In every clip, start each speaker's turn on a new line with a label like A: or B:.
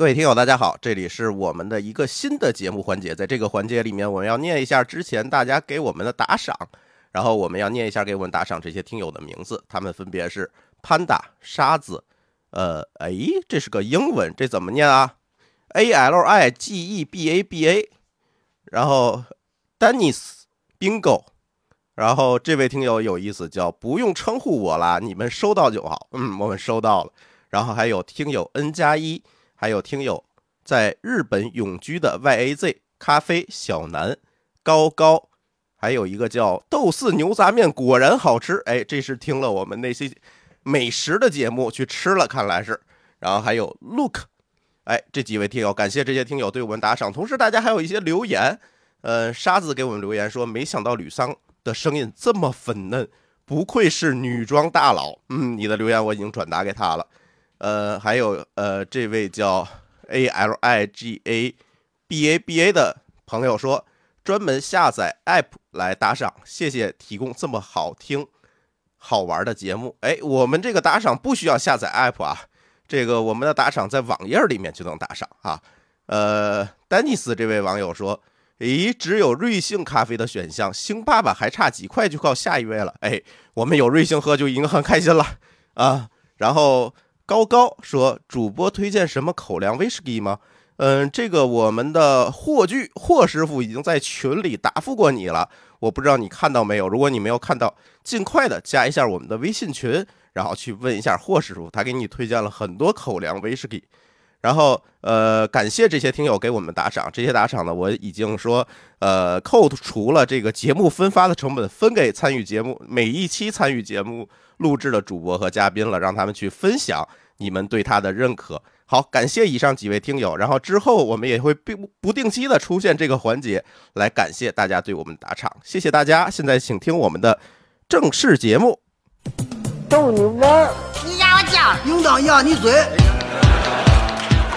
A: 各位听友，大家好，这里是我们的一个新的节目环节，在这个环节里面，我们要念一下之前大家给我们的打赏，然后我们要念一下给我们打赏这些听友的名字，他们分别是潘达、沙子，呃，哎，这是个英文，这怎么念啊？A L I G E B A B A，然后丹尼斯、bingo，然后这位听友有意思，叫不用称呼我啦，你们收到就好。嗯，我们收到了。然后还有听友 N 加一。还有听友在日本永居的 YAZ 咖啡小南高高，还有一个叫豆豉牛杂面果然好吃，哎，这是听了我们那些美食的节目去吃了，看来是。然后还有 Look，哎，这几位听友，感谢这些听友对我们打赏，同时大家还有一些留言，呃，沙子给我们留言说，没想到吕桑的声音这么粉嫩，不愧是女装大佬。嗯，你的留言我已经转达给他了。呃，还有呃，这位叫 A L I G A B A B A 的朋友说，专门下载 App 来打赏，谢谢提供这么好听、好玩的节目。哎，我们这个打赏不需要下载 App 啊，这个我们的打赏在网页里面就能打赏啊。呃，丹尼斯这位网友说。咦，只有瑞幸咖啡的选项，星爸爸还差几块就靠下一位了。哎，我们有瑞幸喝就已经很开心了啊。然后高高说：“主播推荐什么口粮威士忌吗？”嗯，这个我们的霍炬霍师傅已经在群里答复过你了，我不知道你看到没有。如果你没有看到，尽快的加一下我们的微信群，然后去问一下霍师傅，他给你推荐了很多口粮威士忌。然后，呃，感谢这些听友给我们打赏，这些打赏呢，我已经说，呃，扣除了这个节目分发的成本，分给参与节目每一期参与节目录制的主播和嘉宾了，让他们去分享你们对他的认可。好，感谢以上几位听友，然后之后我们也会不不定期的出现这个环节，来感谢大家对我们打赏，谢谢大家。现在请听我们的正式节目。
B: 逗你玩儿，
C: 你压我脚，
B: 应当压你嘴。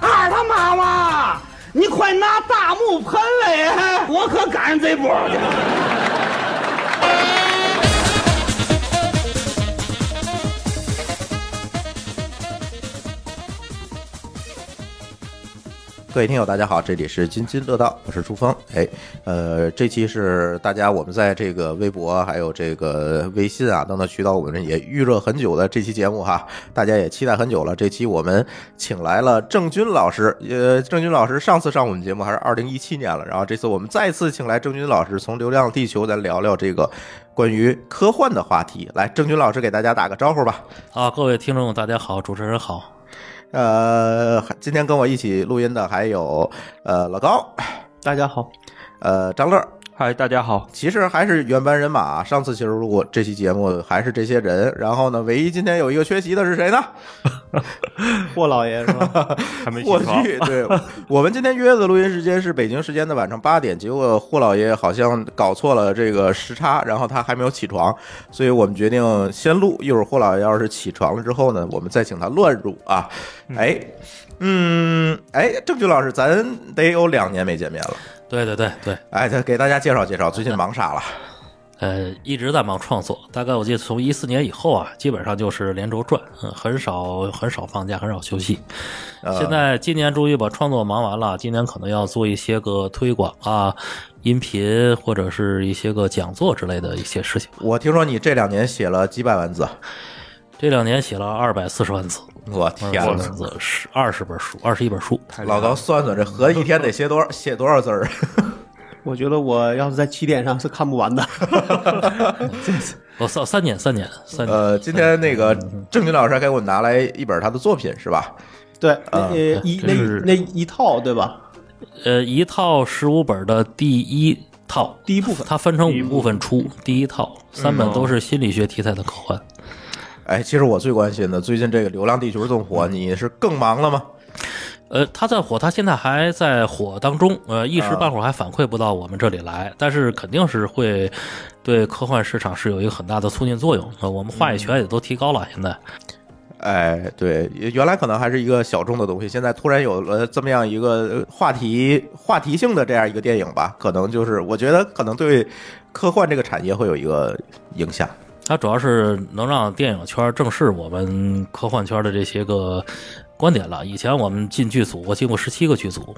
B: 二哎他妈妈，你快拿大木盆来，我可赶上这波了。
A: 各位听友，大家好，这里是津津乐道，我是朱峰。哎，呃，这期是大家我们在这个微博还有这个微信啊等等渠道，我们也预热很久的这期节目哈，大家也期待很久了。这期我们请来了郑钧老师，呃，郑钧老师上次上我们节目还是二零一七年了，然后这次我们再次请来郑钧老师，从《流浪地球》咱聊聊这个关于科幻的话题。来，郑钧老师给大家打个招呼吧。
D: 啊，各位听众，大家好，主持人好。
A: 呃，今天跟我一起录音的还有呃老高，
E: 大家好，
A: 呃张乐。
E: 嗨，大家好，
A: 其实还是原班人马、上次其实录过这期节目还是这些人，然后呢，唯一今天有一个缺席的是谁呢？
E: 霍老爷是 吧？还没
A: 霍炬。对，我们今天约的录音时间是北京时间的晚上八点，结果霍老爷好像搞错了这个时差，然后他还没有起床，所以我们决定先录。一会儿霍老爷要是起床了之后呢，我们再请他乱入啊。哎，嗯，哎，郑钧老师，咱得有两年没见面了。
D: 对对对对，
A: 哎，再给大家介绍介绍，最近忙啥了？
D: 呃，一直在忙创作，大概我记得从一四年以后啊，基本上就是连轴转，嗯，很少很少放假，很少休息。
A: 呃
D: 现在今年终于把创作忙完了，今年可能要做一些个推广啊、音频或者是一些个讲座之类的一些事情。
A: 我听说你这两年写了几百万字，
D: 这两年写了二百四十万字，
A: 我天
D: 二百
A: 哪！
D: 字十二十本书，二十一本书。
A: 老高算算，这合一天得写多少写多少字儿？啊
E: 我觉得我要是在起点上是看不完 的。
D: 我哦三三年三年三年，
A: 呃，今天那个郑钧老师还给我拿来一本他的作品是吧？
E: 对，
A: 啊
E: 那呃一那那一套对吧？
D: 呃，一套十五本的第一套，
E: 第一部分
D: 它分成五部分出，第一套三本都是心理学题材的科幻。
A: 哎，其实我最关心的，最近这个《流浪地球》这么火，你是更忙了吗？
D: 呃，它在火，它现在还在火当中，呃，一时半会儿还反馈不到我们这里
E: 啊
D: 来，但是肯定是会对科幻市场是有一个很大的促进作用。呃，我们话语权也都提高了，现在
A: 哎，对，原来可能还是一个小众的东西，现在突然有了这么样一个呃话题话题性的这样一个电影吧，可能就是我觉得可能对科幻这个产业会有一个影响。
D: 它主要是能让电影圈正视我们科幻圈的这些个观点了。以前我们进剧组，我进过十七个剧组。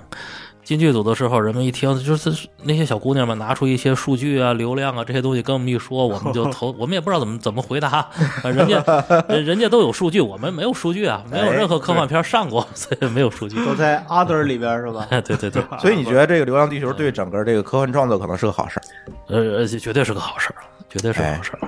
D: 进剧组的时候，人们一听就是那些小姑娘们拿出一些数据啊、流量啊这些东西跟我们一说，我们就投，我们也不知道怎么怎么回答。呃人家人人家都有数据，我们没有数据啊，没有任何科幻片上过，所以没有数据。
B: 都在 other 里边是吧？
D: 哎， 对对对，
A: 所以你觉得这个《流浪地球》对整个这个科幻创作可能是个好事儿？
D: 呃，而且绝对是个好事儿，绝对是个好事儿。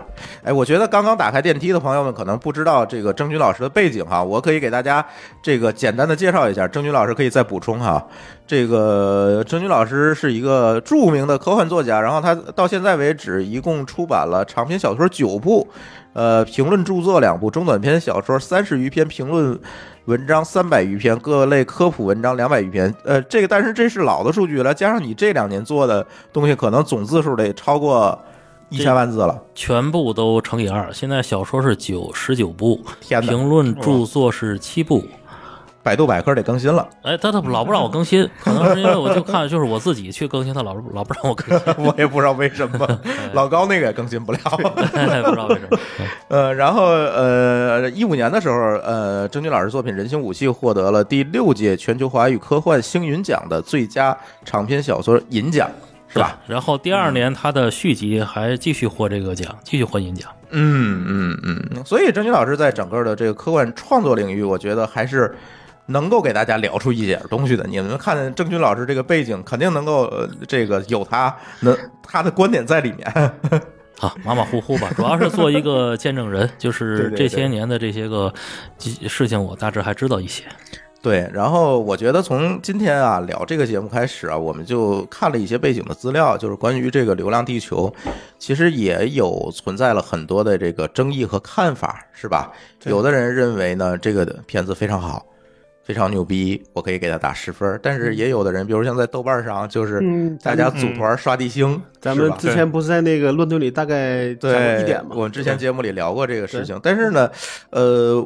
A: 哎，我觉得刚刚打开电梯的朋友们可能不知道这个郑钧老师的背景哈，我可以给大家这个简单的介绍一下，郑钧老师可以再补充哈。这个郑钧老师是一个著名的科幻作家，然后他到现在为止一共出版了长篇小说九部，呃，评论著作两部，中短篇小说三十余篇，评论文章三百余篇，各类科普文章两百余篇。呃，这个但是这是老的数据了，加上你这两年做的东西，可能总字数得超过一千万字了。
D: 全部都乘以二。现在小说是九十九部，
A: 天哪
D: 评论著作是七部。
A: 百度百科得更新 了，
D: 哎，他他老不让我更新，可能是因为我就看就是我自己去更新，他老老不让我更新，
A: 我也不知道为什么，老高那个也更新 不了。
D: 哎不知道为什么。
A: 呃，然后呃，一五年的时候，呃，郑钧老师作品《人形武器》获得了第六届全球华语科幻星云奖的最佳长篇小说银奖， 是吧？
D: 然后第二年他的续集还继续获这个奖，继续获银奖。
A: 嗯嗯嗯。所以郑钧老师在整个的这个科幻创作领域，我觉得还是。能够给大家聊出一点东西的，你们看郑钧老师这个背景，肯定能够、呃、这个有他能他的观点在里面。
D: 啊，马马虎虎吧，主要是做一个见证人，就
A: 对
D: 是
A: 对对
D: 这些年的这些个事情，我大致还知道一些。
A: 对，然后我觉得从今天啊聊这个节目开始啊，我们就看了一些背景的资料，就是关于这个《流浪地球》，其实也有存在了很多的这个争议和看法，是吧？有的人认为呢，这个片子非常好，非常牛逼，我可以给他打十分儿。但是也有的人，比如像在豆瓣上，就是
B: 嗯
A: 大家组团刷地星，
B: 咱
A: 是
B: 们
A: 吧
B: 之前不是在那个论坛里大概
A: 对
B: 讲过一点吗？
A: 我们之前节目里聊过这个事情，但是呢，呃，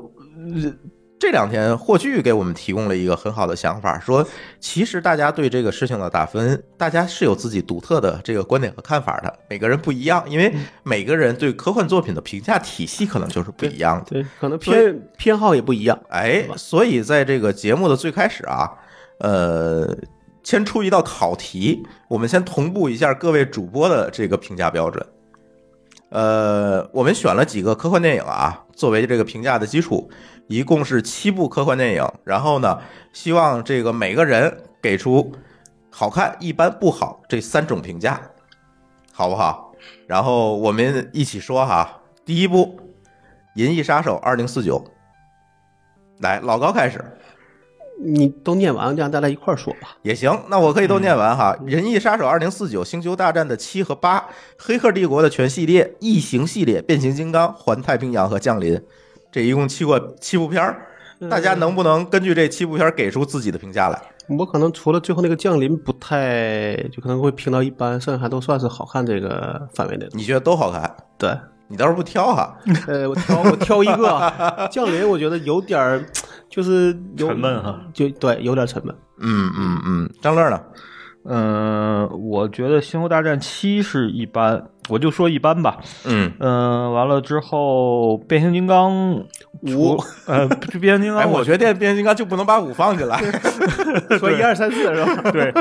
A: 这两天霍炬给我们提供了一个很好的想法，说其实大家对这个事情的打分，大家是有自己独特的这个观点和看法的，每个人不一样，因为
B: 嗯
A: 每个人对科幻作品的评价体系可能就是不一样的。
B: 对，可能偏偏好也不一样。
A: 哎，所以在这个节目的最开始啊，呃，先出一道考题，我们先同步一下各位主播的这个评价标准。呃，我们选了几个科幻电影啊，作为这个评价的基础，一共是七部科幻电影。然后呢，希望这个每个人给出好看、一般、不好这三种评价，好不好？然后我们一起说哈，第一部《银翼杀手二零四九》，来，老高开始
B: 你都念完，让大家一块儿说吧。
A: 也行。那我可以都念完哈，《人翼杀手二零四九》、《星球大战》的七和八，《黑客帝国》的全系列、《异形》系列、《变形金刚》、《环太平洋》和《降临》，这一共七个七部片儿。大家能不能根据这七部片儿给出自己的评价来？
B: 我可能除了最后那个降临不太，就可能会评到一般，剩下还都算是好看这个范围内的。
A: 你觉得都好看？
B: 对，
A: 你倒是不挑哈。
B: 呃，我挑我挑一个啊降临，我觉得有点儿，就是有
F: 沉闷哈，
B: 就对，有点沉闷。
A: 嗯嗯嗯，张乐呢？
F: 嗯，我觉得《星球大战七》是一般，我就说一般吧。
A: 嗯，
F: 嗯，完了之后，变形金刚
B: 五
F: 除，呃，变形 金
A: 哎，
F: 刚
A: 我觉得变形金刚就不能把五放进来。
B: 说一二三四是吧？
F: 对，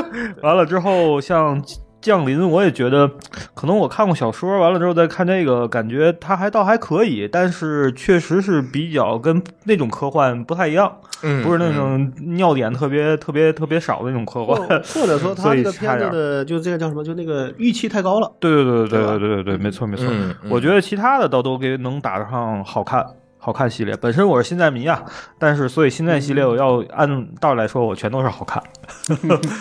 F: 完了之后像降临，我也觉得可能我看过小说，完了之后再看这个，感觉它还倒还可以，但是确实是比较跟那种科幻不太一样，
A: 嗯
F: 不是那种尿点特别特别特别少的那种科
B: 或
F: 幻。
B: 或 者说他这个片
F: 所以差
B: 子
F: 点
B: 的就这个叫什么，就那个预期太高了。
F: 对对对
B: 对吧
F: 对对对对，没错没错。
A: 嗯嗯
F: 我觉得其他的倒都给能打上好看。好看系列本身我是星战迷啊，但是所以星战系列我要按道理来说，我全都是好看。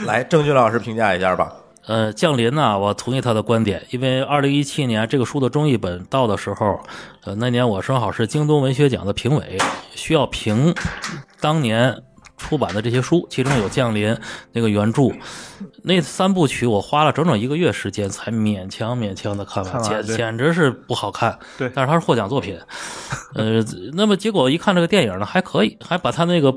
A: 来，郑钧老师评价一下吧。
D: 呃，降临呢、我同意他的观点，因为二零一七年这个书的中译本到的时候，呃，那年我正好是京东文学奖的评委，需要评当年出版的这些书，其中有《降临》那个原著，那三部曲我花了整整一个月时间才勉强勉强的看完，
F: 看完
D: 简
F: 对
D: 简直是不好看。
F: 对
D: 但是它是获奖作品，呃，那么结果一看这个电影呢，还可以，还把它那个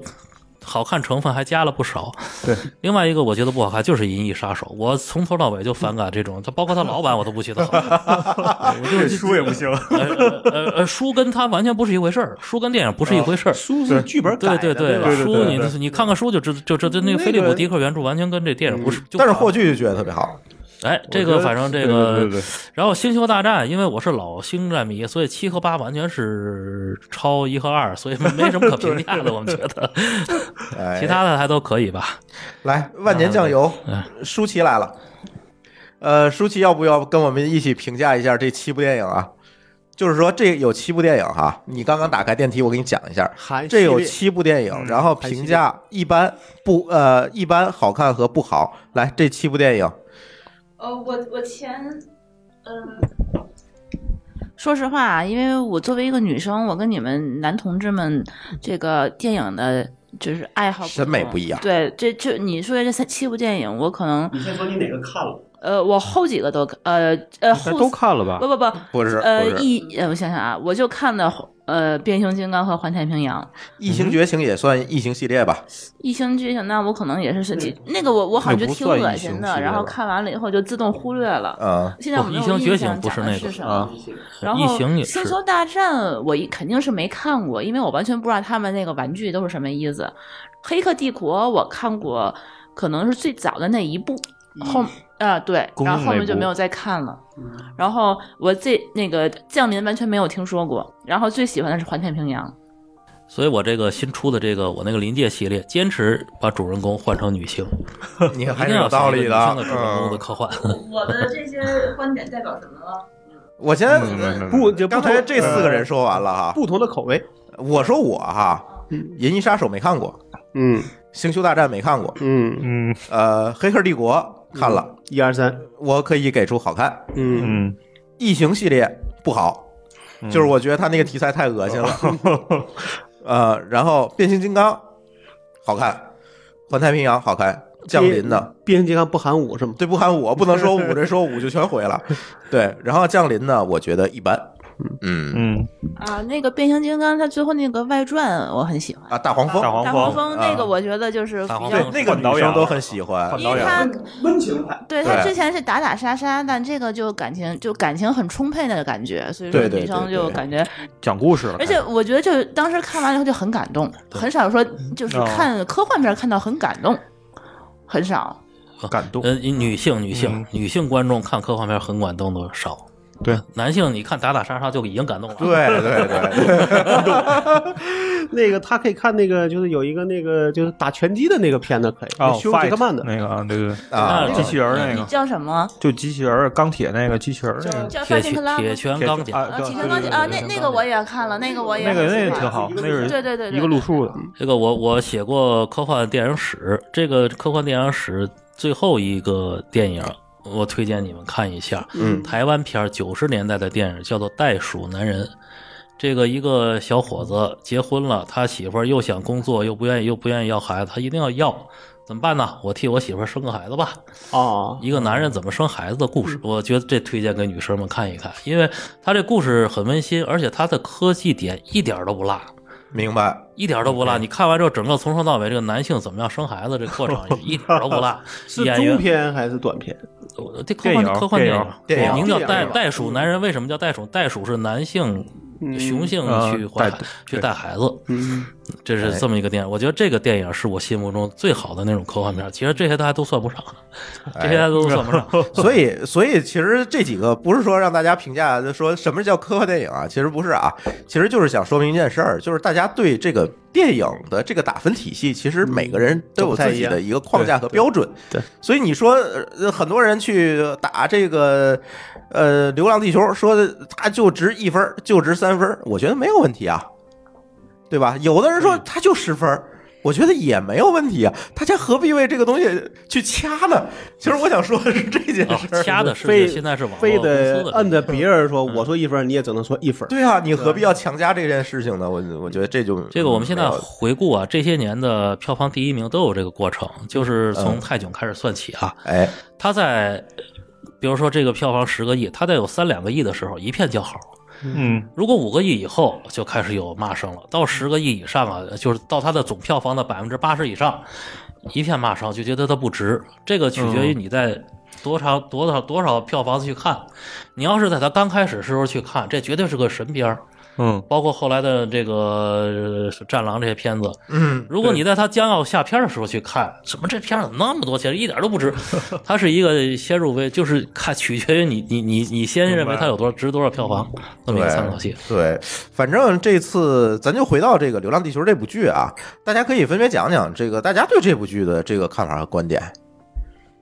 D: 好看成分还加了不少。
F: 对，
D: 另外一个我觉得不好看就是《银翼杀手》，我从头到尾就反感这种，他包括他老板我都不觉得好看。
F: 我就是书也不行。
D: 呃呃呃，书跟它完全不是一回事儿，书跟电影不是一回事儿。
B: 书是剧本改
D: 对
B: 的，
D: 对
B: 对吧
F: 对对
D: 书
F: 对
D: 你
F: 对
D: 你看看书就知就知道那个菲利普·迪克原著完全跟这电影不是。就
A: 但是霍炬就觉得特别好，
D: 哎，这个反正这
F: 对
D: 个
F: 对对对，
D: 然后《星球大战》，因为我是老星战迷，所以七和八完全是超一和二，所以没什么可评价的。我们觉得
A: 哎，
D: 其他的还都可以吧。
A: 来万年酱油
D: 嗯，
A: 舒淇来了。呃，舒淇要不要跟我们一起评价一下这七部电影啊？就是说这有七部电影哈，你刚刚打开电梯，我给你讲一下，
B: 韩
A: 这有
B: 系列
A: 七部电影，然后评价一般不呃一般好看和不好。来，这七部电影，
G: 呃，我我前，嗯、说实话啊，因为我作为一个女生，我跟你们男同志们这个电影的，就是爱好
A: 审美
G: 同
A: 不一样
G: 对，这这你说的这三七部电影，我可能
H: 你先说你哪个看了？
G: 呃，我后几个都呃呃
F: 咱
G: 后
F: 都看了吧
G: 不？不不
A: 不是
G: 呃
A: 不是
G: 一呃我想想啊，我就看的呃变形金刚和环太平洋。
A: 《异形觉醒》也算异形系列吧？
G: 异形觉醒，那我可能也是是几那个我我好像就挺恶心
F: 那不算异形系
G: 的，
F: 列
G: 然后
F: 吧
G: 看完了以后就自动忽略 了。
A: 嗯，
G: 现在我
D: 不
G: 没有
D: 异哦形觉
G: 印
D: 醒
G: 象
D: 不是
G: 讲的
D: 那个
G: 什
F: 啊
G: 么。然后
D: 异形也是
G: 星球大战我一肯定是没看过，因为我完全不知道他们那个玩具都是什么意思。黑客帝国我看过，可能是最早的那一部，后啊对，
F: 公
G: 然
F: 共
G: 后后
F: 那
G: 面就
F: 部
G: 没有再看了。然后我最那个降临完全没有听说过，然后最喜欢的是环太平洋。
D: 所以我这个新出的这个我那个临界系列，坚持把主人公换成女性，
A: 你
D: 一
A: 还是
D: 定
A: 有
D: 要
A: 道理
D: 的。女性主人公的
A: 嗯，
D: 科幻，
G: 我的这些观点代表什么了？
A: 我先
B: 不就不
A: 刚才
B: 同
A: 这四个人说完了哈，
B: 不同的口味，
A: 我说我哈，《银翼杀手》没看过，
B: 嗯
A: 《星球大战》没看过，
B: 嗯
F: 嗯
A: 呃，《黑客帝国》看了，
B: 一二三，
A: 我可以给出好看。
B: 嗯，
F: 嗯，
A: 异形系列不好，就是我觉得他那个题材太恶心了。 呃，然后变形金刚好看，环太平洋好看，降临呢？
B: 变形金刚不含五是吗？
A: 对，不含我不能说五，这说五就全毁了。对，然后降临呢，我觉得一般。嗯
F: 嗯，
G: 啊，那个变形金刚，它最后那个外传我很喜欢。
A: 啊，大黄蜂，
F: 大黄
G: 大黄
F: 蜂
G: 蜂那个，我觉得就是
D: 啊
G: 比
D: 大黄
G: 较
A: 对
D: 蜂，
A: 那个女生都很喜欢。
F: 换
G: 因
F: 导
G: 为
F: 演
G: 他
H: 温情派。
G: 对他
A: 对
G: 之前是打打杀杀，但这个就感情就感情很充沛的感觉，所以说
A: 对对对
G: 女生
A: 对
G: 就感觉，
F: 讲故事了，
G: 而且我觉得就是当时看完了以后就很感动，很少说就是
F: 哦
G: 看科幻片看到很感动，很少。
F: 感动。
D: 呃，女性女
A: 嗯
D: 性、女性观众看科幻片很感动的少。
F: 对，
D: 男性你看打打杀杀就已经感动了。
A: 对对对，
B: 那个他可以看那个，就是有一个那个就是打拳击的那个片子可以，
F: 啊，
B: 休杰克曼的，
F: 那个啊，对对对，
A: 啊
D: 那
F: 机器人儿那个，
G: 叫什么？
F: 就机器人儿钢铁那个机器人儿那个，
G: 叫
D: 铁
G: 发
D: 拳
G: 型克拉吗
D: 铁？拳钢
F: 铁
D: 甲，
F: 啊
G: 啊，
F: 对
G: 体
F: 对
G: 拳钢
F: 对
G: 铁啊，
F: 对
G: 那
F: 对
G: 那个我也看了，那个我也
F: 那个
G: 很
F: 那
G: 喜
F: 个
G: 欢
F: 挺好，那个
G: 对对对对
F: 一个路数的，
D: 这个我我写过科幻电影史，这个科幻电影史最后一个电影，我推荐你们看一下。
A: 嗯，
D: 台湾片九十年代的电影叫做《袋鼠男人》。这个一个小伙子结婚了，他媳妇儿又想工作，又不愿意，又不愿意要孩子，他一定要要，怎么办呢？我替我媳妇儿生个孩子吧。
B: 哦，
D: 一个男人怎么生孩子的故事，我觉得这推荐给女生们看一看，因为他这故事很温馨，而且他的科技点一点儿都不落。
A: 明白。
D: 一点都不落。你看完之后，整个从头到尾，这个男性怎么样生孩子这过程一点都不落。
B: 是
D: 演
B: 中
D: 员
B: 篇还是短篇？
D: 呃这科幻
F: 电影
D: 科幻
F: 电
D: 电
A: 电
F: 影
A: 影
D: 影，名叫
B: 电影
D: 袋
B: 吧
D: 袋鼠男人。为什么叫袋鼠？袋鼠是男性
B: 嗯
D: 雄性
F: 呃
D: 去怀
F: 带
D: 孩去带孩子，
B: 嗯，
D: 这是这么一个电影。我觉得这个电影是我心目中最好的那种科幻片。其实这些大家都算不上，这些大家都算不上。
A: 所以，所以其实这几个不是说让大家评价，就说什么叫科幻电影啊？其实不是啊，其实就是想说明一件事儿，就是大家对这个电影的这个打分体系，其实每个人都有自己的一个框架和标准。
B: 对对
A: 所以你说呃很多人去打这个呃《流浪地球》，说它就值一
B: 嗯
A: 分儿，就值三分儿，我觉得没有问题啊，对吧？有的人说它就十分儿。我觉得也没有问题啊，大家何必为这个东西去掐呢？其实我想说的是这件事儿，
D: 啊哦掐的是
B: 非
D: 现在是网络
B: 非
D: 公司
B: 得
D: 的
B: 摁着别人说，我说一分，你也只能说一分。
A: 对啊，你何必要强加这件事情呢？我我觉得这就
D: 这个我们现在
A: 没有
D: 回顾啊，这些年的票房第一名都有这个过程，就是从
A: 嗯
D: 泰囧开始算起啊。
A: 哎，
D: 他在比如说这个票房十个亿，他在有三两个亿的时候一片叫好。
F: 嗯，
D: 如果五个亿以后就开始有骂声了，到十个亿以上啊，就是到它的总票房的百分之八十以上，一片骂声，就觉得它不值。这个取决于你在多长、多少多少票房去看。你要是在它刚开始时候去看，这绝对是个神片儿。
F: 嗯，
D: 包括后来的这个呃《战狼》这些片子，
A: 嗯，
D: 如果你在它将要下片的时候去看，怎么这片儿怎么那么多钱，一点都不值？ 它是一个先入为，就是看取决于你你你你先认为它有多少值多少票房，那么一个参考系。
A: 对，反正这次咱就回到这个《流浪地球》这部剧啊，大家可以分别讲讲这个大家对这部剧的这个看法和观点。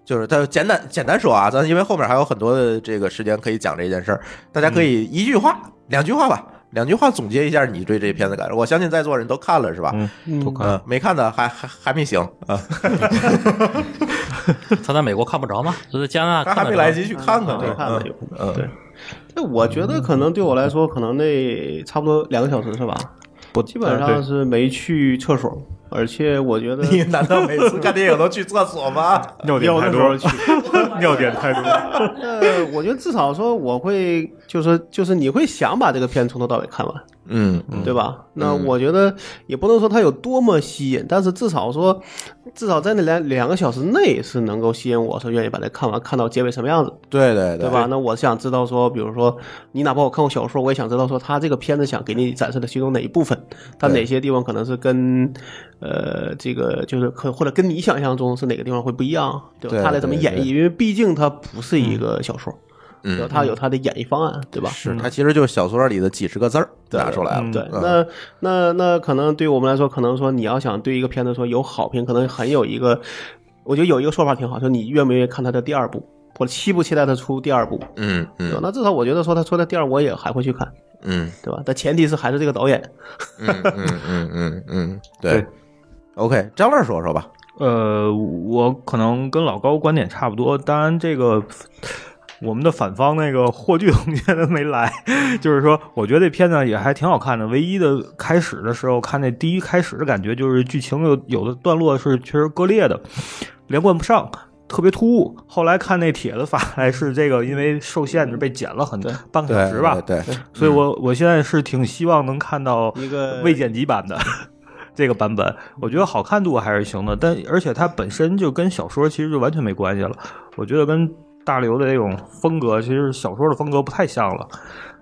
A: 就是，但简单简单说啊，咱因为后面还有很多的这个时间可以讲这件事儿，大
D: 嗯
A: 家可以一句话、两句话吧，两句话总结一下你对这片子感受。我相信在座人都看了是吧？嗯，
B: 嗯
A: 没看的还还还没行啊，
D: 他在美国看不着吗？就在加拿
A: 他
D: 大看
A: 还
D: 得
A: 没
D: 着
A: 来得及去看看
B: 对
A: 呢。
B: 看了有
A: 嗯，
B: 对。那我觉得可能对我来说，可能那差不多两个小时是吧？我基本
F: 啊对
B: 上是没去厕所，而且我觉得
A: 呃 你难道每次看电影都去厕所吗？
F: 尿点
B: 有
F: 太
B: 的时候
F: 多，
B: 去。
F: 尿点太多，
B: 呃，我觉得至少说我会，就是就是你会想把这个片从头到尾看完，
A: 嗯，
B: 对吧？那我觉得也不能说它有多么吸引，但是至少说，至少在那两两个小时内是能够吸引我，是愿意把它看完，看到结尾什么样子，
A: 对对
B: 对吧？？那我想知道说，比如说你哪怕我看过小说，我也想知道说他这个片子想给你展示的其中哪一部分，他
A: 对
B: 哪些地方可能是跟呃这个就是可或者跟你想象中是哪个地方会不一样，对吧？
A: 对
B: 他得怎么
A: 对
B: 演
A: 对
B: 绎，因为毕竟它不是一个小说，
A: 嗯
B: 对吧？他有他的演绎方案，对吧？
A: 是，它其实就是小说里的几十个字儿
B: 对
A: 拿出来了。
F: 嗯
B: 对，
A: 嗯
B: 那那那可能对我们来说，可能说你要想对一个片子说有好评，可能很有一个，我觉得有一个说法挺好，说你愿不愿意看他的第二部，或者期不期待他出第二部，
A: 嗯
B: 对吧？
A: 嗯
B: 那至少我觉得说他出的第二，我也还会去看，
A: 嗯
B: 对吧？但前提是还是这个导演，
A: 嗯嗯嗯嗯嗯，对
F: 对。
A: OK，张乐说说吧。
F: 呃，我可能跟老高观点差不多，当然这个。我们的反方那个霍炬同学没来，就是说，我觉得这片子也还挺好看的。唯一的开始的时候看那第一开始的感觉，就是剧情有有的段落是确实割裂的，连贯不上，特别突兀。后来看那帖子发来是这个，因为受限制被剪了很半个小时吧，
A: 对，
F: 所以我我现在是挺希望能看到
B: 嗯
F: 呃
B: 一个
F: 未剪辑 版的这个版本，我觉得好看度还是行的，但而且它本身就跟小说其实就完全没关系了，我觉得跟大刘的那种风格，其实小说的风格不太像了。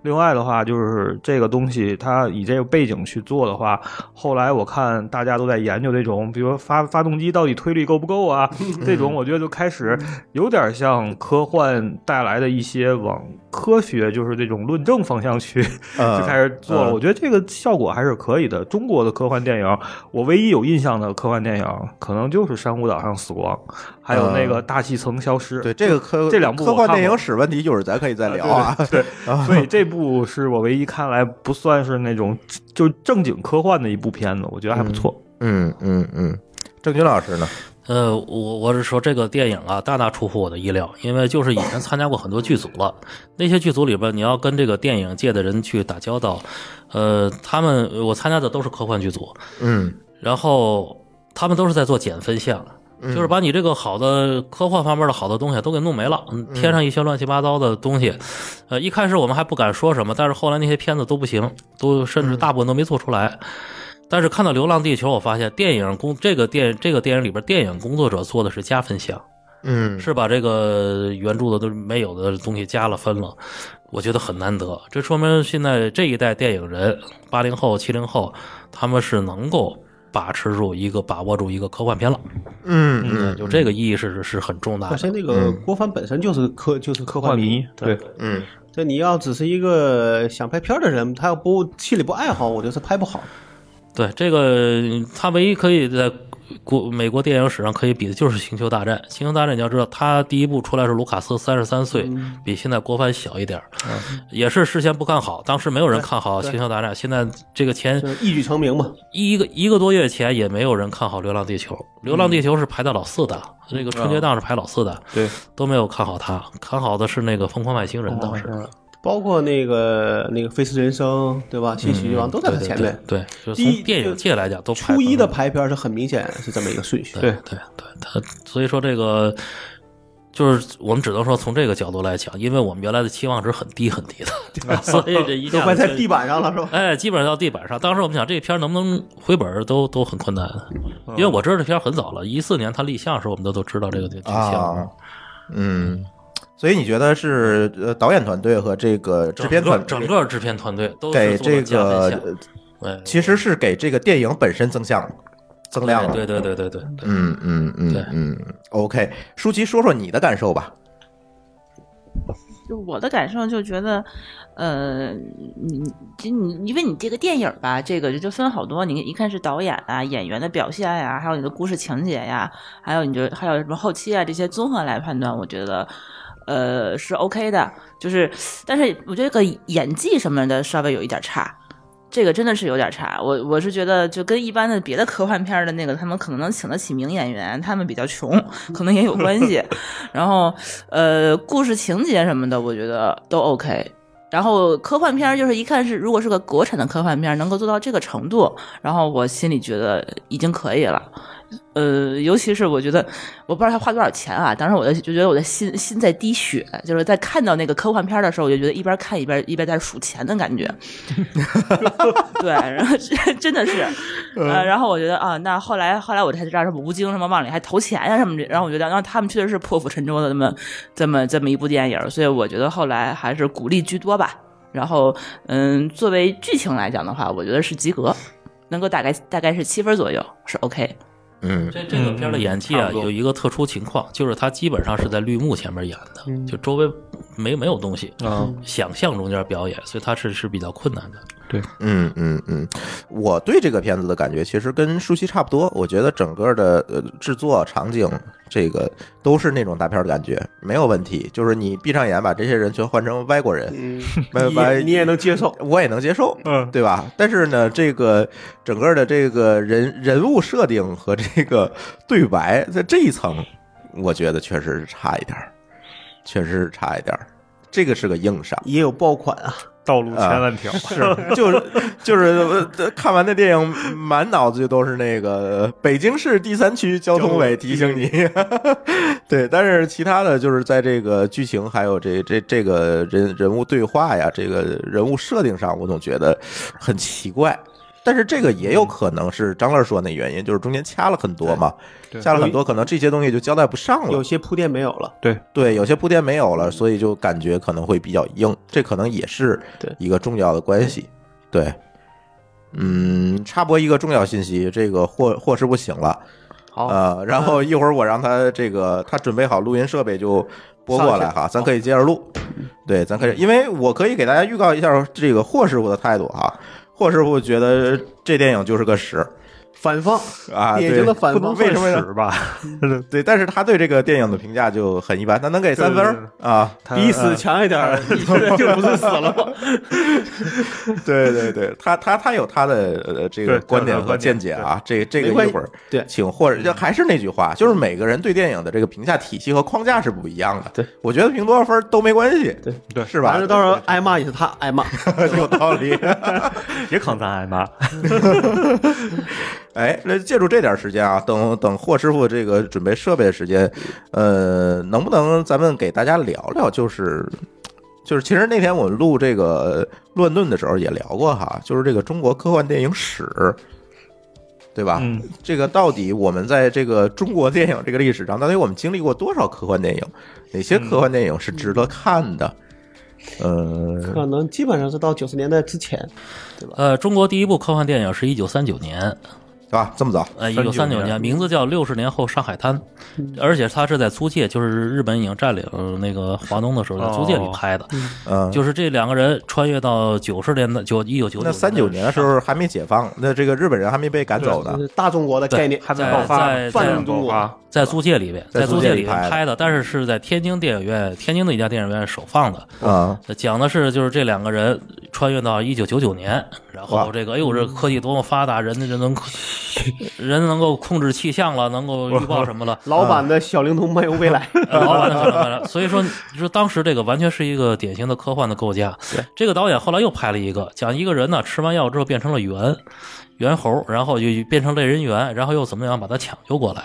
F: 另外的话，就是这个东西，它以这个背景去做的话，后来我看大家都在研究这种，比如说发发动机到底推力够不够啊，这种我觉得就开始有点像科幻带来的一些往科学，就是这种论证方向去
A: 嗯
F: 就开始做了。
A: 嗯
F: 我觉得这个效果还是可以的。中国的科幻电影，我唯一有印象的科幻电影，可能就是《珊瑚岛上死亡》，还有那个《大气层消失》。
A: 嗯对这个科
F: 这两部我
A: 科幻
F: 看
A: 电
F: 过
A: 影史问题，一会儿咱可以再聊啊。对，
F: 所以这部是我唯一看来不算是那种就正经科幻的一部片子，我觉得还不错。
A: 嗯嗯嗯，郑钧老师呢？
D: 呃，我我是说这个电影啊，大大出乎我的意料，因为就是以前参加过很多剧组了，那些剧组里边你要跟这个电影界的人去打交道，呃，他们我参加的都是科幻剧组，
A: 嗯
D: 然后他们都是在做减分项，就是把你这个好的科幻方面的好的东西都给弄没了，嗯添上一些乱七八糟的东西。呃，一开始我们还不敢说什么，但是后来那些片子都不行，都甚至大部分都没做出来。但是看到《流浪地球》，我发现电影工这个电这个电影里边电影工作者做的是加分项，
A: 嗯
D: 是把这个原著的都没有的东西加了分了，我觉得很难得。这说明现在这一代电影人，八零后、七零后，他们是能够把持住一个、把握住一个科幻片了。
A: 嗯嗯，
D: 就这个意义是是很重大
B: 首
D: 的。
B: 先那个郭帆本身就是科就是科幻迷，
F: 对，
A: 嗯
B: 这你要只是一个想拍片儿的人，他要不心里不爱好，我觉得是拍不好。
D: 对这个，他唯一可以在国美国电影史上可以比的就是《星球大战》。《星球大战》你要知道，它第一部出来是卢卡斯三十三岁，比现在郭帆小一点儿，也是事先不看好，当时没有人看好《星球大战》，现在这个前
B: 就是一举成名嘛。
D: 一个一个多月前也没有人看好《流浪地球》，《流
B: 嗯
D: 浪地球》是排到老四
B: 啊
D: 的，这个春节档是排老四的，
F: 对，
D: 都没有看好它，看好的是那个《疯狂外星
B: 哦
D: 人》，嗯当时
B: 包括那个那个《飞驰人生》，对吧？《新喜剧王》都在他前面。
D: 对，对对对就是
B: 第一
D: 从电影界来讲都排
B: 初一的排
D: 排。
B: 片是很明显是这么一个顺序。
D: 对对对，他所以说这个就是我们只能说从这个角度来讲，因为我们原来的期望值很低很低 的，所以这一
B: 都
D: 下
B: 快
D: 子
B: 在
D: 就
B: 地板上了，是吧？
D: 哎，基本上到地板上。当时我们想这片儿能不能回本儿都都很困难，
A: 嗯
D: 因为我知道这片儿很早了，一四年它立项的时候我们都都知道这个这个项
A: 啊
D: 目，，
A: 嗯，所以你觉得是呃导演团队和这个制片团
D: 整个整个制片团队都是
A: 给
D: 做
A: 这
D: 了加分项
A: 个，
D: 哎，
A: 其实是给这个电影本身增项增量了。
D: 对对对对对对，
A: 嗯嗯
D: 对
A: 嗯嗯，OK，舒淇说说你的感受吧。
G: 就我的感受就觉得，呃，你就你因为你这个电影儿吧，这个就分好多，你一看是导演啊、演员的表现呀、还有你的故事情节呀、还有你就还有什么后期啊这些综合来判断，我觉得。呃，是 OK 的，就是，但是我觉得这个演技什么的稍微有一点差，这个真的是有点差。我我是觉得，就跟一般的别的科幻片儿的那个，他们可能能请得起名演员，他们比较穷，可能也有关系。 然后，呃，故事情节什么的，我觉得都 OK。然后科幻片儿就是一看是，如果是个国产的科幻片儿，能够做到这个程度，然后我心里觉得已经可以了。呃，尤其是我觉得，我不知道他花多少钱啊，当时我的就觉得我的心心在滴血，就是在看到那个科幻片儿的时候，我就觉得一边看一边一边在数钱的感觉。对，然后真的是，呃，然后我觉得啊，那后来后来我才知道什么吴京什么往里还投钱呀、什么的，然后我觉得，然后他们确实是破釜沉舟的这么这么这么一部电影儿，所以我觉得后来还是鼓励居多吧。然后，嗯，作为剧情来讲的话，我觉得是及格，能够大概大概是七分左右是 OK。
A: 嗯，
D: 这这个片儿的演技
F: 差
D: 啊，
F: 不多
D: 有一个特殊情况，就是他基本上是在绿幕前面演的，就周围没没有东西，
F: 嗯啊，
D: 想象中间表演，所以他是是比较困难的。
A: 嗯嗯嗯，我对这个片子的感觉其实跟舒淇差不多。我觉得整个的呃制作场景，这个都是那种大片儿的感觉，没有问题。就是你闭上眼，把这些人全换成外国人，
B: 嗯，
A: 外
B: 你
A: 外
B: 也你也能接受。
A: 我也能接受，
F: 嗯
A: 对吧？但是呢，这个整个的这个人人物设定和这个对白，在这一层，我觉得确实是差一点儿，确实是差一点儿。这个是个硬伤，
B: 也有爆款啊，
F: 道路千万条，
A: 是，就是就是呃看完那电影，满脑子就都是那个呃北京市第三区交通委提醒你。 对，但是其他的就是在这个剧情还有这这这个人人物对话呀，这个人物设定上，我总觉得很奇怪。但是这个也有可能是张乐说那原因，就是中间掐了很多嘛，掐了很多，可能这些东西就交代不上了。
B: 有些铺垫没有了。
A: 对，有些铺垫没有了，所以就感觉可能会比较硬，这可能也是
B: 对
A: 一个重要的关系。对，嗯，插播一个重要信息，这个霍霍师傅醒了，
B: 好
A: 呃，然后一会儿我让他这个他准备好录音设备就播过来哈，咱可以接着录。对，咱可以，因为我可以给大家预告一下这个霍师傅的态度哈。霍师傅觉得这电影就是个屎
B: 反方，
A: 啊，
B: 典
A: 对
B: 型的反
F: 不能
B: 方。
A: 为什么呢
F: 算屎吧？
A: 对，但是他对这个电影的评价就很一般，他能给三分
F: 对
A: 儿啊。
F: 他
B: 比死强一点儿， 就不是死了吗？
A: 对对对，他他他有他的呃这个
F: 对
A: 观点
F: 他有他的
A: 和
F: 观点
A: 见解啊，这这个一
B: 没关系
A: 会儿
B: 对
A: 请或者就还是那句话，就是每个人对电影的这个评价体系和框架是不一样的。
B: 对，
A: 我觉得评多少分都没关系，
B: 对
F: 对
A: 是吧
B: 反正？到时候挨骂也是他挨骂。
A: 有道理。
F: 也扛咱挨骂。
A: 哎，那借助这点时间啊，等等霍师傅这个准备设备的时间，呃，能不能咱们给大家聊聊，就是就是，其实那天我录这个乱炖的时候也聊过哈，就是这个中国科幻电影史，对吧？
F: 嗯，
A: 这个到底我们在这个中国电影这个历史上，到底我们经历过多少科幻电影？哪些科幻电影是值得看的？
D: 嗯
A: 呃，
B: 可能基本上是到九十年代之前，
D: 呃，中国第一部科幻电影是一九三九年，
I: 吧？这么早，
D: 呃，一九三九
I: 嗯
D: 年，名字叫《六十年后上海滩》，而且它是在租界，就是日本已经占领呃那个华东的时候，
I: 哦
D: 在租界里拍的。
I: 嗯，
D: 就是这两个人穿越到九十年代，九一九九
I: 那三九年的时候还没解放，那这个日本人还没被赶走呢
B: 就。是大中国的概念
F: 还没
D: 在
F: 爆发
D: 在，啊
B: 泛
D: 在
B: 用中国，
D: 在租界里边，
I: 在
D: 在
I: 租
D: 租
I: 界
D: 界
I: 里
D: 里边
I: 拍的
D: 拍的，但是是在天津电影院，天津的一家电影院首放的。
I: 啊，
D: 讲的是就是这两个人穿越到一九九九年，然
I: 哇
D: 后这个哎呦这科技多么发达，人人 能人能够控制气象了，能够预报什么了，
B: 老板的小灵通漫游未来，
D: 老板的小老板。所以说，你说当时这个完全是一个典型的科幻的构架。这个导演后来又拍了一个，讲一个人呢吃完药之后变成了猿猿猴，然后就变成类人猿，然后又怎么样把他抢救过来。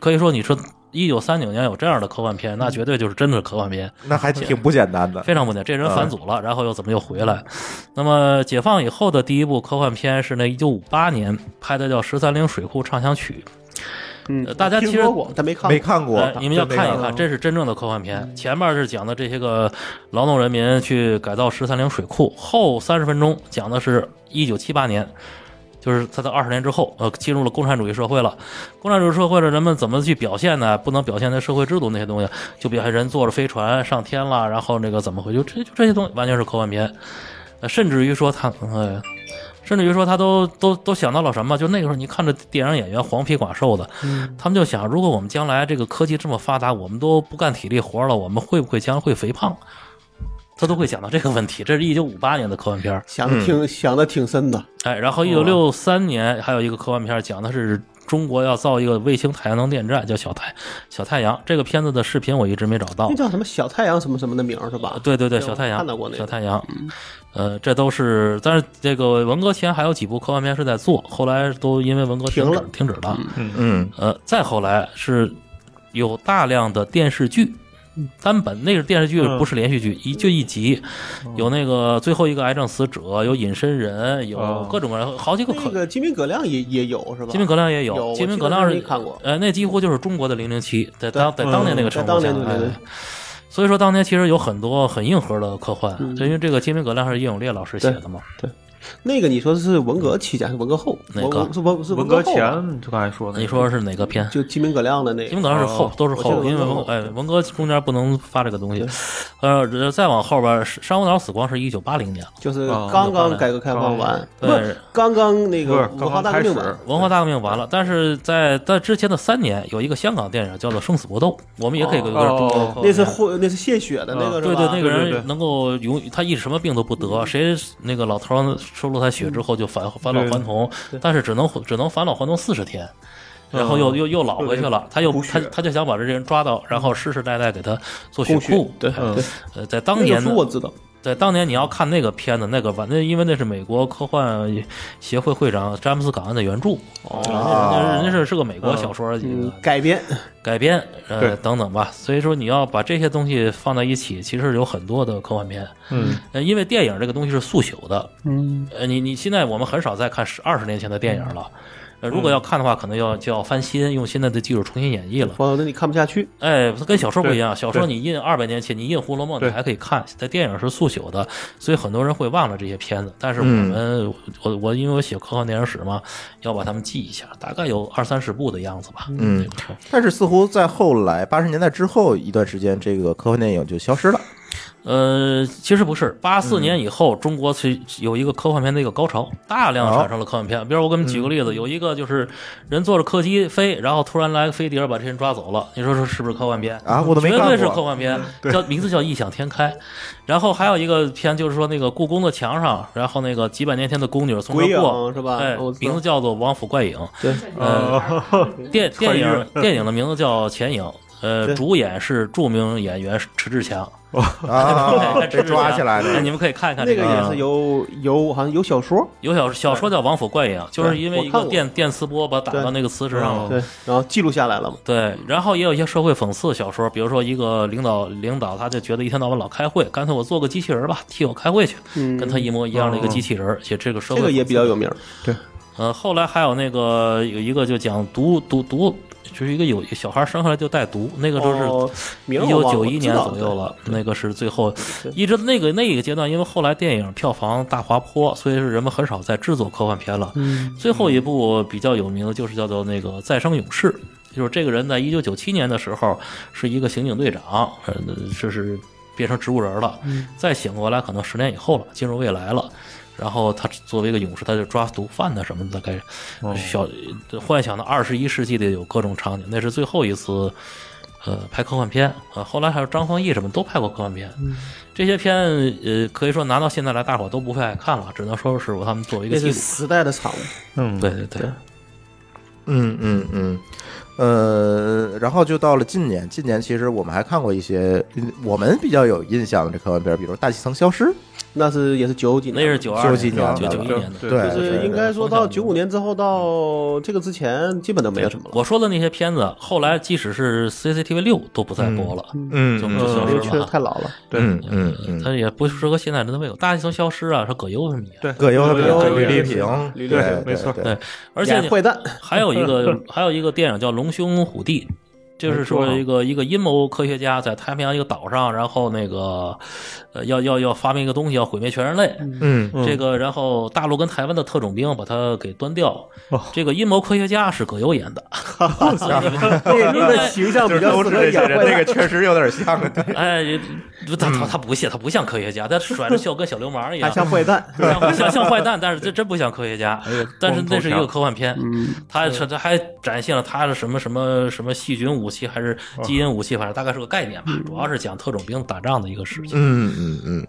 D: 可以说，你说一九三九年有这样的科幻片，那绝对就是真的是科幻片。
I: 那还挺不简单的。
D: 非常不简单。这人反祖了，然后又怎么又回来？那么解放以后的第一部科幻片是那一九五八年拍的，叫《十三陵水库畅想曲
B: 嗯
D: 呃大家其实
B: 听说过，但没看
I: 没
B: 过。
I: 看》过
D: 呃，，你们要
I: 真没
D: 看一
I: 过
D: 看，这是真正的科幻片。前面是讲的这些个劳动人民去改造十三陵水库，后三十分钟讲的是一九七八年。就是他在二十年之后，呃，进入了共产主义社会了。共产主义社会的人们怎么去表现呢？不能表现在社会制度那些东西，就表现人坐着飞船上天了，然后那个怎么回去？这就这些东西完全是科幻片，呃，甚至于说他，呃，甚至于说他都都都想到了什么？就那个时候，你看着电影演员黄皮寡瘦的，他们就想，如果我们将来这个科技这么发达，我们都不干体力活了，我们会不会将来会肥胖？他都会想到这个问题。这是一九五八年的科幻片儿，
B: 想的挺想的挺深的，
D: 哎，然后一九六三年还有一个科幻片，讲的是中国要造一个卫星太阳能电站，叫小太小太阳。这个片子的视频我一直没找到
B: 那。叫什么小太阳什么什么的名儿是吧？
D: 对对对，
B: 对
D: 小
B: 我
D: 太阳
B: 看到过那个嗯
D: 小太阳，呃，这都是，但是这个文革前还有几部科幻片是在做，后来都因为文革停
B: 停
D: 止
B: 了
D: 停止了。
I: 嗯，
D: 呃，再后来是有大量的电视剧。单本那个电视剧
F: 嗯
D: 不是连续剧，一就一集，有那个最后一个癌症死者，有隐身人，有
F: 哦
D: 各种各样，好几个可
B: 那个金瓶葛亮也也有是吧？
D: 金瓶葛亮也
B: 有我
D: 有，金瓶
B: 记
D: 葛
B: 得
D: 亮
B: 当
D: 是
B: 时看过
D: 呃，那几乎就是中国的零零七，在当在
F: 嗯
D: 当年那个
B: 在
D: 称
B: 当
D: 呼下
B: 年，对
D: 哎
B: 对对
D: 所以说当年其实有很多很硬核的科幻，
B: 嗯
D: 就因为这个金瓶葛亮是叶永烈老师写的嘛，
B: 那个你说是文革期间还是文革后？
D: 哪个
B: 文是文是
F: 文
B: 革
F: 革
B: 后吧，
F: 前就刚才说的，
D: 你说是哪个片？
B: 就金瓶葛亮的那个
D: 金瓶。葛亮是后
F: 哦，
D: 都是
B: 我
D: 后，
B: 记得
D: 因为文
B: 文革后
D: 哎文革中间不能发这个东西， 呃，再往后边，珊瑚岛死光是一九八零年了，
B: 就是
F: 哦
B: 刚刚改革开放完，不
D: 对
B: 是刚刚那
F: 不
B: 个
F: 是
B: 文
F: 刚
B: 化
F: 刚
B: 大革
F: 开
B: 命
F: 始
B: 完，
D: 文化大革命完了，但是在在之前的三年，有一个香港电影叫做《生死搏斗》，我们也可以有一个中国
F: 哦
D: 科幻
B: 那是
D: 片
B: 霍那是献血的那个是
D: 啊
F: 嗯
D: 对
B: 吧？
D: 对，那个
F: 对
D: 人
F: 对对
D: 能够永，他一直什么病都不
B: 嗯
D: 得。谁那个老头儿收了他血之后就返返老还童，但是只能只能返老还童四十天，
B: 嗯
D: 然后
B: 哦
D: 又又又老回去了。他又他他就想把这人抓到，然后世世代代给他做血
B: 供嗯血
D: 库。
B: 对
D: 呃
B: 对
D: 呃，在当
B: 那个
D: 年呢
B: 书我知道，
D: 在当年你要看那个片子，那个完，那因为那是美国科幻协会会长詹姆斯·港恩的原著，哦，人家是是个美国小说，呃
B: 嗯，改编
D: 改编，呃
F: 对，
D: 等等吧。所以说你要把这些东西放在一起，其实有很多的科幻片。
F: 嗯，
D: 呃，因为电影这个东西是速朽的，嗯，呃，你你现在我们很少再看十二十年前的电影了。呃，如果要看的话，可能要就要翻新，用现在的技术重新演绎了。
B: 否则你看不下去。
D: 哎，它跟小说不一样，小说
F: 对
D: 你印二百年前，你印《红楼梦》，你
F: 对
D: 还可以看，在电影是速朽的，所以很多人会忘了这些片子。
F: 嗯
D: 但是我们，我我因为我写科幻电影史嘛，要把它们记一下，大概有二三十部的样子吧。
I: 嗯，但是似乎在后来八十年代之后一段时间，这个科幻电影就消失了。
D: 呃，其实不是，八四
F: 嗯
D: 年以后，中国是有一个科幻片的一个高潮，大量产生了科幻片。比如我给你们举个
F: 嗯
D: 例子，有一个就是人坐着客机飞，然后突然来个飞碟把这人抓走了，你说说是不是科幻片
I: 啊我都没
D: 绝
I: 看过嗯
D: 对是科幻片，叫名字叫《异想天开》。然后还有一个片就是说那个故宫的墙上，然后那个几百年前的宫女从
B: 鬼
D: 这
B: 影
D: 儿过，
B: 是吧？
D: 哎
B: 我，知道嗯
D: 名字叫做《王府怪影》。
F: 呃，
D: 电电
F: 穿
D: 影
F: 越
D: 电影的名字叫《潜影》，呃，
B: 对
D: 主演是著名演员迟志强。
B: 哦
I: 啊，被抓起来
D: 哎
I: 了。
D: 你们可以看一看
B: 那
D: 这啊嗯
B: 个也是有有好像有小说，
D: 有小小说叫《王府怪影》，就是因为一
B: 我看
D: 个
B: 过
D: 电电磁波把打到那个磁石上了。
B: 对，嗯然后记录下来了嘛。
D: 对，然后也有一些社会讽刺小说，比如说一个领导领导他就觉得一天到晚老开会，干脆我做个机器人吧，替我开会去，
B: 嗯
D: 跟他一模一样的一个机器人，写这个社
B: 这
D: 会
B: 个也比
D: 讽刺
B: 较有名，
D: 呃，后来还有那个有一个就讲毒毒毒，就是一个有小孩生下来就带毒，那个都是
B: 哦名儿
D: 一
B: 我
D: 九
B: 忘了
D: 九
B: 我
D: 一
B: 知
D: 年
B: 道
D: 左右了，
B: 对
D: 那个是最后
B: 对
D: 一直那个那个阶段，因为后来电影票房大滑坡，所以是人们很少再制作科幻片了。
B: 嗯
D: 最后一部比较有名的就是叫做那个《再生勇士》，就是这个人在一九九七年的时候是一个刑警队长，呃，这是变成植物人了，再醒过来可能十年以后了，进入未来了。然后他作为一个勇士，他就抓毒贩的什么的，大概小幻想的二十一世纪的有各种场景，那是最后一次呃拍科幻片呃，后来还有张丰毅什么都拍过科幻片，这些片呃可以说拿到现在来大伙都不会爱看了，只能说是他们作为一个
B: 那
D: 记
B: 是
D: 录。
B: 时代的产物。
F: 嗯，
D: 对对对，
A: 嗯嗯嗯，呃，然后就到了近年，近年其实我们还看过一些嗯我们比较有印象的这科幻片，比如《大气层消失》，
B: 那是也是九几
D: 那
B: 年，
D: 是九二
A: 97年
D: 九
A: 的
D: 九一年的。
A: 对，
B: 就
A: 对
B: 是
A: 对
B: 应该说到九五年之后到这个之前，基本都没有什么了。
D: 嗯我说的那些片子，后来即使是 CCTV 六都不再播了，
A: 嗯
D: 就
A: 嗯
D: 就消
B: 嗯，因为
D: 失
B: 确
D: 了
B: 实
D: 啊。
B: 太老了。
A: 对，嗯嗯嗯，
D: 它也不适合现在人的胃口。大气层消失啊，是葛优他们演。
F: 对，
A: 葛优他们
B: 葛
A: 有
B: 优
A: 吕丽
B: 也
A: 萍
B: 是，
A: 对
B: 吕丽
A: 对
B: 萍
F: 没错
A: 对
D: 对，而且
B: 演坏 蛋，
D: 还有一个还有一个电影叫《龙兄虎弟》，就是说一个一个阴谋科学家在太平洋一个岛上，然后那个呃要要要发明一个东西，要毁灭全人类。
A: 嗯
D: 这个，然后大陆跟台湾的特种兵把他给端掉
F: 哦。
D: 这个阴谋科学家是葛 优演的，
B: 那个 形象比较适合演坏蛋。
A: 确实有点像，
D: 哎，他他他不像他不像科学家，他甩着袖跟小流氓一样
B: 还，嗯像哎坏蛋，
D: 像像像坏蛋，但是这真不像科学家。
F: 嗯
D: 但是那是一个科幻片，
B: 嗯
D: 他他他还展现了他的什么什么什么细菌武器还是基因武器，反正大概是个概念吧。
B: 嗯
D: 主要是讲特种兵打仗的一个事情。
A: 嗯嗯嗯，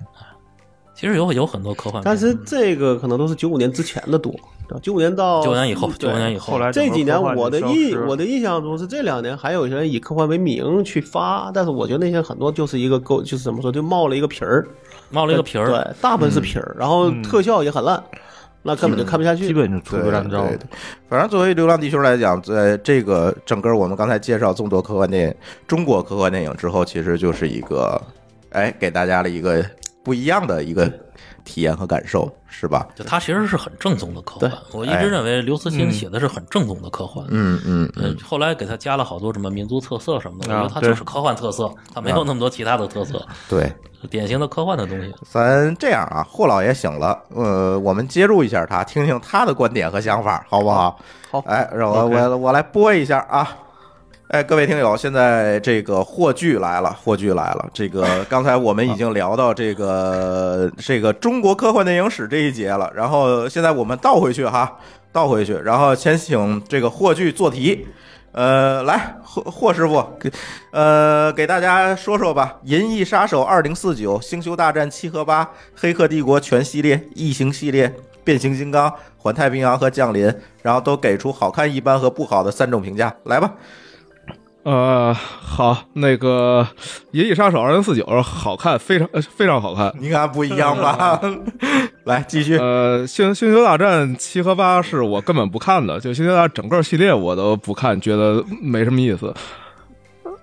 D: 其实有有很多科幻片，
B: 但是这个可能都是九五年之前的多，九五年到
D: 九年以后，
B: 对
D: 九年以后
F: 后来
B: 这几年我的印我
F: 的
B: 的印象中是这两年还有一些人以科幻为名去发，但是我觉得那些很多就是一个勾，就是怎么说，就冒了一个皮儿，
D: 冒了一个皮儿，嗯
B: 对，大部分是皮儿，然后特效也很烂，那根本就看不下去。
F: 基本就粗
A: 对
F: 制滥造
A: 对。对，反正作为《流浪地球》来讲，在这个整个我们刚才介绍众多科幻电影、中国科幻电影之后，其实就是一个，哎，给大家了一个不一样的一个体验和感受，是吧？
D: 就他其实是很正宗的科幻
B: 对。哎嗯
D: 我一直认为刘慈欣写的是很正宗的科幻。
A: 嗯嗯
D: 呃
A: 嗯，
D: 后来给他加了好多什么民族特色什么的，我觉得
F: 啊
D: 他
F: 对
D: 就是科幻特色，他没
B: 啊
D: 有那么多其他的特色，
A: 对，
D: 典型的科幻的东西。
A: 咱这样啊，霍老爷醒了，呃，我们接入一下他，听听他的观点和想法，好不好？
B: 好
A: 哎，让我
F: OK
A: 我我来播一下啊。哎，各位听友，现在这个霍炬来了，霍炬来了。这个刚才我们已经聊到这个这个中国科幻电影史这一节了，然后现在我们倒回去哈，倒回去，然后先请这个霍炬做题。呃，来，霍霍师傅，给呃给大家说说吧，《银翼杀手二零四九》《星球大战七和八》《黑客帝国》全系列、《异形》系列、《变形金刚》《环太平洋》和《降临》，然后都给出好看、一般和不好的三种评价。来吧，
J: 呃，好，那个《银翼杀手二零四九》好看，非常、呃、非常好看。
A: 你看不一样 吧？来继续。
J: 呃，星星球大战七和八是我根本不看的，就星球大战整个系列我都不看，觉得没什么意思。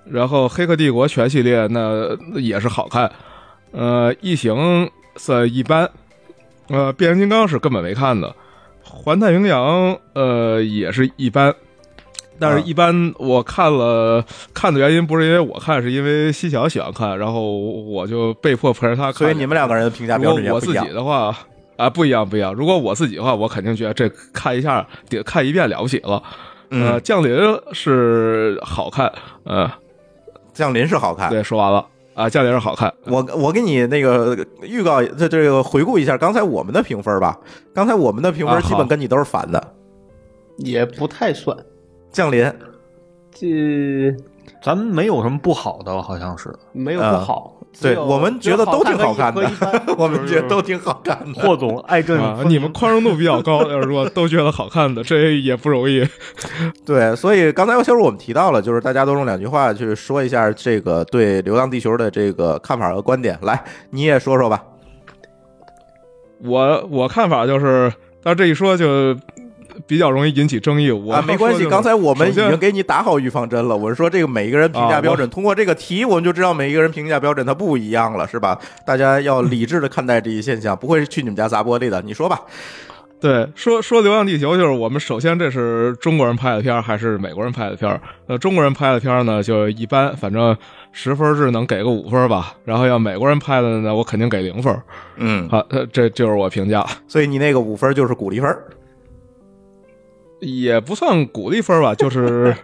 J: 然后《黑客帝国》全系列那也是好看，呃，《异形》算一般，呃，《变形金刚》是根本没看的，《环太平洋》呃也是一般。但
A: 啊
J: 是，一般我看了看的原因不是因为我看，是因为西晓喜欢看，然后我就被迫陪着他看。
A: 所以你们两个人的评价
J: 如
A: 标
J: 果
A: 准也
J: 我
A: 不
J: 自
A: 一样
J: 己。的话，啊，不一样，不一样。如果我自己的话，我肯定觉得这看一下得看一遍了不起了。呃，
A: 嗯，
J: 降临是好看，呃，
A: 降临是好看。
J: 对，说完了啊，降临是好看。
A: 我我给你那个预告，这这个回顾一下刚才我们的评分吧。刚才我们的评分
J: 啊好
A: 基本跟你都是反的。
B: 也不太算。
A: 降 临
B: 这
F: 咱们没有什么不好的，好像是。
B: 没有不好，
A: 对
B: 只有
A: 我们觉得都挺好看的
B: 只有好看和一和一般
A: 我们觉得都挺好看的。
F: 霍 总爱政
J: 啊，你们宽容度比较高，要 是说都觉得好看的，这也不容易。
A: 对，所以刚才其实我们提到了，就是大家都用两句话去说一下这个对《流浪地球》的这个看法和观点。来，你也说说吧。
J: 我我看法就是，但这一说就比较容易引起争议。我
A: 啊，
J: 要
A: 没关
J: 说
A: 系，
J: 就是
A: 刚才我们已
J: 首
A: 经
J: 先
A: 给你打好预防针了。我是说，这个每一个人评
J: 啊
A: 价
J: 我
A: 标准，通过这个题，我们就知道每一个人评价标准它不一样了，是吧？大家要理智的看待这一现象，不会去你们家砸玻璃的。你说吧，
J: 对，说说《流浪地球》，就是我们首先这是中国人拍的片儿还是美国人拍的片儿？呃，中国人拍的片儿呢，就一般，反正十分制能给个五分儿吧。然后要美国人拍的呢，我肯定给零分儿。
A: 嗯，
J: 好、呃这就是我评价，
A: 所以你那个五分就是鼓励分儿。
J: 也不算鼓励分儿吧，就是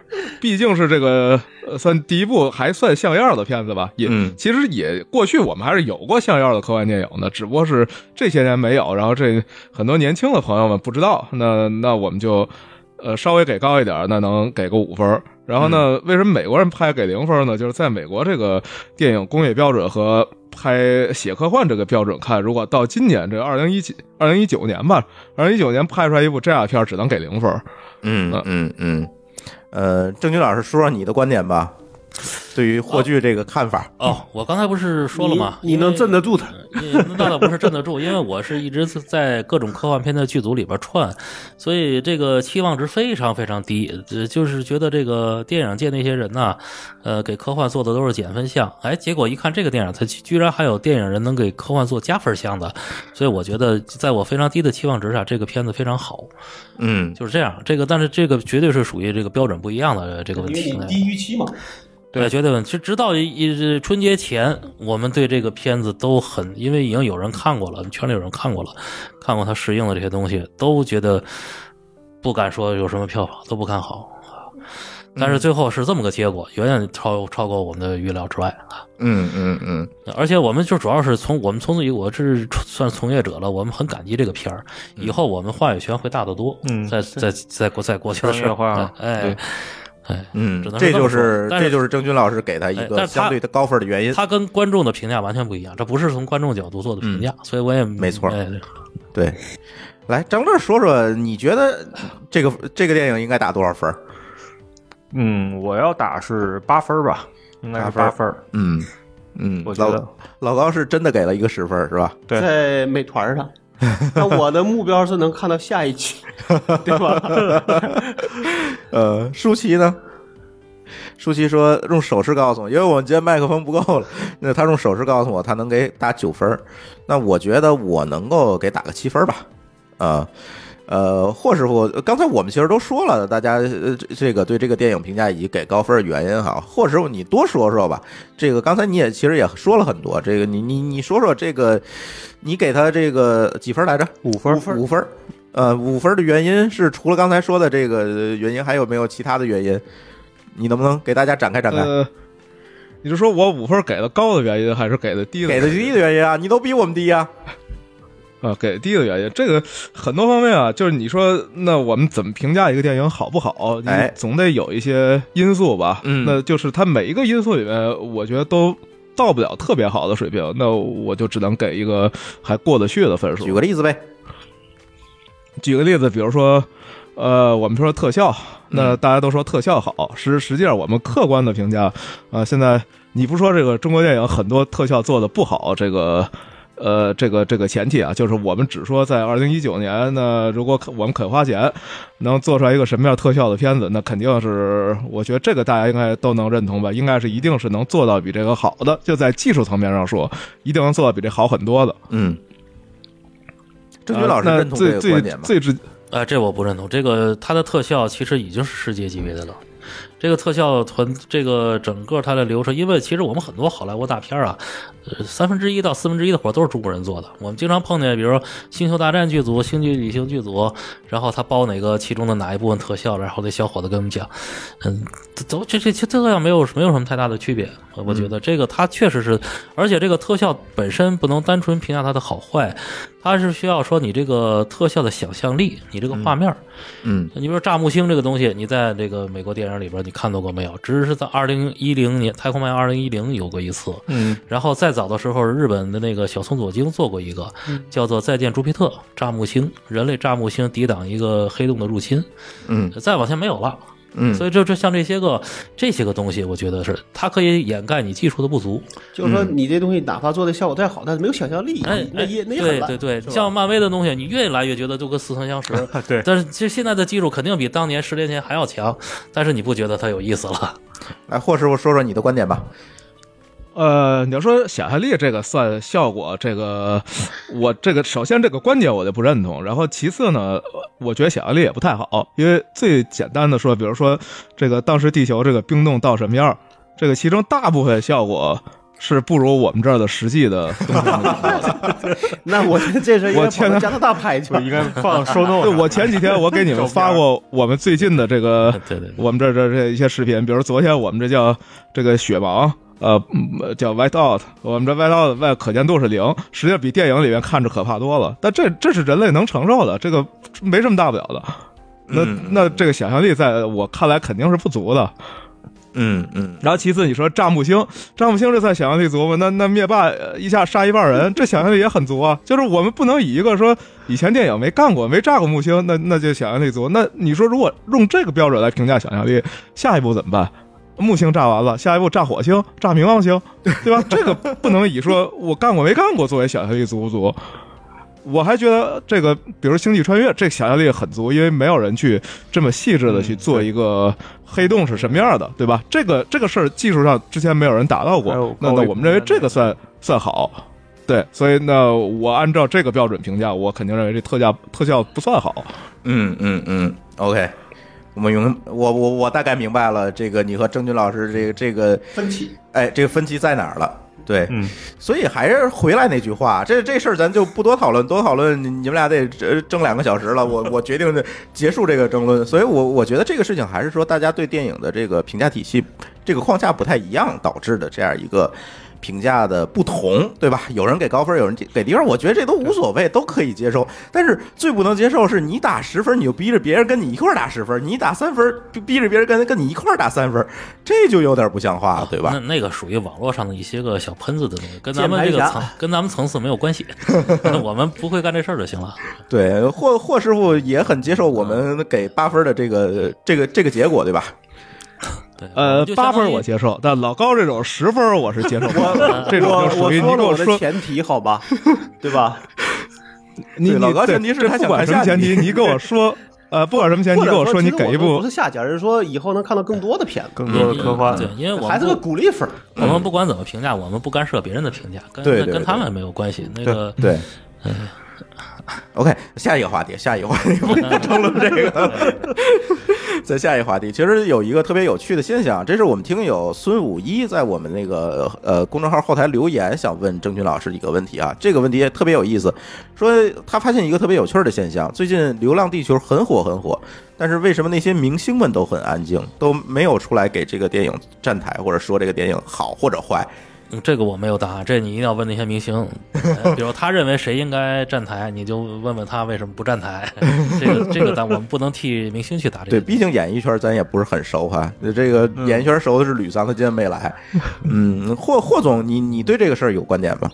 J: 毕竟是这个呃算第一部还算像样儿的片子吧。也、
A: 嗯
J: 其实也过去我们还是有过像样儿的科幻电影的，只不过是这些年没有，然后这很多年轻的朋友们不知道，那那我们就呃稍微给高一点儿，那能给个五分儿。然后呢，为什么美国人拍给零分儿呢？就是在美国这个电影工业标准和拍写科幻这个标准看，如果到今年这二零一七、二零一九年吧，二零一九年拍出来一部这样的片儿，只能给零分儿。
A: 嗯嗯嗯，呃，郑钧老师说说你的观点吧，对于霍炬这个看法。
D: 哦，我刚才不是 说了吗？
B: 你你能镇得住他？
D: 因为那倒不是镇得住，因为我是一直在各种科幻片的剧组里边串，所以这个期望值非常非常低，呃就是觉得这个电影界那些人呐、呃，给科幻做的都是减分项，哎，结果一看这个电影，它居居然还有电影人能给科幻做加分项的，所以我觉得在我非常低的期望值下，这个片子非常好，
A: 嗯，
D: 就是这样。这个但是这个绝对是属于这个标准不一样的这个问题，哎
B: 预期嘛。
D: 对，绝对问题。直直到一一春节前，我们对这个片子都很，因为已经有人看过了，圈里有人看过了，看过他适应的这些东西，都觉得不敢说有什么票房，都不看好。但是最后是这么个结果，远远超超过我们的预料之外啊！
A: 嗯嗯嗯
D: 而且我们就主要是从我们从自己，我是算从业者了，我们很感激这个片儿。以后我们话语权会大得多。
F: 嗯
D: 在在在国在国际的
F: 商
D: 事
F: 业
D: 儿
F: 化
D: 哎
F: 对
D: 哎，
A: 嗯
D: 只能，
A: 这
D: 这
A: 就
D: 么说
A: 是
D: 但
A: 这
D: 是
A: 就是郑钧老师给他一
D: 哎
A: 个
D: 但是他
A: 相对的高分的原因。
D: 他跟观众的评价完全不一样，这不是从观众角度做的评价，所以我也没
A: 错
D: 哎，对
A: 对，来张乐说说，你觉得这个这个电影应该打多少分儿？
F: 嗯，我要打是八分儿吧，应该
A: 八
F: 是
A: 分儿
F: 八分儿。
A: 嗯嗯，
F: 我觉得
A: 老老高是真的给了一个十分儿是吧？
F: 对
B: 在美团上。那我的目标是能看到下一期，对吧？
A: 呃，舒淇呢？舒淇说用手势告诉我，因为我们今天麦克风不够了，那他用手势告诉我，他能给打九分儿。那我觉得我能够给打个七分儿吧。啊、呃，霍师傅，刚才我们其实都说了，大家呃这这个对这个电影评价以及给高分儿的原因哈。霍师傅，你多说说吧。这个刚才你也其实也说了很多，这个你你你说说这个，你给他这个几分儿来着？
F: 五分儿
A: 五五分儿。呃，五分儿的原因是除了刚才说的这个呃原因，还有没有其他的原因？你能不能给大家展开展开？
J: 呃，你是说我五分儿给的高的原因，还是给的低的？
A: 给的低的原因啊，你都比我们低啊。
J: 啊，给低的原因，这个很多方面啊，就是你说那我们怎么评价一个电影好不好？你
A: 哎
J: 总得有一些因素吧。
A: 嗯
J: 那就是它每一个因素里面，我觉得都到不了特别好的水平，那我就只能给一个还过得去的分数。
A: 举个例子呗。
J: 举个例子，比如说，呃，我们说特效，那
A: 嗯
J: 大家都说特效好，实实际上我们客观的评价，啊、现在你不说这个中国电影很多特效做的不好，这个。呃，这个这个前提啊，就是我们只说在二零一九年呢，如果肯我们肯花钱，能做出来一个什么样特效的片子，那肯定是我觉得这个大家应该都能认同吧，应该是一定是能做到比这个好的，就在技术层面上说，一定能做到比这好很多的。
A: 嗯，郑钧老师
J: 呃那
A: 认同这个
J: 最
A: 观点吗？
J: 最最直
D: 啊，这我不认同。这个它的特效其实已经是世界级别的了。这个特效团，这个整个它的流程，因为其实我们很多好莱坞大片啊，呃，三分之一到四分之一的活都是中国人做的。我们经常碰见，比如说《星球大战》剧组、《星际旅行》剧组，然后他包哪个其中的哪一部分特效，然后那小伙子跟我们讲，嗯，都这这这特效没有没有什么太大的区别。我我觉得这个它确实是，而且这个特效本身不能单纯评价它的好坏，它是需要说你这个特效的想象力，你这个画面儿。
A: 嗯
D: 你比如说炸木星这个东西，你在这个美国电影里边你看到过没有？只是在二零一零年《太空漫游二零一零》有过一次，
A: 嗯
D: 然后再早的时候，日本的那个小松左京做过一个，叫做《再见朱庇特》，炸木星，人类炸木星抵挡一个黑洞的入侵，
A: 嗯
D: 再往前没有了。
A: 嗯，
D: 所以这这像这些个这些个东西，我觉得是它可以掩盖你技术的不足。
B: 就是说，
J: 嗯
B: 你这东西哪怕做的效果再好，但是没有想象力
D: 哎，，
B: 那也那也很
D: 对
B: 烂。
D: 对对，
B: 吧
D: 像漫威的东西，你越来越觉得就跟似曾相识。
F: 对
D: 但是其实现在的技术肯定比当年十年前还要强，但是你不觉得它有意思了？，
A: 哎来，霍师傅说说你的观点吧。
J: 呃，你要说显现力这个算效果，这个我这个首先这个观点我就不认同，然后其次呢，我觉得显现力也不太好，因为最简单的说，比如说这个当时地球这个冰冻到什么样儿，这个其中大部分效果是不如我们这儿的实际的冰冻的情况的。
B: 那我觉得这事应该
J: 我天哪
B: 跑到加拿大拍去
F: 就
B: 吧，
F: 应该放 收弄。
J: 对，我前几天我给 你们发过我们最近的这个
D: 对对对
J: 我们这这这一些视频，比如昨天我们这叫这个雪盲。呃，嗯叫 white out，我们这 white out 外可见度是零，实际上比电影里面看着可怕多了。但这这是人类能承受的，这个没什么大不了的。那、
A: 嗯
J: 那这个想象力在我看来肯定是不足的。
A: 嗯嗯，
J: 然后其次你说丈木星，丈木星这算想象力足吗？那那灭霸呃一下杀一半人，这想象力也很足啊。就是我们不能以一个说以前电影没干过、没炸过木星，那那就想象力足。那你说如果用这个标准来评价想象力，下一步怎么办？木星炸完了，下一步炸火星、炸冥王星，对吧？这个不能以说我干过没干过作为想象力足不足。我还觉得这个，比如《星际穿越》，这个想象力很足，因为没有人去这么细致的去做一个黑洞是什么样的，对吧？这个这个事儿技术上之前没有人达到过，
B: 哎我
J: 那那我们认为这个算算好，对，所以呢，我按照这个标准评价，我肯定认为这特价特效不算好。
A: 嗯嗯嗯，OK。我们用我我我大概明白了，这个你和郑钧老师这个这个
B: 分歧。
A: 哎，这个分歧在哪儿了？对，
F: 嗯，
A: 所以还是回来那句话，这这事儿咱就不多讨论，多讨论你你们俩得呃争两个小时了。我我决定结束这个争论，所以我我觉得这个事情还是说大家对电影的这个评价体系、这个框架不太一样导致的这样一个。评价的不同，对吧？有人给高分，有人给低分，我觉得这都无所谓，都可以接受。但是最不能接受是你打十分，你就逼着别人跟你一块儿打十分；你打三分，逼逼着别人跟跟你一块儿打三分，这就有点不像话了，对吧？
D: 那那个属于网络上的一些个小喷子的东西，跟咱们
B: 键
D: 这
B: 盘
D: 个
B: 侠
D: 层跟咱们层次没有 关系，我们不会干这事儿就行了。
A: 对，霍霍师傅也很接受我们给八分的这个这个这个结果，对吧？
D: 对，
J: 呃
D: 们就，相
J: 八
D: 当于
J: 分我接受，但老高这种十分我是接受不了
B: 我
J: 的，这种就
B: 我
J: 属于你
B: 说
J: 给
B: 了我
J: 说
B: 的前提好 吧，对吧？
J: 你
A: 对
J: 你
A: 老高
J: 对
A: 前提是
J: 这
A: 他
J: 不
A: 想
J: 管
A: 看
J: 什么
A: 下
J: 前
A: 你
J: 提，你跟我说，呃，不管什么前提，
B: 或
J: 你
B: 者
J: 跟我
B: 说
J: 你
B: 其实
J: 给一
B: 我
J: 部
B: 不是下家，而是说以后能看到更多的片子，
F: 更多的科幻，
D: 对，因为嗯我
B: 还
D: 们
B: 是个
D: 不
B: 鼓励分儿。
D: 我们不管怎么评价，我们不干涉别人的评价，跟
A: 对对
D: 跟
A: 对
D: 跟他们没有关系。那个
A: 对。OK，下一个话题，下一个话题，不跟争论这个。再下一个话题，其实有一个特别有趣的现象，这是我们听友孙武一在我们那个呃公众号后台留言，想问郑钧老师一个问题啊。这个问题也特别有意思，说他发现一个特别有趣的现象，最近《流浪地球》很火很火，但是为什么那些明星们都很安静，都没有出来给这个电影站台或者说这个电影好或者坏？
D: 嗯这个我没有答案，这你一定要问那些明星，哎比如他认为谁应该站台，你就问问他为什么不站台。这个这个，咱我们不能替明星去答这
A: 对，
D: 个。
A: 毕竟演艺圈咱也不是很熟哈、这个
J: 嗯
A: 演艺圈熟的是吕桑，他今天没来。嗯，霍霍总，你你对这个事儿有观点吗？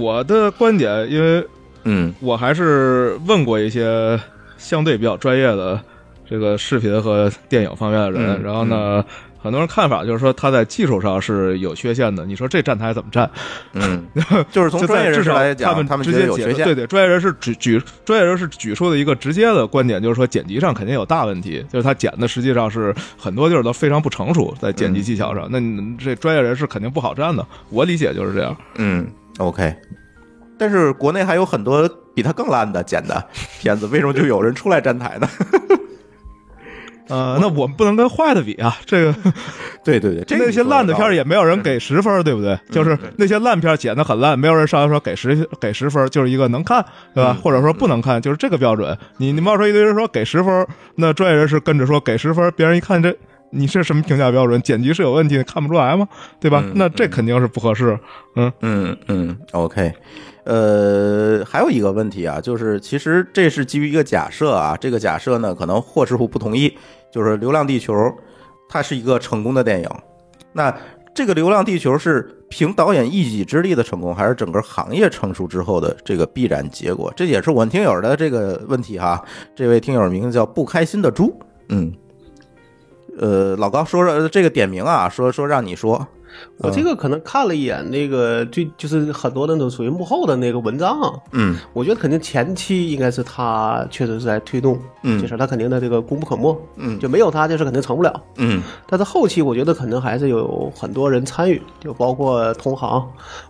J: 我的观点，因为
A: 嗯
J: 我还是问过一些相对比较专业的这个视频和电影方面的人，
A: 嗯
J: 然后呢，很多人看法就是说他在技术上是有缺陷的。你说这站台怎么站？
A: 嗯， 就是从
J: 就
A: 专业
J: 在
A: 人
J: 至
A: 士
J: 少
A: 来讲，他们
J: 们直
A: 觉得
J: 接
A: 有
J: 解
A: 缺
J: 对
A: 陷。
J: 对，专业人士举举专业人士举出的一个直接的观点就是说剪辑上肯定有大问题，就是他剪的实际上是很多地儿都非常不成熟，在剪
A: 嗯
J: 辑技巧上。那你这专业人士肯定不好站的，我理解就是这样。
A: 嗯，OK。但是国内还有很多比他更烂的剪的片子，为什么就有人出来站台呢？
J: 呃，那我们不能跟坏的比啊，这个。
A: 对对对，这个
J: 那
A: 你
J: 些
A: 说得
J: 烂的片
A: 到
J: 儿也没有人给十分儿，对不
A: 嗯
J: 对？就是那些烂片儿剪得很烂，没有人上来说给十给十分儿，就是一个能看，对
A: 嗯
J: 吧？或者说不能看，就是这个标准。你你冒出一堆人说给十分儿，那专业人士跟着说给十分儿，别人一看这你是什么评价标准？剪辑是有问题，看不出来吗？对吧？
A: 嗯
J: 那这肯定是不合适。
A: 嗯嗯，OK，呃，还有一个问题啊，就是其实这是基于一个假设啊，这个假设呢，可能霍师傅不同意，就是《流浪地球》它是一个成功的电影，那这个《流浪地球》是凭导演一己之力的成功，还是整个行业成熟之后的这个必然结果？这也是我们听友的这个问题哈。这位听友名字叫不开心的猪，嗯，
I: 呃，老高说说呃这个点名啊，说说让你说，
J: 嗯
B: 我这个可能看了一眼那个最就是很多那种属于幕后的那个文章啊，
I: 嗯
B: 我觉得肯定前期应该是他确实是在推动，
I: 嗯
B: 这事儿他肯定的这个功不可没，
I: 嗯
B: 就没有他这事儿肯定成不了。
I: 嗯
B: 但是后期我觉得可能还是有很多人参与，就包括同行，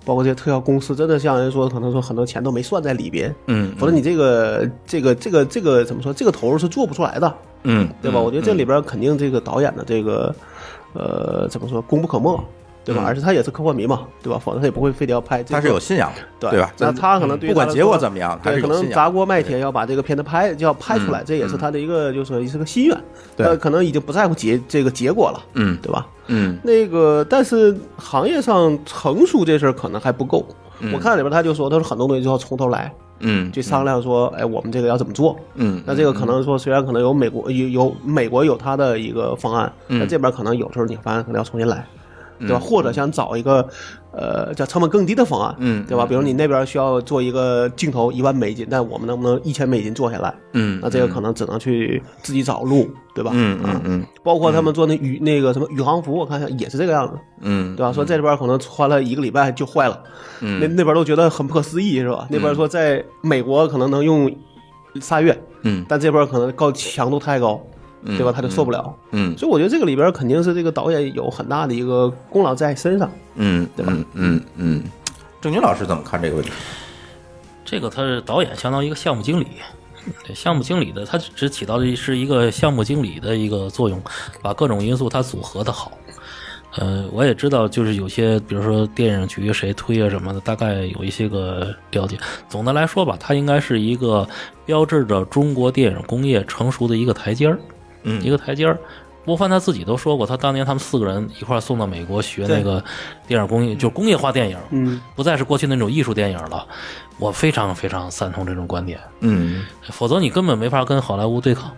B: 包括这些特效公司，真的像人说，可能说很多钱都没算在里边，
I: 嗯
B: 否则你这个这个这个这个怎么说，这个投入是做不出来的，
I: 嗯，
B: 对吧？
I: 嗯
B: 我觉得这里边肯定这个导演的这个，呃，怎么说，功不可没，对吧？
I: 嗯
B: 而且他也是科幻迷嘛，对吧？否则他也不会非得要拍这
I: 他
B: 个。
I: 是有信仰的，
B: 对
I: 对吧？嗯
B: 那他可能对于
I: 不管
B: 他来
I: 结果
B: 说
I: 怎么样，他
B: 对，
I: 是
B: 可
I: 有信
B: 能
I: 仰
B: 砸
I: 的。
B: 锅卖铁要把这个片子拍，就要拍出来，
I: 嗯
B: 这也是他的一个，就是说是个心愿。
I: 对
B: 他可能已经不在乎结这个结果了，
I: 嗯
B: 对吧？
I: 嗯
B: 那个，但是行业上成熟这事儿可能还不够。我看里边他就说，他说很多东西就要从头来，
I: 嗯，
B: 就商量说，哎，我们这个要怎么做？
I: 嗯，
B: 那这个可能说，虽然可能有美国有有美国有他的一个方案，
I: 嗯
B: 那这边可能有时候你方案可能要重新来，对吧？或者想找一个呃叫成本更低的方案，
I: 嗯
B: 对吧？比如你那边需要做一个镜头一万美金，但我们能不能一千美金做下来？
I: 嗯，
B: 那这个可能只能去自己找路，对吧？
I: 嗯
B: 啊
I: 嗯嗯
B: 包括他们做那宇那个什么宇航服，我看一下也是这个样子，
I: 嗯，
B: 对吧？说在这边可能穿了一个礼拜就坏了，
I: 嗯
B: 那那边都觉得很不可思议，是吧？那边说在美国可能能用仨月，
I: 嗯
B: 但这边可能高强度太高，对吧？他就受不了。
I: 嗯
B: 所以我觉得这个里边肯定是这个导演有很大的一个功劳在身上。
I: 嗯，对吧？嗯嗯，郑钧老师怎么看这个问题？
D: 这个他是导演相当于一个项目经理，对项目经理的他只起到的是一个项目经理的一个作用，把各种因素他组合的好。呃，我也知道，就是有些，比如说电影局谁推啊什么的，大概有一些个了解。总的来说吧，它应该是一个标志着中国电影工业成熟的一个台阶儿，
I: 嗯
D: 一个台阶儿。郭帆他自己都说过，他当年他们四个人一块儿送到美国学那个电影工业，就是工业化电影，
B: 嗯，
D: 不再是过去那种艺术电影了。我非常非常赞同这种观点，
I: 嗯
D: 否则你根本没法跟好莱坞对抗。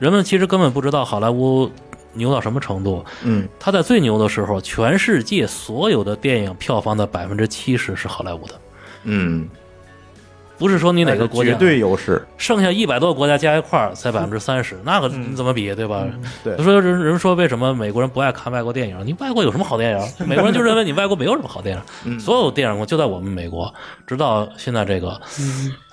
D: 人们其实根本不知道好莱坞牛到什么程度。
I: 嗯
D: 他在最牛的时候，全世界所有的电影票房的百分之七十是好莱坞的，
I: 嗯，
D: 不是说你哪个国家
I: 呃绝对优势？
D: 剩下一百多个国家加一块儿才百分之三十，那个你怎么比，对吧？
I: 对
D: 所以说人人说为什么美国人不爱看外国电影？你外国有什么好电影？美国人就认为你外国没有什么好电影， 所有电影就在我们美国，直到现在这个，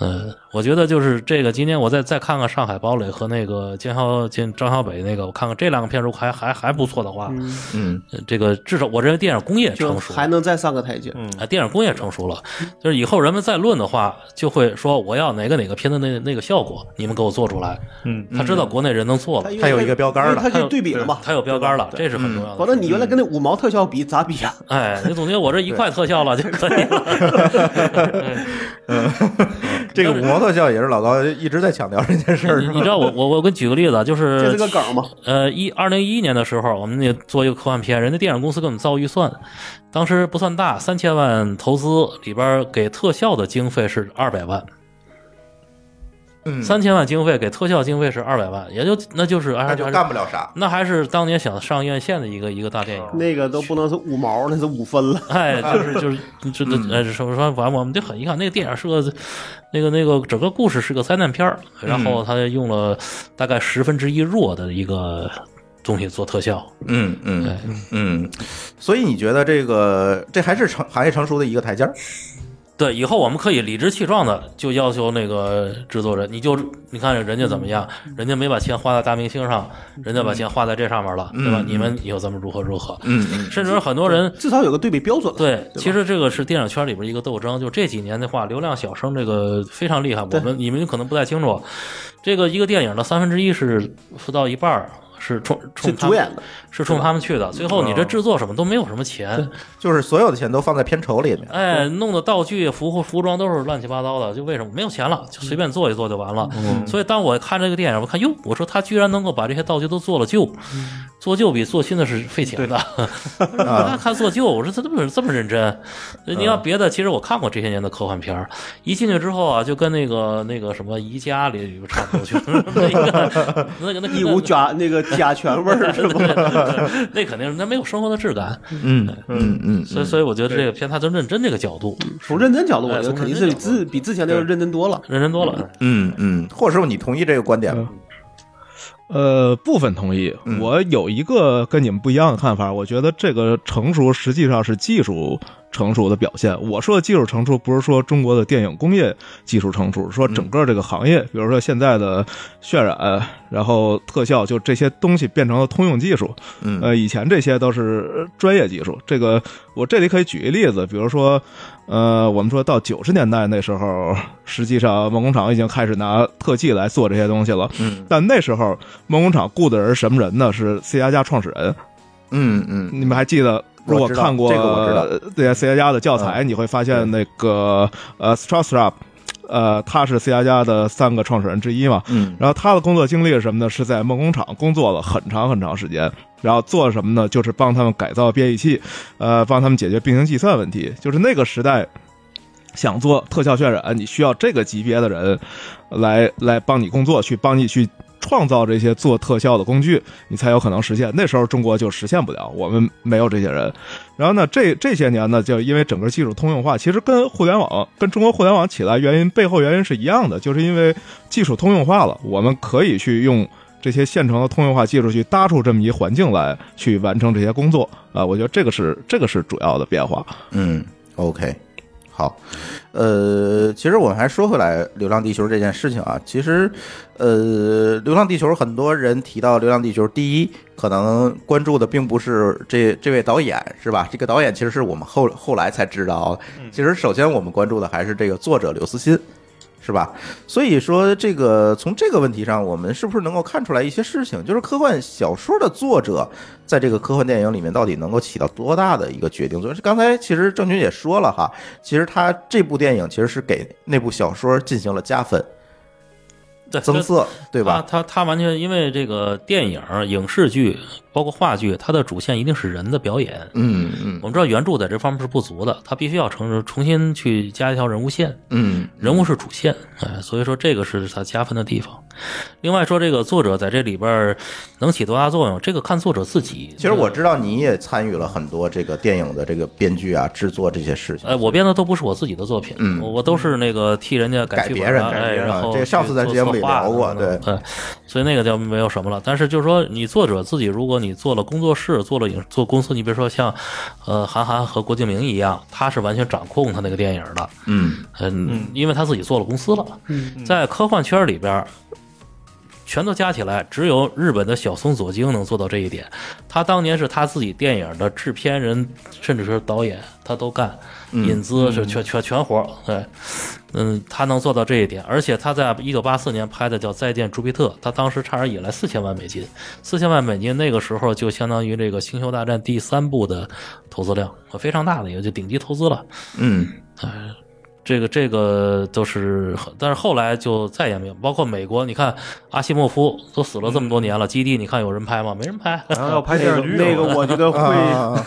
D: 嗯，我觉得就是这个。今天我再再看看《上海堡垒》和那个江小江张小北那个，我看看这两个片如果还还还不错的话，
I: 嗯
D: 呃这个至少我认为电影工业
B: 就
D: 成熟，
B: 还能再上个台
I: 嗯
B: 阶。
D: 啊，电影工业成熟了，
B: 嗯
D: 就是以后人们再论的话，就会说我要哪个哪个片子那那个效果，你们给我做出来。
F: 嗯，
D: 他知道国内人能做了，
B: 因为
I: 他有一个标杆了
B: 因为他
D: 他
B: 就对比了嘛。嗯
D: 他有标杆了，这是很重要的。
B: 否则你
I: 嗯
B: 原来跟那五毛特效比咋比啊呀？
D: 哎，你总结我这一块特效了就可以 了。
I: 嗯这个五毛特效也是老高一直在强调这件事儿，
D: 你你知道我我我给你举个例子啊，就
B: 这
D: 是
B: 是
I: 嗯
B: 个梗嘛？
D: 呃，一二零一一年的时候，我们也做一个科幻片，人家电影公司给我们造预算，当时不算大，三千万投资里边给特效的经费是二百万，
I: 嗯
D: 三千万经费给特效经费是二百万，也就那就是
I: 他
D: 按
I: 就干不了啥。
D: 那还是当年想上院线的一个一个大电影。
B: 那个都不能是五毛，那是五分了。
D: 哎，就是就是就就
I: 嗯
D: 呃，什么说完我们就很一看那个电影是个，那个那个整个故事是个灾难片儿，然
I: 嗯
D: 后他用了大概十分之一弱的一个东西做特效，哎
I: 嗯
D: 对
I: 嗯，嗯，所以你觉得这个这还是成行业成熟的一个台阶儿？
D: 对，以后我们可以理直气壮的就要求那个制作人，你就你看人家怎么样，
I: 嗯
D: 人家没把钱花在大明星上，人家把钱花在这上面了，对吧？
I: 嗯
D: 你们以后咱们如何如何？
I: 嗯嗯
D: 甚至有很多人
B: 至少有个对比标准。
D: 对，
B: 吧
D: 其实这个是电影圈里边一个斗争。就这几年的话，流量小生这个非常厉害，我们你们可能不太清楚。这个一个电影的三分之一是不到一半儿是冲
B: 是
D: 冲他
B: 主
D: 们
B: 演嗯的，
D: 是冲他们去的，最后你这制作什么都没有什么钱，
I: 就是所有的钱都放在片酬里面。
D: 哎，弄的道具、服服装都是乱七八糟的，就为什么没有钱了，就随便做一做就完了。所以当我看这个电影，我看哟，我说他居然能够把这些道具都做了旧，做旧比做新的是费钱的。我
I: 啊
D: 他看做旧，我说他怎么这么认真？你要别的，其实我看过这些年的科幻片儿，一进去之后啊，就跟那个那个什么宜家里就差不多去了，那个那个那个
B: 一股甲那个甲醛味儿是吧？
D: 那肯定是那没有生活的质感。
I: 嗯嗯嗯
D: 所以所以我觉得这个片它从认真这个角度
B: 从认真角度，我觉
D: 哎
B: 得
D: 从
B: 肯定
D: 认真
B: 是
D: 角度
B: 自比之前那个认真多了。
D: 认真多了。
I: 嗯嗯，霍师傅，你同意这个观点吗？
J: 呃，部分同意。我有一个跟你们不一样的看法，我觉得这个成熟实际上是技术成熟的表现。我说的技术成熟，不是说中国的电影工业技术成熟，说整个这个行业，比如说现在的渲染，然后特效，就这些东西变成了通用技术。
A: 嗯
J: 呃，以前这些都是专业技术。这个我这里可以举一例子，比如说，呃，我们说到九十年代那时候，实际上梦工厂已经开始拿特技来做这些东西了。
A: 嗯
J: 但那时候梦工厂雇的人是什么人呢？是 C 加加创始人。
A: 嗯嗯，
J: 你们还记得？如
A: 我
J: 果
A: 知道
J: 看过
A: 这个我知道嗯
J: 对 C 加加的教材，你会发现那个呃 s t r a s r a p 呃，他是 C 加加的三个创始人之一嘛。
A: 嗯
J: 然后他的工作经历是什么呢？是在梦工厂工作了很长很长时间，然后做什么呢？就是帮他们改造编译器，呃，帮他们解决并行计算问题。就是那个时代，想做特效渲染，你需要这个级别的人来来帮你工作，去帮你去创造这些做特效的工具，你才有可能实现。那时候中国就实现不了，我们没有这些人。然后呢，这这些年呢，就因为整个技术通用化，其实跟互联网、跟中国互联网起来原因背后原因是一样的，就是因为技术通用化了，我们可以去用。这些现成的通用化技术去搭出这么一环境来，去完成这些工作啊、我觉得这个是这个是主要的变化。
A: 嗯，OK，好，呃，其实我们还说回来《流浪地球》这件事情啊，其实，呃，《流浪地球》很多人提到《流浪地球》，第一可能关注的并不是这这位导演是吧？这个导演其实是我们后后来才知道，啊其实首先我们关注的还是这个作者刘慈欣。是吧？所以说，这个从这个问题上，我们是不是能够看出来一些事情？就是科幻小说的作者在这个科幻电影里面到底能够起到多大的一个决定作用？刚才其实郑钧也说了哈，其实他这部电影其实是给那部小说进行了加分、
D: 对
A: 增色，对吧？
D: 他他他完全因为这个电影、影视剧，包括话剧，它的主线一定是人的表演。
A: 嗯嗯
D: 我们知道原著在这方面是不足的，它必须要重重新去加一条人物线。
A: 嗯
D: 人物是主线，哎，所以说这个是它加分的地方。另外说，这个作者在这里边儿能起多大作用，这个看作者自己。
A: 其实我知道你也参与了很多这个电影的这个编剧啊、制作这些事情。
D: 哎，我编的都不是我自己的作品，
A: 嗯
D: 我我都是那个替人家
A: 改
D: 剧
A: 别
D: 本
A: 人
D: 啊
A: 改
D: 哎，
A: 别人
D: 然
A: 啊
D: 后
A: 这上次在节目里聊过
D: 对，嗯所以那个就没有什么了。但是就是说，你作者自己，如果你做了工作室，做了影做公司，你比如说像呃韩寒和郭敬明一样，他是完全掌控他那个电影的，
A: 嗯
D: 嗯，因为他自己做了公司了。在科幻圈里边，全都加起来，只有日本的小松左京能做到这一点。他当年是他自己电影的制片人，甚至是导演，他都干，
A: 嗯
D: 引资是全全全活儿。对，嗯，他能做到这一点，而且他在一九八四年拍的叫《再见朱庇特》，他当时差点引来四千万美金，四千万美金那个时候就相当于这个《星球大战》第三部的投资量，非常大的一个就顶级投资了。
A: 嗯
D: 这个这个都是很，但是后来就再也没有。包括美国，你看阿西莫夫都死了这么多年了，基地》你看有人拍吗？没人拍。
F: 后要拍电视剧
B: 那个我觉得会
A: 啊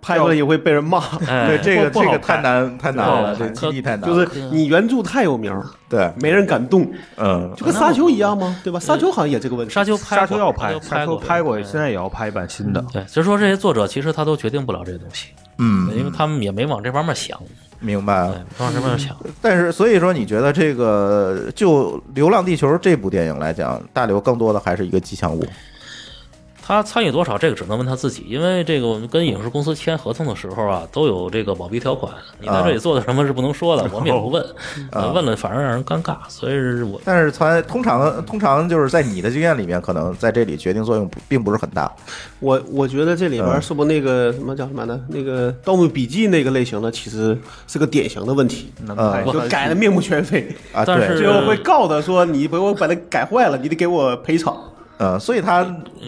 B: 拍过来也会被人骂。
D: 哎
A: 对，这个
B: 不
A: 这
B: 好
A: 个
B: 看
A: 太难太难了，这
D: 不好看
A: 基地太难
B: 就
A: 了。
B: 是
D: 嗯
B: 你原著太有名儿，
A: 对，
B: 没人敢动，
A: 嗯
B: 就跟沙丘一样吗？对吧？沙丘好像也这个问题。
D: 嗯沙丘拍过
F: 沙丘要拍，
D: 沙
F: 沙
D: 丘
F: 丘
D: 拍
F: 拍
D: 过嗯
F: 过，现在也要拍一版新的。
D: 对，就是说这些作者其实他都决定不了这些东西，
A: 嗯，
D: 因为他们也没往这方面想，
A: 明白
D: 对
A: 了。，
D: 没往这方面想。
A: 但是，所以说，你觉得这个就《流浪地球》这部电影来讲，大刘更多的还是一个吉祥物。
D: 他参与多少，这个只能问他自己，因为这个我们跟影视公司签合同的时候啊，都有这个保密条款，你在这里做的什么是不能说的，我们也不问，呃问了反而让人尴尬，所以是我
A: 但是，传通常通常就是在你的经验里面，可能在这里决定作用不并不是很大。
B: 我我觉得这里边
A: 嗯
B: 儿是不是那个什么叫什么呢？那个《盗墓笔记》那个类型的，其实是个典型的问题，
A: 嗯
B: 就改的面目全非，
A: 啊，
D: 但
A: 对，
D: 是
B: 最后会告他说你把我把它改坏了，你得给我赔 偿。
A: 呃，所以他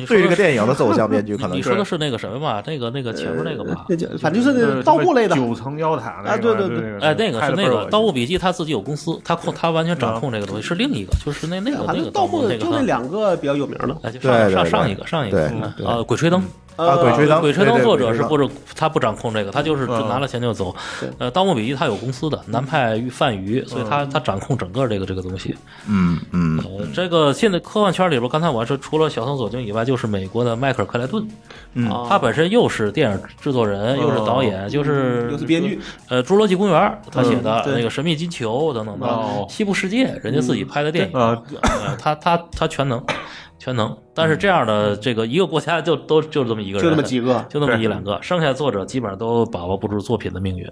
A: 对这个电影的走向，编剧可能
D: 你说的是那个什么吧，那个那个前面那个吧，
B: 那叫反正就是那个盗墓类的，
F: 呃九层妖塔那个
B: 啊对对对
F: 那
A: 呃
D: 哎，那个
F: 拍
D: 是
F: 得倍
D: 那
F: 儿
D: 个
F: 恶
D: 《
F: 心
D: 盗墓笔记》，他自己有公司，他控他完全掌控这个东西，是另一个，就是那那个
B: 反
D: 那
B: 正
D: 个
B: 盗墓
D: 墓那
B: 的
D: 个
B: 就那
D: 哈，
B: 两个比较有名的。
D: 哎，就
A: 对
D: 上
A: 对
D: 上
A: 对
D: 上一个上一个，
A: 对
D: 嗯
A: 对
D: 啊，《鬼吹灯》
A: 啊，
B: 呃
A: 鬼吹灯，
D: 鬼吹
A: 对
D: 灯
A: 对
D: 作者是
A: 鬼吹
D: 不是他不掌控这个，他就是就拿了钱就走。呃，《盗墓笔记》他有公司的，南派贩鱼，所以他他掌控整个这个这个东西。
A: 灯嗯嗯
D: 呃，这个现在科幻圈里边，刚才我还说，除了小松左京以外，就是美国的迈克尔克莱顿，
A: 嗯
B: 哦
D: 他本身又是电影制作人，又是导演，就是
B: 又是编剧，
D: 呃，《侏罗纪公园》他写的
B: 嗯对嗯
D: 那个《神秘金球》等等的，
F: 哦
B: 啊
D: 西部世界》人家自己拍的电影，
F: 呃，
D: 呃他他他全能，全能。但是这样的这个一个国家就都就这么一个人，
B: 就那么几个
D: 就那么一两个，剩下作者基本上都把握不住作品的命运。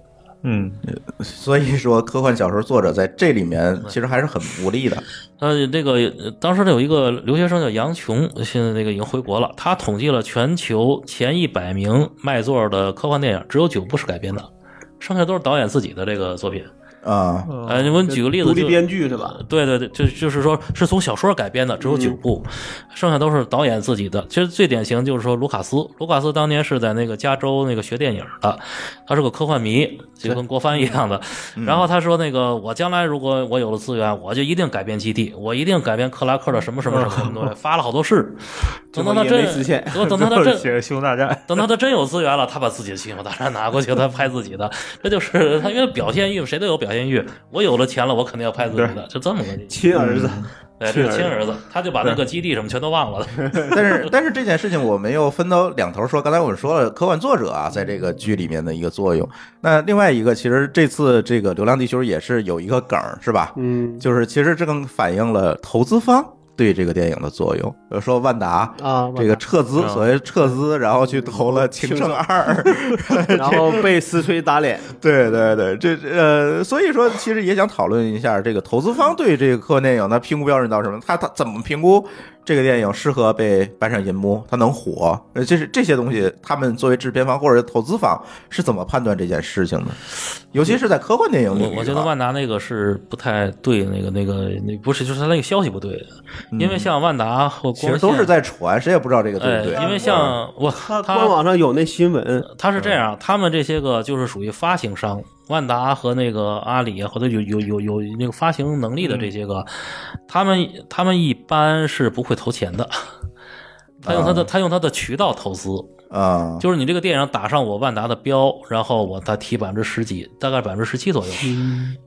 F: 嗯，
A: 所以说科幻小说作者在这里面
D: 嗯
A: 其实还是很无力的。
D: 呃，那个呃当时呢有一个留学生叫杨琼，现在那个已经回国了。他统计了全球前一百名卖座的科幻电影，只有九部是改编的，剩下都是导演自己的这个作品。
A: 啊，
D: 呃，我们举个例
B: 哦
D: 子，
B: 独立
D: 就
B: 编剧是吧？
D: 呃对对对，就就是说是从小说改编的，只有九部，剩下都是导演自己的。其实最典型就是说卢卡斯，卢卡斯当年是在那个加州那个学电影的，他是个科幻迷，就跟郭帆一样的。然后他说那个我将来如果我有了资源，我就一定改编基地，我一定改编克拉克的什么什么什么什么东西，发了好多事。等到他
B: 也
D: 真
B: 没实现，
D: 等等到他真
F: 写个《星球大战》，
D: 等到他真有资源了，他把自己的《星球大战》拿过去，他拍自己的， 这就是他因为表现欲，谁都有表现欲。我有了钱了，我肯定要拍自己的，就这么个意思。
B: 亲儿子，
D: 对，这
B: 亲
D: 是
B: 儿子
D: 亲儿子，他就把那个基地什么全都忘了。
A: 但是但是这件事情我们又分到两头说。刚才我们说了科幻作者啊，在这个剧里面的一个作用。那另外一个，其实这次这个《流浪地球》也是有一个梗儿，是吧？
B: 嗯
A: 就是其实这更反映了投资方对这个电影的作用。比如说万达嗯
B: 啊，
A: 这个撤
D: 嗯
A: 资，所谓撤资，然后去投了《情圣二》，
B: 然后被实锤打脸，
A: 对对对，这这呃，所以说其实也想讨论一下这个投资方对这个科幻电影的评估标准到什么？他他怎么评估这个电影适合被搬上银幕，它能火？呃，这是这些东西，他们作为制片方或者投资方是怎么判断这件事情的？尤其是在科幻电影里、
D: 我
A: 啊，
D: 我觉得万达那个是不太对，那个那个那不是，就是他那个消息不对，因为像万达或
A: 其
D: 光
A: 实
D: 线
A: 都是在传，谁也不知道这个对
D: 哎
A: 不对。，
D: 因为像我他
B: 官网上有那新闻，
D: 他是这样，他们这些个就是属于发行商，万达和那个阿里啊或者有有有有那个发行能力的这些个，他们他们一般是不会投钱的。他用他的、他用他的渠道投资，
A: 啊，
D: 就是你这个电影打上我万达的标，然后我再提百分之十几，大概百分之十七左右。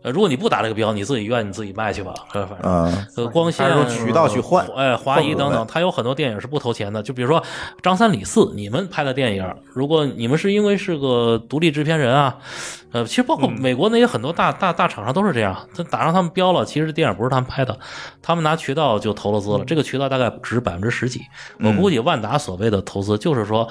D: 呃，如果你不打这个标，你自己愿意你自己卖去吧，呃反正。
A: 啊，
D: 呃，光线
A: 还是说渠道去换
D: 哎，华谊等
A: 换
D: 等，
A: 口
D: 他有很多电影是不投钱的。就比如说张三李四，你们拍的电影，如果你们是因为是个独立制片人啊，呃，其实包
A: 嗯
D: 括美国那些很多大、大大厂商都是这样，他打上他们标了，其实电影不是他们拍的，他们拿渠道就投了资了，
A: 嗯
D: 这个渠道大概值百分之十几。我估计万达所谓的投资就是说。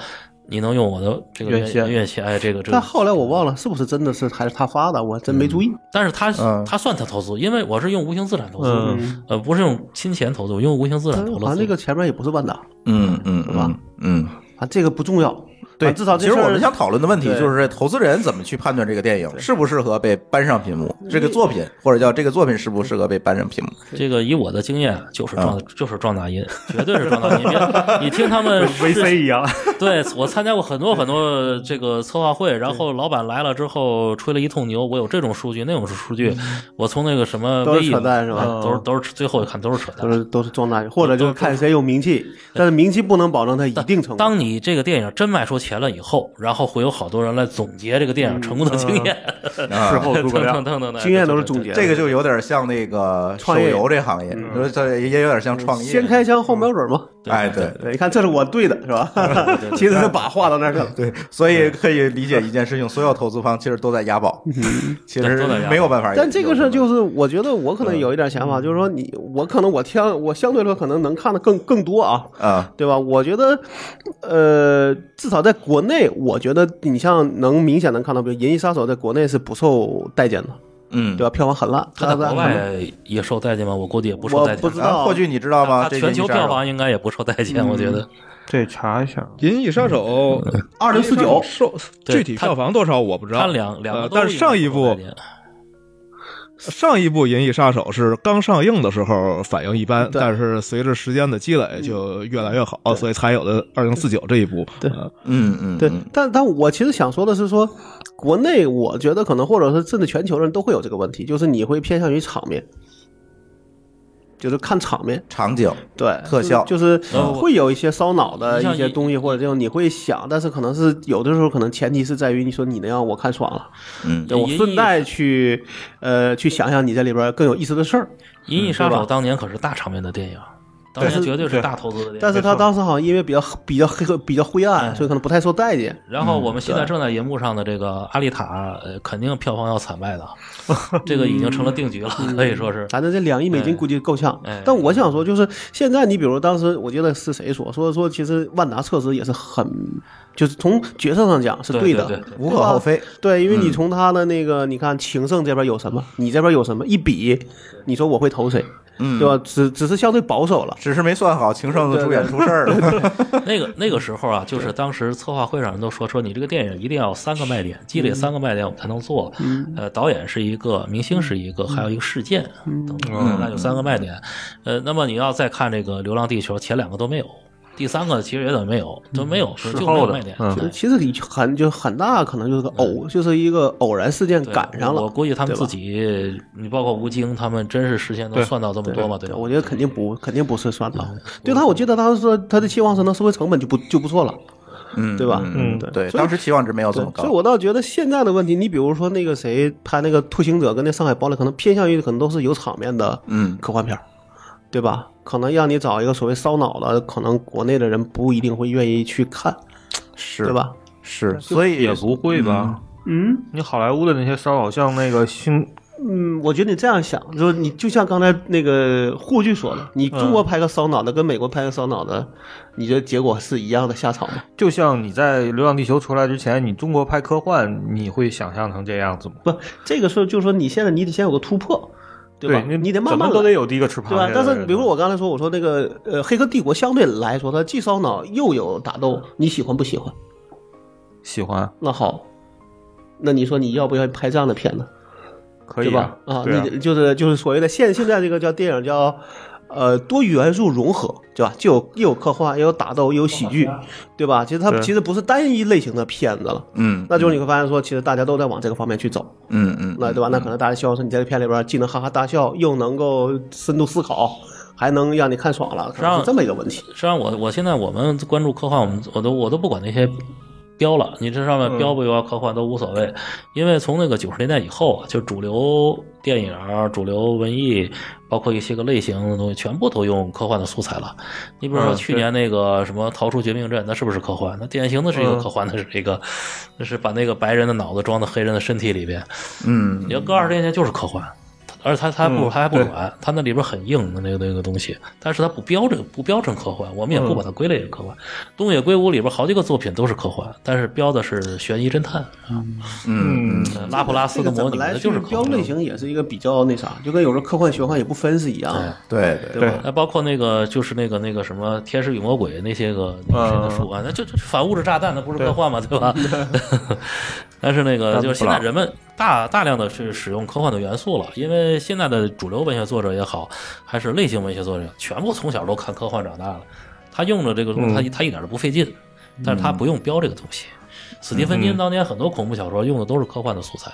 D: 你能用我的这个
B: 院线
D: 院线，哎，这个这个
B: 但后来我忘了是不是真的是还是他发的，我真没注意。
D: 但是他、
A: 嗯
D: 他算他投资，因为我是用无形资产投资，
F: 嗯
D: 呃，不是用金钱投资，我用无形资产
B: 但是
D: 投
B: 好像
D: 资。
B: 那个前面也不是万达，
A: 嗯嗯
B: 是吧
A: 嗯嗯，
B: 啊，这个不重要。
A: 对，
B: 啊至少
A: 其
B: 这
A: 实
B: 事儿
A: 我们想讨论的问题
B: 对
A: 就是投资人怎么去判断这个电影适不适合被搬上屏幕，这个作品或者叫这个作品适不适合被搬上屏幕。
D: 这个以我的经验，啊就是
B: 啊
D: 撞、就是撞大音，绝对是撞大音。别你听 他们
F: ，VC 一 样，
D: 对我参加过很多很多这个策划会，然后老板来了之后吹了一通牛，我有这种数据，那种数据，
B: 嗯
D: 我从那个什么
B: 都是
D: VE
B: 扯淡是吧
D: 哎都是都是最后一看都是扯
B: 都
D: 淡。
B: 是都是撞大运，或者就是看谁有名气，但是名气不能保证他一定成功。
D: 当你这个电影真卖出钱了以后，然后会有好多人来总结这
B: 嗯
D: 个电影成功的经验，
F: 事后诸葛
D: 等等
F: 亮
D: 等等的，
B: 经验都是总结的，
A: 啊这个就有点像那个手
B: 创业
A: 游这行业，说这也有点像创业。
B: 先开枪后瞄准嘛。
A: 哎，对
B: 对，你看这是我对的是吧？ 其实他把话到那儿去了。
A: 对，所以可以理解一件事情，所有投资方其实都在押宝，
B: 嗯
A: 其
D: 对
A: 实
D: 都在押宝
A: 没有办法。
B: 但这个事儿就是，我觉得我可能有一点想法，就是说你，我可能我相我相对来说可能能看的更更多啊，
A: 啊，
B: 对吧？我觉得，呃，至少在国内，我觉得你像能明显能看到，比如《银翼杀手》在国内是不受待见的，
A: 嗯，
B: 对吧？票房很烂，
D: 他在
B: 大
D: 国
B: 家
D: 外也受待见吗？我估计也不受
B: 我
D: 待见。
B: 不知
A: 啊，
B: 道
A: 霍炬你知道吗？
D: 他
A: 这
D: 全球
A: 个一杀
D: 票
A: 手
D: 房应该也不受待见，我
B: 嗯
D: 觉得。
F: 对，查一下。
J: 《银翼杀手》
B: 二零四九
J: 受
D: 嗯对
J: 具体票房多少我不知道。
D: 他两两个
J: 呃
D: 都
J: 但是上一部上一部《银翼杀手》是刚上映的时候反应一般，
B: 对
J: 但是随着时间的积累就越来越好，所以才有了二零四九这一部。
B: 对
J: 呃
A: 嗯嗯，
B: 对
A: 嗯，
B: 但但我其实想说的是说，国内我觉得可能或者是甚至全球人都会有这个问题，就是你会偏向于场面，就是看场面，
A: 场景
B: 对
A: 特效
B: 就是就是
D: 嗯
B: 会有一些烧脑的
D: 你像
B: 一些
D: 你
B: 东西，或者这种你会想，但是可能是有的时候可能前提是在于你说你能让我看爽了，
A: 嗯
B: 对我
D: 也
B: 顺带去呃去想想你在里边更有意思的事儿，
D: 《银翼杀手
B: 对》吧
D: 当年可是大场面的电影，当年
B: 但
D: 绝对是大投资的电影
B: 但是
D: 没
B: 他
D: 错哎
B: 当时好像因为比较比较黑比较灰暗，所以可能不太受待见。
D: 然后我们现在正在银幕上的这个《阿丽塔》，呃肯定票房要惨败的，这个已经成了定局了，
B: 嗯
D: 可以说是。
B: 反正这两亿美金估计够呛。
D: 哎
B: 但我想说，就是现在你比如当时，我记得是谁说说说，其实万达撤资也是很，就是从决策上讲是
A: 对
B: 的，
A: 对对对
B: 吧
A: 无可厚非。
B: 对，因为你
A: 嗯
B: 从他的那个，你看情圣这边有什么，你这边有什么，一比，你说我会投谁？
A: 嗯
B: 对吧？只只是相对保守了，
A: 只是没算好情圣的主演出事儿了。
D: 那个那个时候啊，就是当时策划会上人都说说你这个电影一定要有三个卖点，
B: 嗯
D: 积累三个卖点我们才能做。呃，导演是一个，明星是一个，
B: 嗯
D: 还有一个事件，啊等等
J: 嗯
D: 那有三个卖点。呃，那么你要再看这个《流浪地球》，前两个都没有，第三个其实也等于没有，就没有，
B: 嗯
D: 就就没有卖点。
B: 就其实很就很大可能就是个偶，就是一个偶然事件
D: 对
B: 赶上了。
D: 我估计他们
B: 对吧
D: 自己，你包括吴京，他们真是事先都
B: 对
D: 算到这么多嘛，对吧？
B: 我觉得肯定不，肯定不是算到。对他，我记得当时说他的期望是能收回成本就不就不错了，
A: 嗯，
B: 对吧？
A: 嗯，
B: 对
A: 对，
B: 所以
A: 当时期望值没有这么
B: 所以
A: 高。
B: 我倒觉得现在的问题，你比如说那个谁拍那个《拓行者》跟那《上海堡垒》，可能偏向于可能都是有场面的
A: 嗯
B: 科幻片儿，对吧？可能让你找一个所谓烧脑的，可能国内的人不一定会愿意去看，
A: 是
B: 对吧？
A: 是，
B: 所以
F: 也不会吧？
B: 嗯，
F: 你好莱坞的那些烧好像那个星，
B: 嗯，我觉得你这样想，就是你就像刚才那个护具说的，你中国拍个烧脑的跟美国拍个烧脑的，你觉得结果是一样的下场吗？
F: 就像你在《流浪地球》出来之前，你中国拍科幻，你会想象成这样子吗？
B: 不，这个时候就是说你现在你得先有个突破，吧？
F: 对你
B: 你得慢
F: 怎
B: 慢
F: 么都
B: 来
F: 得有第一个吃螃蟹
B: 对吧
F: 的？
B: 但是
F: 人啊
B: 比如我刚才说，我说那个呃，《黑客帝国》相对来说，它既烧脑又有打斗，你喜欢不喜欢？
F: 喜欢
B: 那好，那你说你要不要拍这样的片子？
F: 可
B: 对
F: 以
B: 吧
F: 啊？
B: 啊，
F: 对啊
B: 你就是就是所谓的现现在这个叫电影叫，呃，多元素融合，对吧？就有又有科幻，又有打斗，又有喜剧，对吧？其实它
A: 对
B: 其实不是单一类型的片子了，
A: 嗯
B: 那就是你会发现说，其实大家都在往这个方面去走，
A: 嗯嗯，
B: 那对吧？那可能大家希望说你在这片里边既能哈哈大笑，又能够深度思考，还能让你看爽了，可能是这么一个问题。
D: 实际上我，我现在我们关注科幻，我们我都我都不管那些标了，你这上
F: 嗯
D: 面标不标科幻都无所谓，因为从那个九十年代以后啊，就主流电影儿、主流文艺，包括一些个类型的东西，全部都用科幻的素材了。你比如说
F: 嗯
D: 去年那个什么《逃出绝命镇》，那是不是科幻？那典型的是一个
F: 嗯
D: 科幻，那是一个，那是把那个白人的脑子装到黑人的身体里边。
A: 嗯，
D: 你要搁二十年前就是科幻，而且它它不
F: 嗯
D: 它还不
F: 对
D: 软，它那里边很硬的那个那个东西，但是它不标准不标准科幻，我们也不
F: 嗯
D: 把它归类为科幻。东野圭吾里边好几个作品都是科幻，但是标的是悬疑侦探啊，
A: 嗯
D: 呃拉普拉斯的
B: 这个
D: 魔
B: 怎
D: 女
B: 么来
D: 那就是
B: 去
D: 科
B: 标
D: 幻。
B: 类型，也是一个比较那啥，就跟有时候科幻玄幻也不分是一样啊的。
A: 对
B: 对吧
D: 那呃包括那个就是那个那个什么《天使与魔鬼》那些个那些个书啊，那就就反物质炸弹，那不是科幻嘛，对吧？ 但是那个
F: 但
D: 就是
F: 不
D: 现在
F: 老
D: 人们大大量的去使用科幻的元素了，因为现在的主流文学作者也好，还是类型文学作者，全部从小都看科幻长大的，他用了这个东西，
F: 嗯
D: 他他一点都不费劲，但是他不用标这个东西。史蒂芬金当年很多恐怖小说用的都是科幻的素材，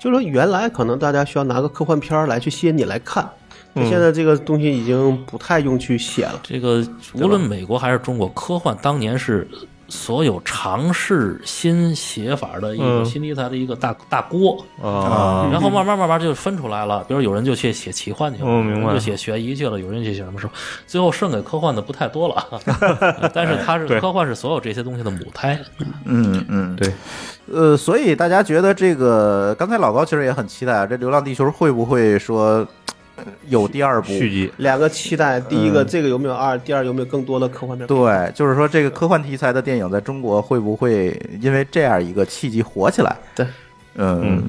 B: 就说原来可能大家需要拿个科幻片儿来去吸引你来看，
D: 嗯
B: 现在这个东西已经不太用去写了。
D: 这个无论美国还是中国，科幻当年是所有尝试新写法的一个、
F: 嗯
D: 新题材的一个大大锅
F: 啊
D: 然后慢慢慢慢就分出来了，比如有人就去写奇幻去了，
F: 嗯明白
D: 有人就写悬疑去了，有人去写什么什么，最后剩给科幻的不太多了。但是它是
A: 对
D: 科幻是所有这些东西的母胎，
A: 嗯嗯，对。呃，所以大家觉得这个，刚才老高其实也很期待啊，这《流浪地球》会不会说呃有第二部
B: 续
A: 集？
B: 两个期待，第一个
A: 嗯
B: 这个有没有二，第二有没有更多的科幻片？，
A: 对，就是说这个科幻题材的电影在中国会不会因为这样一个契机火起来？
B: 对，
A: 嗯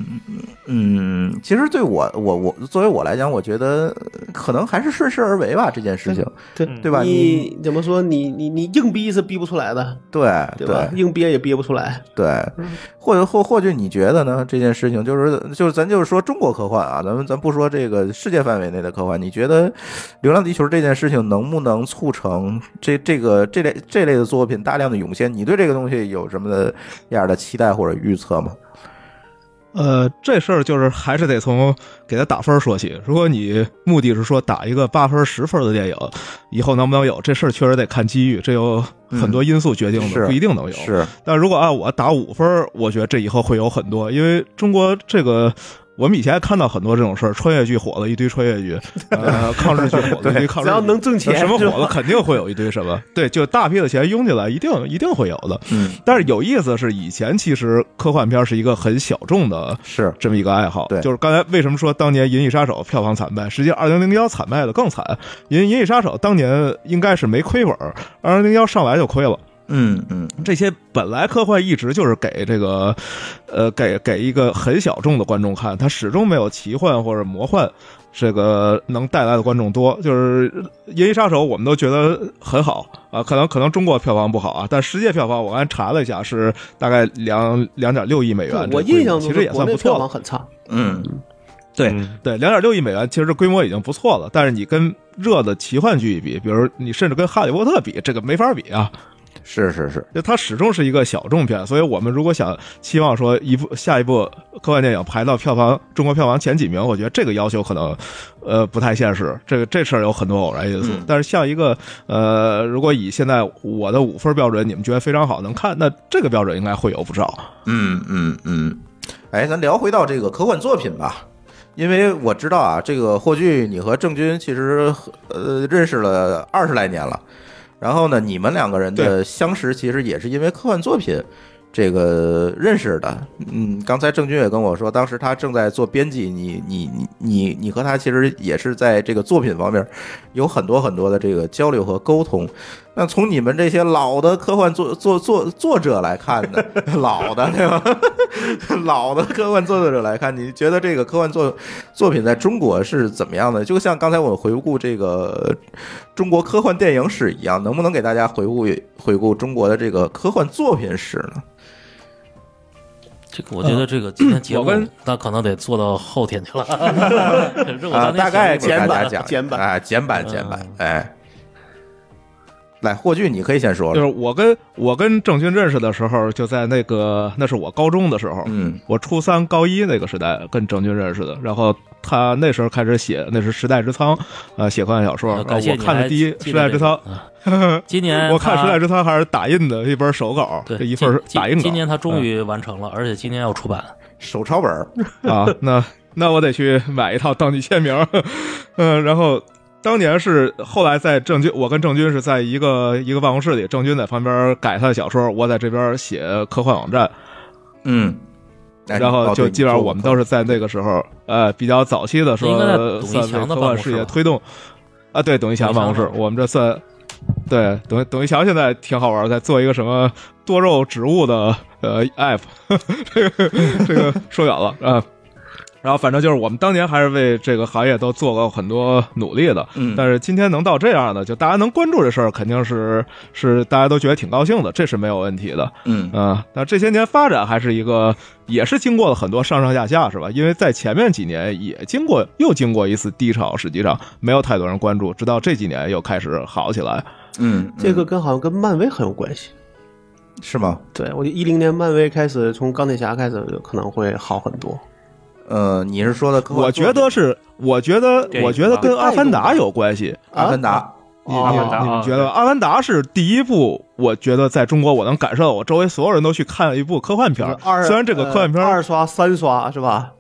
A: 嗯，其实对我我我作为我来讲，我觉得呃可能还是顺势而为吧，这件事情，
B: 对
A: 对吧？你
B: 你怎么说？你你你硬逼是逼不出来
J: 啊
B: 的，
A: 对
B: 对吧？硬憋也憋不出来。
A: 对，或者或或许你觉得呢？这件事情就是就是咱就是说中国科幻啊，咱们咱不说这个世界范围内的科幻，你觉得《流浪地球》这件事情能不能促成这这个这类这类的作品大量的涌现？你对这个东西有什么的样的期待或者预测吗？
J: 呃，这事儿就是还是得从给他打分儿说起。如果你目的是说打一个八分儿、十分儿的电影，以后能不能有这事儿，确实得看机遇，这有很多因素决定的，
A: 是
J: 不一定能有。
A: 是，
J: 啊但如果按我打五分儿，我觉得这以后会有很多，因为中国这个。我们以前看到很多这种事儿，穿越剧火了一堆穿越 剧，呃，抗日剧火了一堆抗日剧，
B: 只要能挣钱
J: 什么火
B: 是吧
J: 了肯定会有一堆什么，对，就大批的钱涌进来，一定一定会有的。
A: 嗯，
J: 但是有意思是，以前其实科幻片是一个很小众的，
A: 是
J: 这么一个爱好。
A: 对
J: 就是刚才为什么说当年《银翼杀手》票房惨败，实际二零零幺惨败的更惨，因为《银翼杀手》当年应该是没亏本，二零零幺上来就亏了。
A: 嗯嗯，
J: 这些本来科幻一直就是给这个，呃，给给一个很小众的观众看，它始终没有奇幻或者魔幻这个能带来的观众多。就是《银翼杀手》，我们都觉得很好啊，可能可能中国票房不好啊，但世界票房我刚才查了一下，是大概两两点六亿美元。
B: 我
J: 啊这个规模
B: 印象中
J: 其实也
B: 国
J: 算
B: 内
J: 不错了
B: 票房很差，
A: 嗯，
J: 对对，两点六亿美元，其实这规模已经不错了。但是你跟热的奇幻剧一比，比如你甚至跟《哈利波特》比，这个没法比啊。
A: 是是是，
J: 就它始终是一个小众片，所以我们如果想期望说一部下一部科幻电影排到票房中国票房前几名，我觉得这个要求可能呃不太现实。这个这事儿有很多偶然因素，但是像一个呃，如果以现在我的五分标准，你们觉得非常好能看，那这个标准应该会有不少。
A: 嗯嗯嗯，哎，咱聊回到这个科幻作品吧，因为我知道啊，这个霍炬，你和郑钧其实呃认识了二十来年了，然后呢，你们两个人的相识其实也是因为科幻作品这个认识的。嗯，刚才郑钧也跟我说，当时他正在做编辑，你你你你你和他其实也是在这个作品方面有很多很多的这个交流和沟通。那从你们这些老的科幻作作作作者来看 呢，老的对吧？ 老的科幻作者来看，你觉得这个科幻作作品在中国是怎么样的？就像刚才我们回顾这个呃中国科幻电影史一样，能不能给大家回顾回顾中国的这个科幻作品史呢？
D: 这个我觉得这个今天节目
J: 我跟，
D: 嗯那可能得做到后天去了。这我
A: 啊，
D: 当天
A: 大概
D: 想
A: 给
D: 一会儿
A: 大家
D: 大家
A: 讲
D: 讲
A: 简版啊，简版简版，哎，来，霍炬，你可以先说
J: 就是
A: 了，
J: 我跟我跟郑钧认识的时候，就在那个那是我高中的时候，
A: 嗯
J: 我初三高一那个时代跟郑钧认识的，然后他那时候开始写，那是《时代之仓》呃，写科幻小说。
D: 呃
J: 然
D: 感
J: 后
D: 谢
J: 我
D: 你
J: 看的
D: 还
J: 第一《
D: 记
J: 时
D: 得
J: 代
D: 这
J: 之
D: 个
J: 仓》，
D: 啊今 年
J: 我看《
D: 他
J: 时代之仓》还是打印的一本手稿，
D: 对
J: 这一份
D: 今
J: 打印稿。
D: 今年他终于完成
J: 嗯
D: 了，而且今年要出版。
A: 手抄本儿，
J: 啊，那那我得去买一套当地签名儿。 嗯，然后当年是后来在郑钧，我跟郑钧是在一个一个办公室里，郑钧在旁边改他的小说，我在这边写科幻网站。
A: 嗯，哎
J: 然后就基本上我们都。
A: 你哦对你做过
J: 是在那个时候，呃，比较早期的时
D: 应该在
J: 候，
D: 董一
J: 算
D: 强
J: 科
D: 的办公
J: 幻
D: 室
J: 事业
D: 吧
J: 推动啊，对，董一强办公室
D: 董一强办，公室
J: 我们这算对董董一强现在挺好玩，在做一个什么多肉植物的呃 app，这 个这个说远了啊。然后反正就是我们当年还是为这个行业都做过很多努力的，
A: 嗯
J: 但是今天能到这样的，就大家能关注这事儿，肯定是是大家都觉得挺高兴的，这是没有问题的。
A: 嗯
J: 啊，那这些年发展还是一个，也是经过了很多上上下下，是吧？因为在前面几年也经过又经过一次低潮，实际上没有太多人关注，直到这几年又开始好起来。
A: 嗯，
B: 这个跟好像跟漫威很有关系。
A: 是吗？
B: 对，我觉得一零年漫威开始，从钢铁侠开始可能会好很多。
A: 呃，你是说的科幻
J: 我
A: 作品？
J: 觉得是，我觉得
F: 电，影
J: 我觉得跟《
B: 吧
J: 阿凡达》有关系。
A: 阿凡达，
J: 你
B: 哦
J: 你
B: 阿凡达
J: 你
F: 啊
J: 们觉得《阿凡达》是第一部？我觉得在中国，我能感受到我周围所有人都去看一部科幻片儿
B: 就是。二
J: 啊虽然这个科幻片
B: 呃
J: 儿
B: 二刷三刷是吧？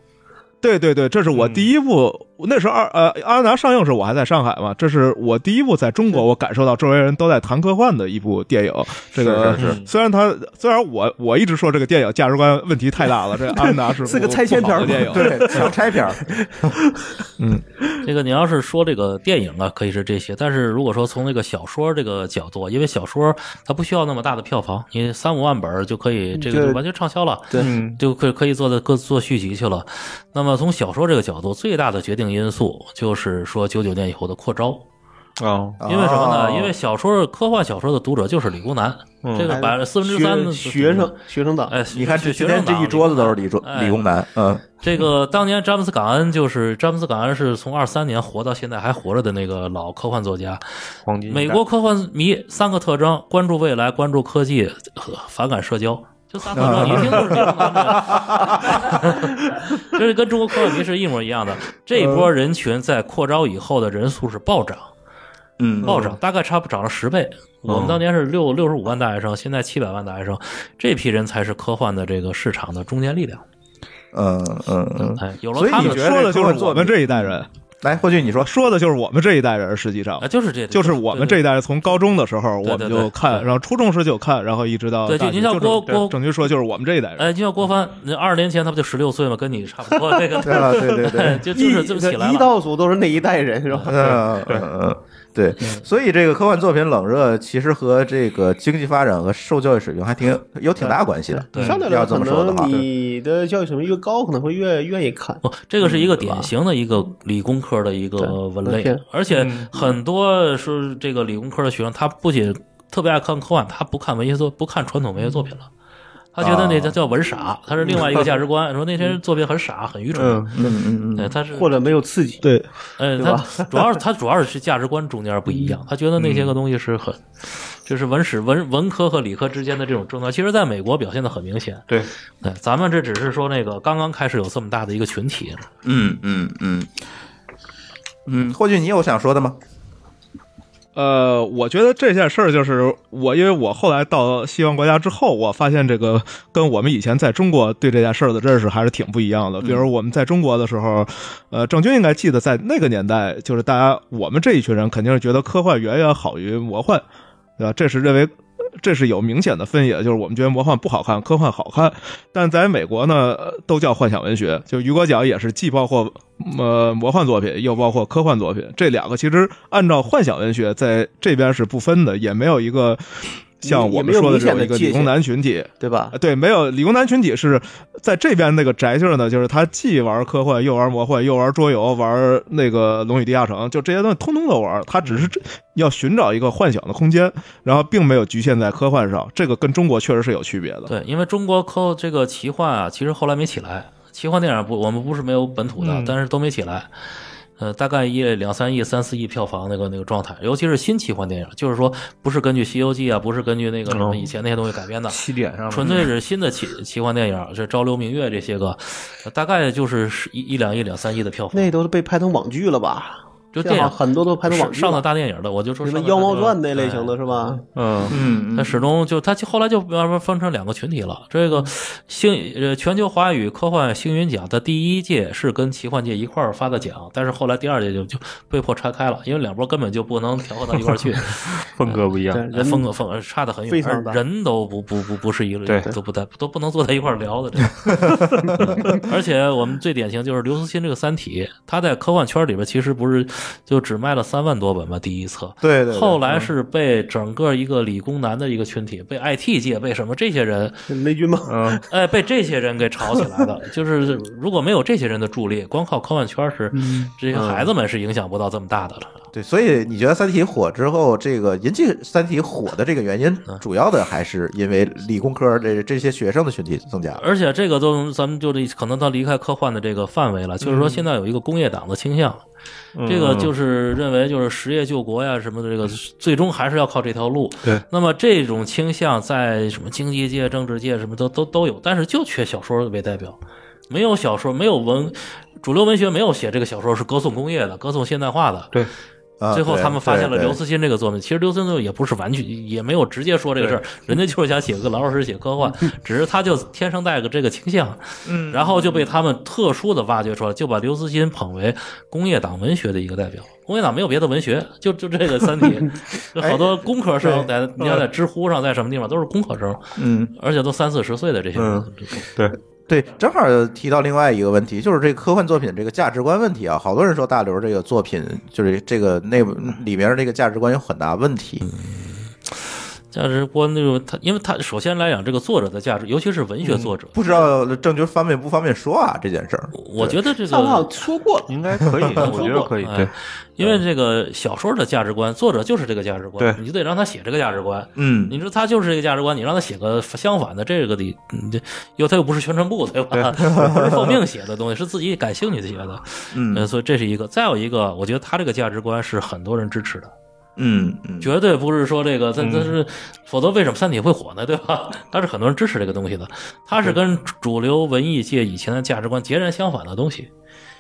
J: 对对对，这是我第一部，那时候二呃《阿凡达》上映时我还在上海嘛，这是我第一部在中国我感受到周围人都在谈科幻的一部电影。这个
A: 是是
F: 是
J: 虽然它虽然我我一直说这个电影价值观问题太大了，这《阿凡达》是
B: 是个
J: 不
B: 拆迁片
J: 不
B: 儿
J: 好的电 影，
A: 对，强拆片儿，
D: 这个你要是说这个电影啊，可以是这些，但是如果说从那个小说这个角度，因为小说它不需要那么大的票房，你三五万本儿就可以，
A: 嗯
D: 这个
B: 对
D: 就完全畅销了。
F: 嗯，
D: 就可可以做的各做续集去了。那么从小说这个角度，最大的决定因素就是说九九年以后的扩招，
F: 啊，
D: 因为什么呢？因为
A: 哦
D: 小说科幻小说的读者就是理工男，
A: 嗯
D: 这个百分之四分之三的
B: 学学生学生党，
D: 哎，
A: 你看这
D: 学
A: 今天这一桌子都是理工理工。
D: 学生党哎
A: 男，嗯
D: 这个当年詹姆斯·港恩就是詹姆斯·港恩是从二三年活到现在还活着的那个老科幻作家。
F: 黄金一代
D: 美国科幻迷三个特征：关注未来、关注科技、呃反感社交。就仨特征， 你一听就是这个方面 这是跟中国科幻迷是一模一样的。这一波人群在扩招以后的人数是暴涨，
A: 嗯，
D: 暴涨，大概差不多涨了十倍。
J: 嗯
D: 我们当年是六六十五万大学生，现在七百万大学生，这批人才是科幻的这个市场的中坚力量。
A: 嗯嗯嗯，
D: 哎，有
J: 所
D: 了
J: 以
D: 他
J: 你
D: 们
J: 说的就是我们这一代人。
A: 来，或许你说
J: 说的就是我们这一代人，实际上
D: 啊就是这，
J: 就是我们这一代人，从高中的时候
D: 对
J: 我
D: 对
J: 们
D: 对
J: 就看，然后初中时就看，然后一直到
D: 对就
J: 大学
D: 您
J: 就
D: 像郭
J: 整
D: 郭
J: 整确说就是我们这一代人。
D: 哎，就像郭帆，那二十年前他不就十六岁吗？跟你差不多那 个，
A: 对啊对对对
D: 就就是这么起来
B: 一
D: 了。
B: 到组都是那一代人是吧？
A: 嗯嗯嗯，对，所以这个科幻作品冷热其实和这个经济发展和受教育水平还挺有挺大关系的。嗯
D: 对
B: 相对来
A: 要
B: 说，
A: 这么
B: 可
A: 说的话
B: 能，你的教育水平越高，可能会越愿意看。
D: 不，哦这个是一个
B: 对吧
D: 典型的一个理工科的一个文类
B: 文献，嗯
D: 而且很多是这个理工科的学生，他不仅特别爱看科幻，他不看文学作，不看传统文学作品了。他觉得那叫叫文傻，他是另外一个价值观，说那些作品很傻，很愚蠢。
B: 嗯，
A: 嗯嗯
D: 对，
A: 嗯，
D: 他是
B: 或者没有刺激。
J: 对，
D: 呃，
B: 对
D: 他
B: 吧嗯
D: 主要是他主要是价值观中间不一样，他觉得那些个东西是很，就是文史文文科和理科之间的这种争端，其实在美国表现的很明显。
B: 对，
D: 对，咱们这只是说那个刚刚开始有这么大的一个群体，
A: 嗯嗯嗯嗯，或许你有想说的吗？
J: 呃，我觉得这件事儿就是我，因为我后来到西方国家之后，我发现这个跟我们以前在中国对这件事儿的认识还是挺不一样的。比如我们在中国的时候，呃，郑钧应该记得，在那个年代，就是大家我们这一群人肯定是觉得科幻远远好于魔幻，对吧？这是认为。这是有明显的分野，就是我们觉得魔幻不好看，科幻好看。但在美国呢，呃都叫幻想文学，就雨果奖也是既包括呃魔幻作品，又包括科幻作品，这两个其实按照幻想文学在这边是不分的，也没有一个像我们说的这种一个理工男群体，
B: 对吧
J: 呃？对，没有理工男群体是在这边那个宅劲儿呢，就是他既玩科幻，又玩魔幻，又玩桌游，玩那个《龙与地下城》，就这些东西通通都玩。他只
B: 嗯
J: 是这要寻找一个幻想的空间，然后并没有局限在科幻上。这个跟中国确实是有区别的。
D: 对，因为中国科这个奇幻啊，其实后来没起来。奇幻电影不，我们不是没有本土的，
J: 嗯
D: 但是都没起来。呃，大概一两三亿、三四亿票房那个那个状态，尤其是新奇幻电影，就是说不是根据《西游记》啊，不是根据那个
B: 哦
D: 什么以前那些东西改编的，
I: 起点
F: 啊
I: 上
D: 纯粹是新的奇奇幻电影，这《朝流明月》这些个，呃大概就是十一一两亿、两三亿的票房，
B: 那都是被拍成网剧了吧？
D: 就
B: 这
D: 电
B: 样
D: 影
B: 很多都拍成网
D: 上
B: 剧
D: 上
B: 了
D: 到大电影的，我就说
B: 什么《
D: 上到
B: 妖
D: 大
B: 猫
D: 电影
B: 传》那类型的
D: 哎
B: 是吧？
I: 嗯
A: 嗯
D: 他始终就他其后来就慢慢分成两个群体了。这个星呃全球华语科幻星云奖的第一届是跟奇幻界一块儿发的奖，但是后来第二届就就被迫拆开了，因为两波根本就不能调和到一块儿去，
F: 风格不一样。
D: 呃风格风格差得很远，
B: 非常大
D: 而人都不不不不是一类
F: 对，
D: 都不在都不能坐在一块儿聊的这个。嗯而且我们最典型就是刘慈欣这个《三体》，他在科幻圈里边其实不是就只卖了三万多本嘛，第一册，
A: 对对，对
D: 后来是被整个一个理工男的一个群体，被 IT 界，被什么这些人，
B: 雷军吗？
F: 嗯，
D: 哎，被这些人给炒起来的。就是如果没有这些人的助力，光靠科幻圈是这些孩子们是影响不到这么大的了。
A: 对，所以你觉得《三体》火之后，这个引起《三体》火的这个原因，
D: 嗯
A: 主要的还是因为理工科这这些学生的群体增加了。
D: 而且这个都咱们就得可能到离开科幻的这个范围了，就是说现在有一个工业党的倾向，这个就是认为就是实业救国呀什么的，这个最终还是要靠这条路。
I: 对，
D: 那么这种倾向在什么经济界、政治界什么都都都有，但是就缺小说为代表，没有小说，没有文主流文学没有写这个小说是歌颂工业的，歌颂现代化的。
I: 对
A: 啊
D: 呃最后
A: 对
D: 他们发现了
A: 对对
D: 刘慈欣这个作品，其实刘慈欣也不是完全，也没有直接说这个事儿， 人家就是想写个老老实实写科幻，只是他就天生带个这个倾向，嗯，然后就被他们特殊的挖掘出来，就把刘慈欣捧为工业党文学的一个代表。工业党没有别的文学，就就这个《三体》，就好多工科生在你要在知乎上，在什么地方都是工科生，
A: 嗯，
D: 而且都三四十岁的这些人
I: 嗯，对，
A: 对，正好提到另外一个问题，就是这科幻作品这个价值观问题啊。好多人说大刘这个作品就是这个内部里面这个价值观有很大问题。
D: 嗯价值观那种他，因为他首先来讲这个作者的价值，尤其是文学作者，
A: 不知道郑钧方便不方便说啊这件事儿？
D: 我觉得这个
B: 上次好像说过了，
F: 应该可以，
D: 我
F: 我觉得可以。对，，
D: 因为这个小说的价值观，作者就是这个价值观，
F: 对
D: 你就得让他写这个价值观。
A: 嗯
D: 你说他就是这个价值观，你让他写个相反的，这个得，你这又他又不是宣传部对吧？不是奉命写的东西，是自己感兴趣的写的。
A: 嗯
D: 呃，所以这是一个。再有一个，我觉得他这个价值观是很多人支持的，
A: 嗯嗯，
D: 绝对不是说这个，他他是，否则为什么《三体》会火呢？对吧？ 他是很多人支持这个东西的，他是跟主流文艺界以前的价值观截然相反的东西。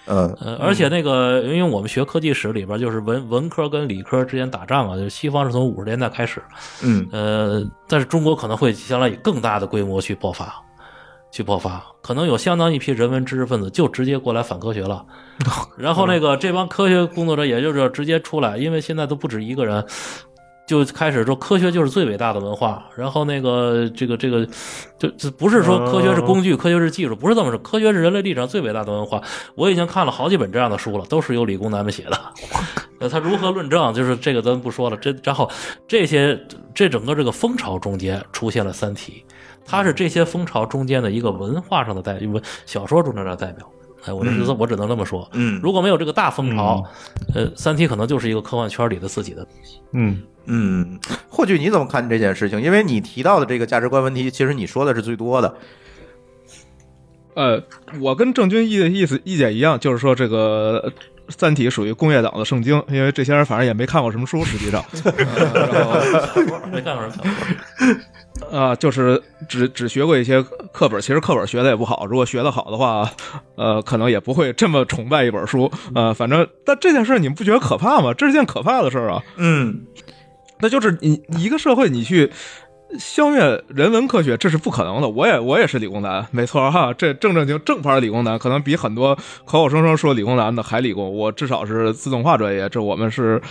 A: 嗯
D: 呃，而且那个，因为我们学科技史里边，就是文文科跟理科之间打仗啊，就是西方是从五十年代开始，
A: 嗯
D: 呃，但是中国可能会将来以更大的规模去爆发。去爆发，可能有相当一批人文知识分子就直接过来反科学了，然后那个这帮科学工作者也就是直接出来，因为现在都不止一个人，就开始说科学就是最伟大的文化，然后那个这个这个，就就不是说科学是工具，科学是技术，不是这么说，科学是人类历史上最伟大的文化。我已经看了好几本这样的书了，都是由理工男们写的。呃，他如何论证，就是这个咱不说了。这然后这些这整个这个风潮中间出现了《三体》，它是这些风潮中间的一个文化上的代文小说中间的代表。哎，我就是我只能这么说。
A: 嗯
D: 如果没有这个大风潮，呃，《三体》可能就是一个科幻圈里的自己的
F: 嗯
A: 嗯，霍炬，你怎么看这件事情？因为你提到的这个价值观问题，其实你说的是最多的。
J: 呃，我跟郑钧意意思意见一样，就是说这个呃《三体》属于工业党的圣经，因为这些人反正也没看过什么书，实际上，呃然后
D: 没干过什么。
J: 啊、就是只只学过一些课本，其实课本学的也不好。如果学的好的话，呃，可能也不会这么崇拜一本书。呃，反正但这件事儿你们不觉得可怕吗？这是件可怕的事儿啊。
A: 嗯，
J: 那就是你你一个社会你去。消灭人文科学，这是不可能的。我也我也是理工男，没错哈，这正正经正牌理工男，可能比很多口口声声说理工男的还理工。我至少是自动化专业，这我们是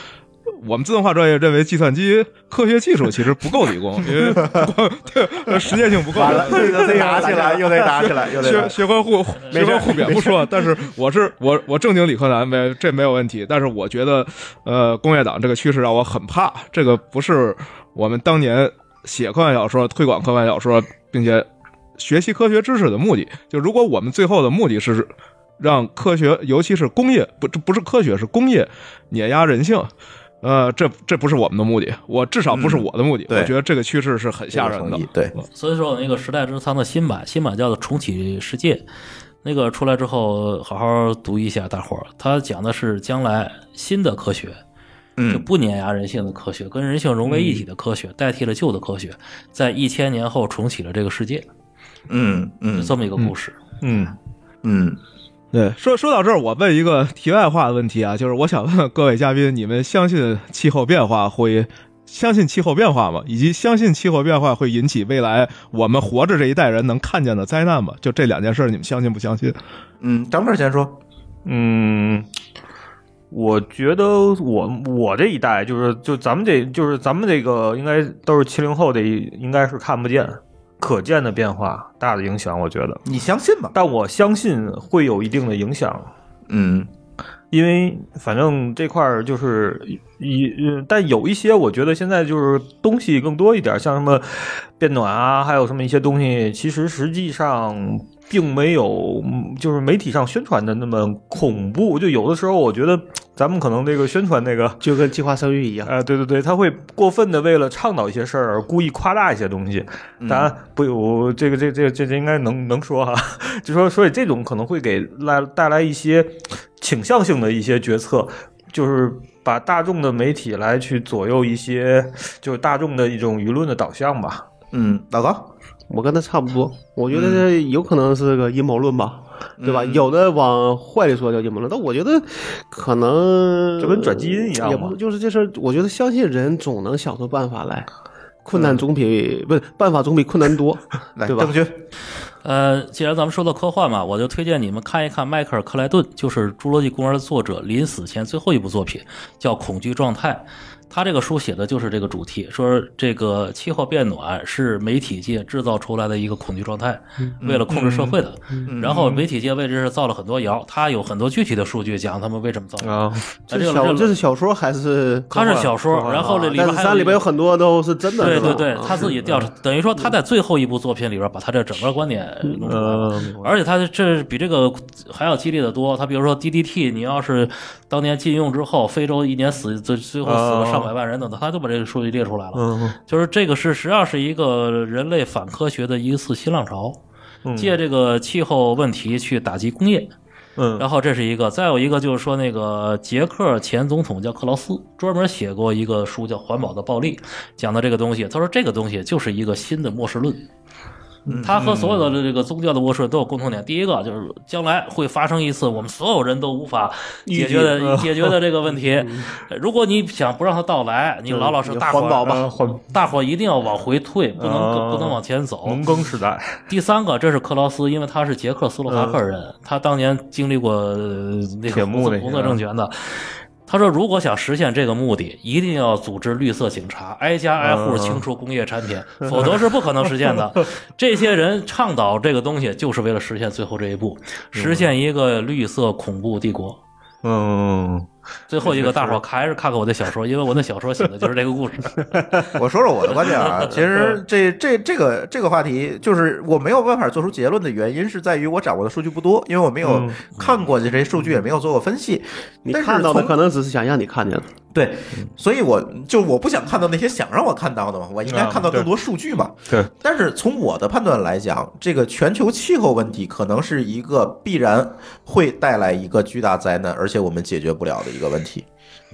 J: 我们自动化专业认为计算机科学技术其实不够理工，因为不够 对实践性不够。
A: 完了 又得打起来又得打起来又得打起 来
J: 学学科互
A: 没事
J: 学科互贬不说，但是我是我我正经理科男没这没有问题，但是我觉得呃工业党这个趋势让我很怕，这个不是我们当年写科幻小说、推广科幻小说，并且学习科学知识的目的。就如果我们最后的目的是让科学，尤其是工业，不这不是科学，是工业碾压人性。呃，这这不是我们的目的，我至少不是我的目的。
A: 嗯对
J: 我觉得这个趋势是很吓人的。嗯
A: 对，
D: 所以说那个《时代之仓》的新版，新版叫做《重启世界》，那个出来之后好好读一下，大伙儿。它讲的是将来新的科学，就不碾压人性的科学，跟人性融为一体的科学，代替了旧的科学，在一千年后重启了这个世界，
A: 嗯
D: 就
A: 嗯
D: 这么一个故事。
F: 嗯
A: 嗯，
J: 对，说说到这儿，我问一个题外话的问题啊，就是我想问各位嘉宾，你们相信气候变化会相信气候变化吗？以及相信气候变化会引起未来我们活着这一代人能看见的灾难吗？就这两件事儿，你们相信不相信？
A: 嗯，张乐先说，
F: 嗯，我觉得我我这一代就是就咱们这就是咱们这个应该都是七零后的一，应该是看不见可见的变化，大的影响。我觉得
A: 你相信吗？
F: 但我相信会有一定的影响。
A: 嗯，
F: 因为反正这块儿就是一，呃但有一些我觉得现在就是东西更多一点，像什么变暖啊，还有什么一些东西，其实实际上并没有，嗯就是媒体上宣传的那么恐怖。就有的时候，我觉得咱们可能这个宣传那个，
B: 就跟计划生育一样。
F: 呃，对对对，他会过分的为了倡导一些事儿而故意夸大一些东西。当然不，我这个这这这这应该能能说哈、 就说所以这种可能会给来带来一些倾向性的一些决策，就是。把大众的媒体来去左右一些，就是大众的一种舆论的导向吧。
A: 嗯，老高，
B: 我跟他差不多，我觉得这
D: 嗯
B: 有可能是个阴谋论吧，对
A: 嗯
B: 吧？有的往坏里说叫阴谋论，但我觉得可能
F: 就跟转基因一样
B: 也
F: 嘛
B: 不就是这事儿。我觉得相信人总能想出办法来，困
A: 嗯
B: 难总比、不是办法总比困难多，
A: 来，
B: 对吧
A: 郑？钧，
D: 呃，既然咱们说到科幻嘛，我就推荐你们看一看迈克尔·克莱顿，就是《侏罗纪公园》的作者临死前最后一部作品，叫《恐惧状态》。他这个书写的就是这个主题，说这个气候变暖是媒体界制造出来的一个恐惧状态，
B: 嗯
D: 为了控制社会的。然后媒体界为这事造了很多谣，他有很多具体的数据讲他们为什么造谣。
F: 啊，
D: 那
B: 这是
D: 个
B: 小
D: 个
B: 这是小说啊还是科
D: 它
B: 幻？
D: 是小说
B: 科幻
D: 然后这里边
B: 但是
D: 还有
B: 它
D: 一
B: 里边有很多都是真的，
D: 对
B: 是吧
D: 对对
B: 啊，
D: 他自己调查，等于说他在最后一部作品里边把他这整个观点
B: 嗯
D: 弄出来了。
F: 呃，
D: 而且他这比这个还要激励的多。他比如说 DDT，你要是当年禁用之后，非洲一年死最最后死了上百万人等等，他就把这个数据列出来了。
F: 哦嗯
D: 就是这个是实际上是一个人类反科学的一次新浪潮，
F: 嗯
D: 借这个气候问题去打击工业。
F: 嗯
D: 然后这是一个，再有一个就是说，那个捷克前总统叫克劳斯，专门写过一个书叫《环保的暴力》，讲的这个东西。他说这个东西就是一个新的末世论，
F: 嗯
D: 它和所有的这个宗教的巫师都有共同点，第一个就是将来会发生一次我们所有人都无法解决
F: 预计呃
D: 的解决的这个问 题。如果你想不让它到来，你老老实实大伙
F: 环保吧
D: 呃
F: 环
D: 大伙一定要往回退，不能
F: 啊
D: 不能往前走。
F: 农耕时代，
D: 第三个，这是克劳斯，因为他是捷克斯洛伐克人，
A: 嗯
D: 他当年经历过呃那
F: 铁
D: 个
F: 幕
D: 红色
F: 那些
D: 红色政权的。他说，如果想实现这个目的，一定要组织绿色警察，挨家挨户
F: 嗯
D: 清除工业产品，否则是不可能实现 的。这些人倡导这个东西，就是为了实现最后这一
A: 嗯
D: 步，实现一个绿色恐怖帝国。
F: 嗯，
D: 最后一个，大伙儿还是看看我的小说，因为我的小说写的就是这个故事。
A: 我说说我的观点啊，其实这这这个这个话题，就是我没有办法做出结论的原因，是在于我掌握的数据不多，因为我没有
B: 嗯
A: 看过这些数据，也没有做过分析。
B: 你
A: 但是
B: 看到的
A: 从
B: 可能只是想让你看见的，
A: 对，所以我就我不想看到那些想让我看到的嘛，我应该
B: 啊
A: 看到更多数据嘛。
F: 对，
A: 但是从我的判断来讲，这个全球气候问题可能是一个必然会带来一个巨大灾难，而且我们解决不了的一个问题。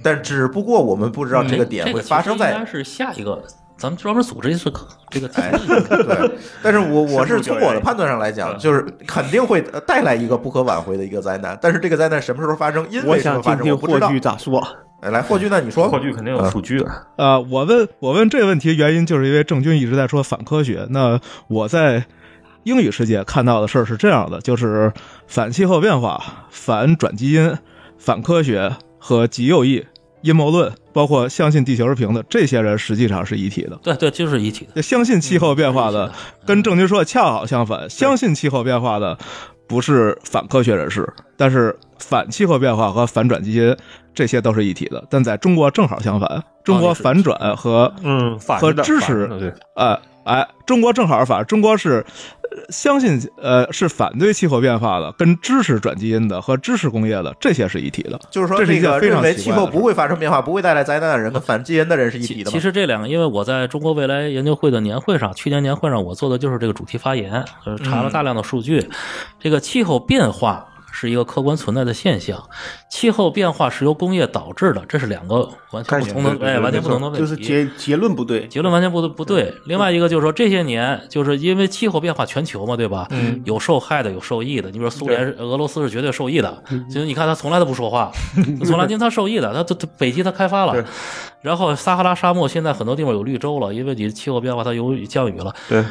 A: 但只不过我们不知道这个点会发生
D: 这
A: 在
D: 个其实应该是下一个，咱们专门组织一次课嗯这个
A: 哎，对，但是我我是从我的判断上来
B: 嗯
A: 讲，就是肯定会呃带来一个不可挽回的一个灾难。但是这个灾难什么时候发生，因
B: 我
A: 为什
B: 想
A: 么发
B: 听
A: 生，
B: 听
A: 我不知
B: 霍
A: 道
B: 炬。咋说。
A: 哎来，霍炬，那你说，
F: 霍炬肯定有数据啊。
J: 啊、我问我问这个问题原因，就是因为郑钧一直在说反科学。那我在英语世界看到的事儿是这样的，就是反气候变化、反转基因、反科学和极右翼、阴谋论，包括相信地球是平的，这些人实际上是一体的。
D: 对对，就是一体的。
J: 就相信 气候变化
D: 嗯
J: 的，跟郑钧说的恰好相反。相信气候变化的不是反科学人士，但是反气候变化和反转基因这些都是一体的。但在中国正好相反，中国反转和
F: 嗯，反
J: 和
F: 着的
J: 支
F: 反
J: 持
F: 着的对，
J: 呃，哎，中国正好反，中国是、呃相信呃是反对气候变化的，跟支持转基因的和支持工业的这些是一体的。
A: 就是说
J: 这是一
A: 那个
J: 件非
A: 认
J: 常
A: 为
J: 奇
A: 气
J: 怪的
A: 候不会发生变化、不会带来灾难的人和反基因的人是一体
D: 其
A: 的吗？
D: 其实这两个，因为我在中国未来研究会的年会上，去年年会上我做的就是这个主题发言，
J: 嗯
D: 呃查了大量的数据。这个气候变化是一个客观存在的现象，气候变化是由工业导致的，这是两个完全不同
B: 对
D: 的，
B: 对
D: 哎，
B: 对
D: 完全不同的问题。
B: 就是结结论不对，
D: 结论完全不不对。另外一个就是说，这些年就是因为气候变化，全球嘛，对吧？嗯，有受害的，有受益的。你比如说苏联、俄罗斯是绝对嗯受益的，所以你看他从来都不说话，从来因为他受益的，他他他北极他开发了，然后撒哈拉沙漠现在很多地方有绿洲了，因为你气候变化它有雨降雨了。
F: 对，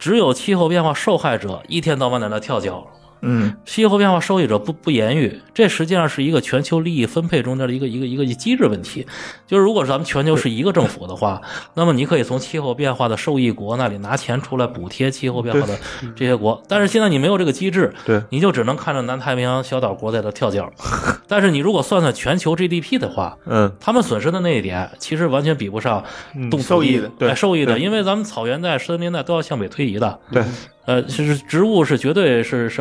D: 只有气候变化受害者一天到晚在那跳脚，
A: 嗯，
D: 气候变化受益者不不言语，这实际上是一个全球利益分配中间的一个一个一个机制问题。就是如果咱们全球是一个政府的话，那么你可以从气候变化的受益国那里拿钱出来补贴气候变化的这些国，但是现在你没有这个机制，
F: 对
D: 你就只能看着南太平洋小岛国在这跳脚。但是你如果算算全球 GDP 的话，
F: 嗯，
D: 他们损失的那一点，其实完全比不上动土地
B: 受益的
F: 对
D: 哎受益的，
F: 对
D: 因为咱们草原带、森林带都要向北推移的。
F: 对，
D: 呃，其实植物是绝对是是，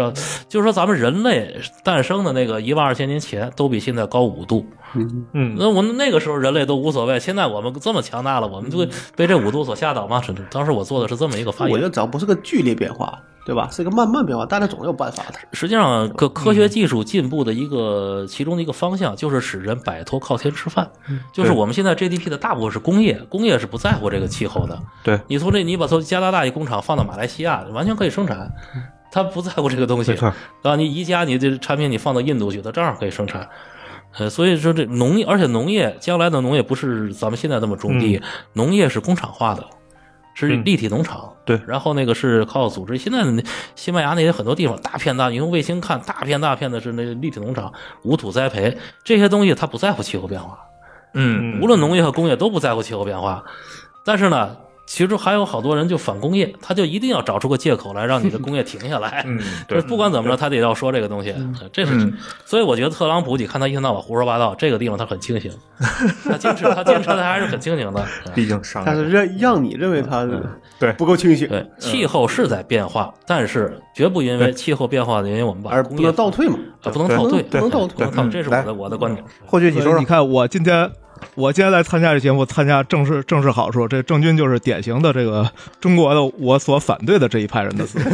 D: 就是说咱们人类诞生的那个一万二千年前，都比现在高五度。
F: 嗯，
D: 那我们那个时候人类都无所谓，现在我们这么强大了，我们就会被这五度所吓倒吗？是当时我做的是这么一个发
B: 我觉
D: 言。
B: 得只要不是个剧烈变化，对吧？是个慢慢变化，大家总有办法的。
A: 嗯
D: 实际上，
B: 嗯
D: 科科学技术进步的一个其中的一个方向，就是使人摆脱靠天吃饭。
B: 嗯
D: 就是我们现在 GDP 的大部分是工业，工业是不在乎这个气候的。
F: 对，
D: 你从这，你把从加拿大一工厂放到马来西亚，完全可以生产，
B: 嗯
D: 他不在乎这个东西。
F: 没错，
D: 啊，你宜家你这产品你放到印度去，它照样可以生产。呃，所以说这农业，而且农业将来的农业不是咱们现在这么种地，农业是工厂化的，是
F: 嗯
D: 立体农场。
F: 对
D: 然后那个是靠组织。现在的那西班牙那些很多地方大片大，你用卫星看大片大片的是那立体农场、无土栽培这些东西，它不在乎气候变化。
A: 嗯，
D: 无论农业和工业都不在乎气候变化，但是呢，其实还有好多人就反工业，他就一定要找出个借口来让你的工业停下来。嗯， 对，嗯不管怎么着，他得要说这个东西，这是。所以我觉得特朗普，你看他一天到晚胡说八道，这个地方他很清醒，他坚持，他坚持，他还是很清醒 的。
F: 毕竟商
B: 但
F: 人
B: 是让让你认为他
A: 嗯
F: 对
B: 不够清醒，
D: 对，气候是在变化，但是绝不因为气候变化的原因，我们把
B: 而
D: 工
B: 不
D: 业
B: 能倒退嘛。
D: 啊不能倒退，
B: 不能倒退
D: 不能倒退，这是我
A: 来
D: 的我的观点。
A: 霍炬，你说
J: 所以
A: 说
J: 你，看我今天我今天来参加这节目，参加正是正是好处。这郑钧就是典型的这个中国的我所反对的这一派人的思 路。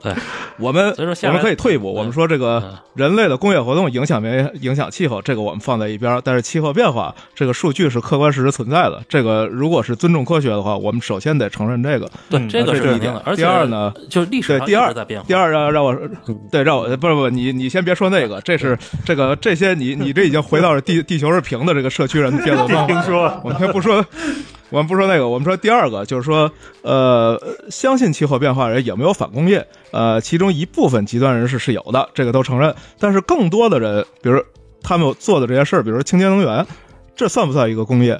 D: 对，
J: 我们
D: 所以说下嗯
J: 我
D: 来
J: 们可以退一步，我们说这个人类的工业活动影响没影响气候，这个我们放在一边儿。但是气候变化这个数据是客观事实存在的，这个如果是尊重科学的话，我们首先得承认这个。
D: 嗯啊对，这个
J: 这
D: 是
J: 是
D: 一
J: 一
D: 定
J: 点
D: 的。而且
J: 第二呢，
D: 就是历史
J: 对
D: 上
J: 第
D: 一直
J: 二
D: 在变化。
J: 第二让让我
F: 嗯
J: 对让我不是不是你你先别说那个，这是这个这些 你你这已经回到了地地球是平的这个社区人的辩论方法。
F: 听说
J: 我们先不说，我们不说那个，我们说第二个就是说，呃，相信气候变化的人也没有反工业，呃，其中一部分极端人士是有的，这个都承认，但是更多的人，比如他们做的这些事儿，比如说清洁能源，这算不算一个工业？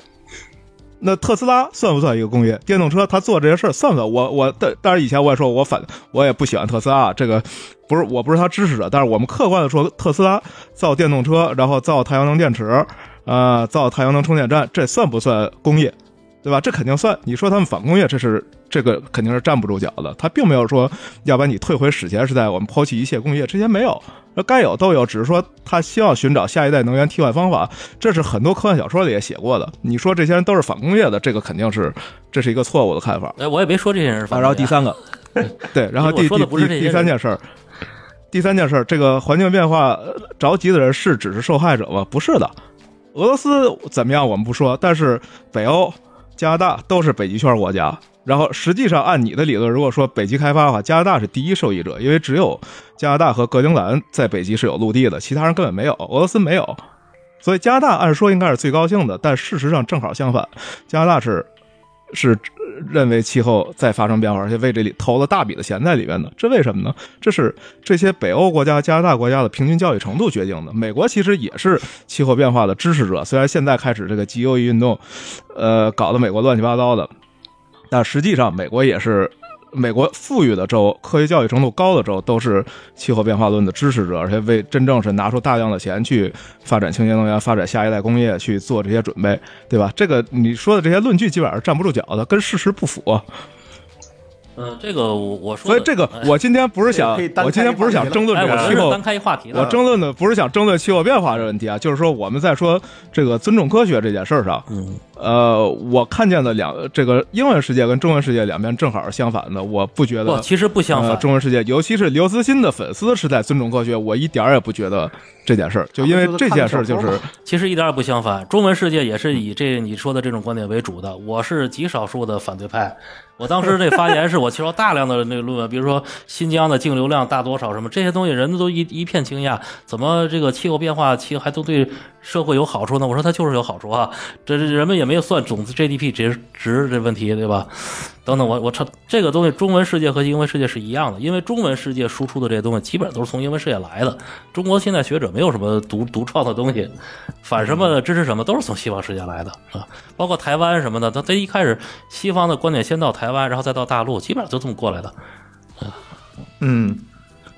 J: 那特斯拉算不算一个工业？电动车它做这些事儿算不算？我我但当然以前我也说我反我也不喜欢特斯拉啊，这个不是我不是它支持者，但是我们客观的说，特斯拉造电动车，然后造太阳能电池，呃，造太阳能充电站，这算不算工业？对吧？这肯定算。你说他们反工业，这是这个肯定是站不住脚的。他并没有说要把你退回史前时代，我们抛弃一切工业，这些没有。那该有都有，只是说他希望寻找下一代能源替换方法，这是很多科幻小说里也写过的。你说这些人都是反工业的，这个肯定是这是一个错误的看法。
D: 哎，我也没说这些人是
J: 啊
D: 反对啊。
J: 然后第三 个，对，然后
D: 我
J: 第
D: 说
J: 第
D: 的不是这
J: 第
D: 些
J: 第三
D: 人
J: 件事儿，第三件事儿，这个环境变化呃着急的人是只是受害者吗？不是的，俄罗斯怎么样我们不说，但是北欧、加拿大都是北极圈国家。然后实际上按你的理论，如果说北极开发的话，加拿大是第一受益者，因为只有加拿大和格陵兰在北极是有陆地的，其他人根本没有，俄罗斯没有。所以加拿大按说应该是最高兴的，但事实上正好相反，加拿大是是认为气候在发生变化，而且为这里投了大笔的钱在里面的。这为什么呢？这是这些北欧国家、加拿大国家的平均教育程度决定的。美国其实也是气候变化的支持者，虽然现在开始这个极右翼运动，呃，搞得美国乱七八糟的，但实际上美国也是。美国富裕的州、科学教育程度高的州都是气候变化论的支持者，而且为真正是拿出大量的钱去发展清洁能源、发展下一代工业去做这些准备，对吧？这个你说的这些论据基本上站不住脚的，跟事实不符。
D: 嗯，这个我我说
J: 所
D: 哎的，
J: 以这个我今天不是想
I: 可以，单开
J: 我今天不是想争论
D: 哎，
J: 这
D: 我
J: 个
D: 觉
J: 气
D: 得是
J: 候
D: 单，开一话题的。
J: 我争论的不是想争论气候变化这问题啊，就是说我们在说这个尊重科学这件事儿上，
D: 嗯，
J: 呃，我看见的两这个英文世界跟中文世界两边正好是相反的，我不觉
D: 不，
J: 得
D: 其实不相
J: 呃
D: 反。
J: 中文世界，尤其是刘慈欣的粉丝是在尊重科学，我一点儿也不觉得这件事儿，就因
D: 啊
J: 为这件事儿就是
D: 其实一点儿也不相反，中文世界也是以这你说的这种观点为主的。我是极少数的反对派。我当时那发言是我接受大量的那个论文，比如说新疆的净流量大多少什么这些东西，人都一一片惊讶，怎么这个气候变化其实还都对社会有好处呢？我说它就是有好处啊，这这人们也没有算种子 GDP 值值这问题，对吧？等等，我我操，这个东西中文世界和英文世界是一样的，因为中文世界输出的这些东西基本上都是从英文世界来的。中国现在学者没有什么独独创的东西，反什么的支持什么都是从西方世界来的
J: 嗯
D: 啊，包括台湾什么的，他他一开始西方的观点先到台湾，然后再到大陆，基本上就这么过来的。
J: 嗯，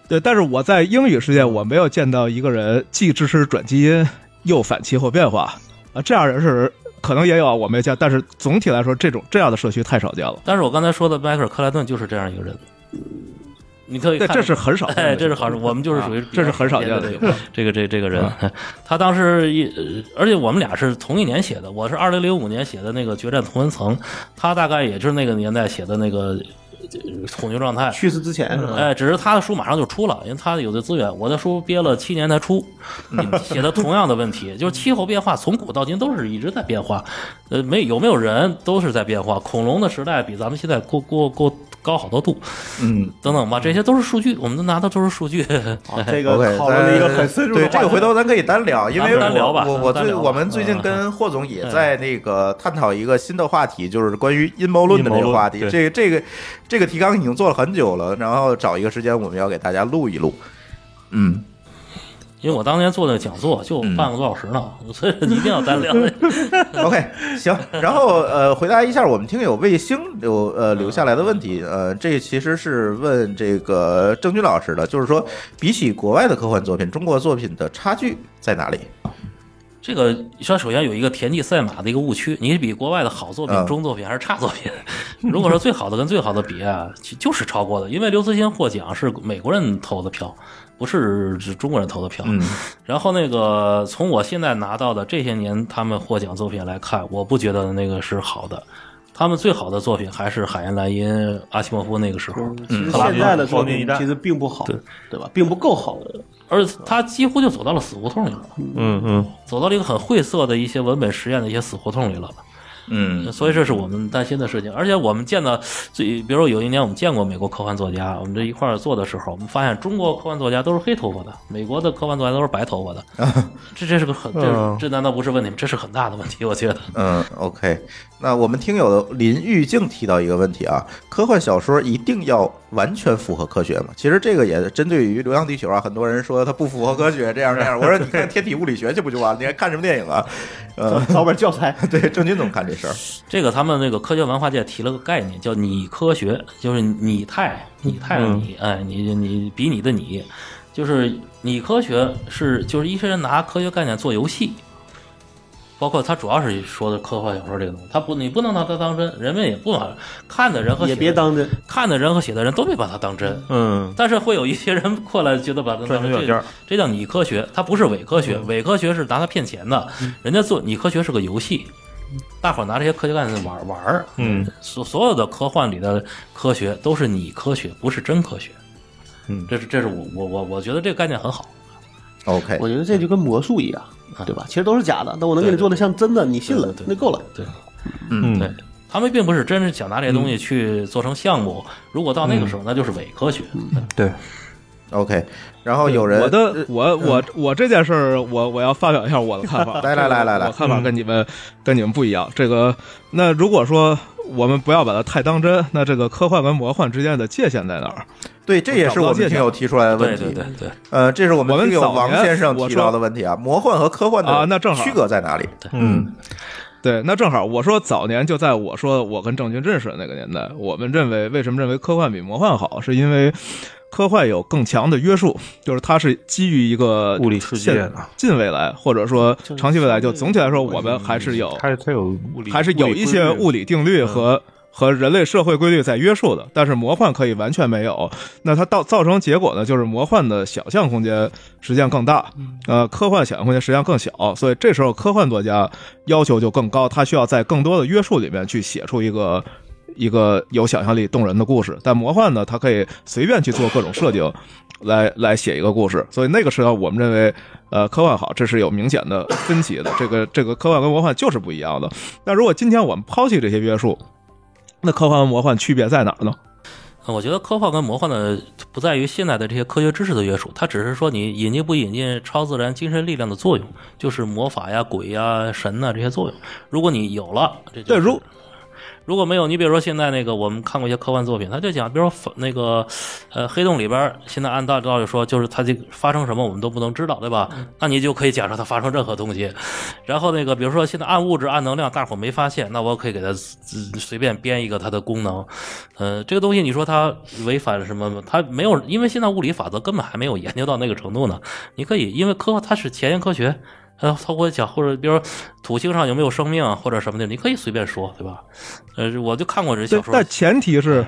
J: 对，但是我在英语世界，我没有见到一个人既支持转基因又反气候变化啊，这样人是可能也有啊，我没见，但是总体来说，这种这样的社区太少见了。
D: 但是我刚才说的迈克尔·克莱顿就是这样一个人，你可以
J: 对，
D: 看
J: 这是很少见的，
D: 哎，这是好，我们就是属于
J: 啊这是很少见的嗯
D: 这个这个这这个人， 他当时一，呃而且我们俩是同一年写的，我是二零零五年写的那个《决战同温层》，他大概也就是那个年代写的那个呃恐惧状态，
B: 去世之前是吧？
D: 哎，只是他的书马上就出了，因为他有的资源，我的书憋了七年才出，写的同样的问题，就是气候变化从古到今都是一直在变化，呃，没有没有人都是在变化，恐龙的时代比咱们现在过过过高好多度，嗯，等等吧，这些都是数据，我们拿的都是数据，
A: OK，
B: 这个讨论了一个
A: 咱
B: 很深入的
A: 对
B: 话题
A: 这个回头咱可以单聊，因为
D: 咱们单聊吧
A: 我我我
D: 咱们单
A: 最
D: 聊吧
A: 我们最近跟霍总也在那个探讨一个新的话题，就是关于阴谋论的这个话题
I: 阴。谋论
A: 这个这个这个提纲已经做了很久了，然后找一个时间我们要给大家录一录。嗯，
D: 因为我当年做那个讲座就半个多小时呢，所以一定要单聊。
A: OK，行，然后呃，回答一下我们听友卫星留呃留下来的问题，呃，这其实是问这个郑钧老师的，就是说，比起国外的科幻作品，中国作品的差距在哪里？
D: 这个说首先有一个田忌赛马的一个误区，你比国外的好作品、
A: 嗯
D: 中作品还是 差作品？如果说最好的跟最好的比啊，其就是超过的，因为刘慈欣获奖是美国人投的票，不是指中国人投的
A: 嗯
D: 票。然后那个从我现在拿到的这些年他们获奖作品来看，我不觉得那个是好的。他们最好的作品还是海因莱因、阿西莫夫那个时候，嗯
B: 其实
D: 克拉
B: 现在的
D: 作
B: 作
D: 品
B: 品其实并不好，对吧？并不够好。
D: 而他几乎就走到了死胡同里了，
F: 嗯嗯，
D: 走到了一个很晦涩的一些文本实验的一些死胡同里了。
K: 嗯，
D: 所以这是我们担心的事情。而且我们见到最，比如说有一年我们见过美国科幻作家，我们这一块儿做的时候，我们发现中国科幻作家都是黑头发的，美国的科幻作家都是白头发的。 这这是个很这
A: 嗯
D: 这难道不是问题吗？这是很大的问题，我觉得。
A: 嗯，OK。那我们听友的林玉静提到一个问题啊，科幻小说一定要完全符合科学吗？其实这个也针对于《流浪地球》啊，很多人说它不符合科学，这样那样。我说你看天体物理学去不就完了？你还看什么电影啊？呃，
B: 找本教材。
A: 对，郑钧怎么看这事儿？
D: 这个他们那个科学文化界提了个概念，叫拟科学，就是拟态，
B: 嗯
D: 拟态的拟，哎，你你比你的你，就是拟科学是就是一些人拿科学概念做游戏，包括他主要是说的科幻小说这个东西，他不你不能拿它当真，人们也不把看的人和
B: 也
D: 写的
B: 别当真，
D: 看的人和写的人都没把它当真，
F: 嗯，
D: 但是会有一些人过来觉得把它当成
F: 钻牛角尖
D: 这
F: 儿
D: 这叫拟科学，它不是伪科学，伪科学是拿它骗钱的，人家做拟科学是个游戏，大伙儿拿这些科学概念玩玩儿，
F: 嗯，
D: 所所有的科幻里的科学都是拟科学，不是真科学，
F: 嗯，
D: 这是这是我我我我觉得这个概念很好，
A: OK，
B: 我觉得这就跟魔术一样，对吧？其实都是假的，但我能给你做的像真的，你信了，那够了。
D: 对，嗯，对。他们并不是真是想拿这些东西去做成项目，如果到那个时候，那就是伪科学。
A: 对，OK。然后有人呃
J: 我的我我我这件事儿，我我要发表一下我的看法。
A: 来来来来来
J: 我看
D: 嗯
J: 法跟你们跟你们不一样。这个，那如果说我们不要把它太当真，那这个科幻跟魔幻之间的界限在哪儿？
A: 对，这也是我们听友提出来的问题。
D: 对，
A: 呃，这是我们
J: 我们
A: 听友
J: 早
A: 王
J: 年
A: 先生
J: 我
A: 提
J: 说
A: 到的问题啊，魔幻和科幻的
J: 啊那正好
A: 区隔在哪里？
J: 嗯，对，那正好，我说早年就在我说我跟郑钧认识的那个年代，我们认为为什么认为科幻比魔幻好，是因为科幻有更强的约束，就是它是基于一个
F: 物理世界的
J: 现近未来或者说长期未来，就总体来说我们还是有
F: 它它有物理，嗯
J: 还是有一些物
F: 理
J: 理定律和、和人类社会规律在约束的，但是魔幻可以完全没有。那它到造成结果呢，就是魔幻的想象空间实际上更大，
F: 嗯
J: 呃，科幻想象空间实际上更小。所以这时候科幻作家要求就更高，他需要在更多的约束里面去写出一个。一个有想象力、动人的故事，但魔幻呢，它可以随便去做各种设定，来来写一个故事。所以那个时候，我们认为，呃，科幻好，这是有明显的分歧的。这个这个科幻跟魔幻就是不一样的。那如果今天我们抛弃这些约束，那科幻和魔幻区别在哪儿呢？
D: 嗯我觉得科幻跟魔幻的不在于现在的这些科学知识的约束，它只是说你引进不引进超自然精神力量的作用，就是魔法呀、鬼呀、神呐、这些作用。如果你有了，这对如如果没有，你比如说现在那个我们看过一些科幻作品，他就讲，比如说反那个呃黑洞里边儿，现在按道道理说就是它这个发生什么我们都不能知道，对吧？那你就可以假设它发生任何东西。然后那个比如说现在暗物质、暗能量，大伙儿没发现，那我可以给它呃随便编一个它的功能。呃，这个东西你说它违反了什么吗？它没有，因为现在物理法则根本还没有研究到那个程度呢。你可以，因为科它是前沿科学。呃，他会讲，或者比如说土星上有没有生命啊，或者什么的，你可以随便说，对吧？呃，我就看过这小
J: 对，
D: 说，哎
J: 但前提是，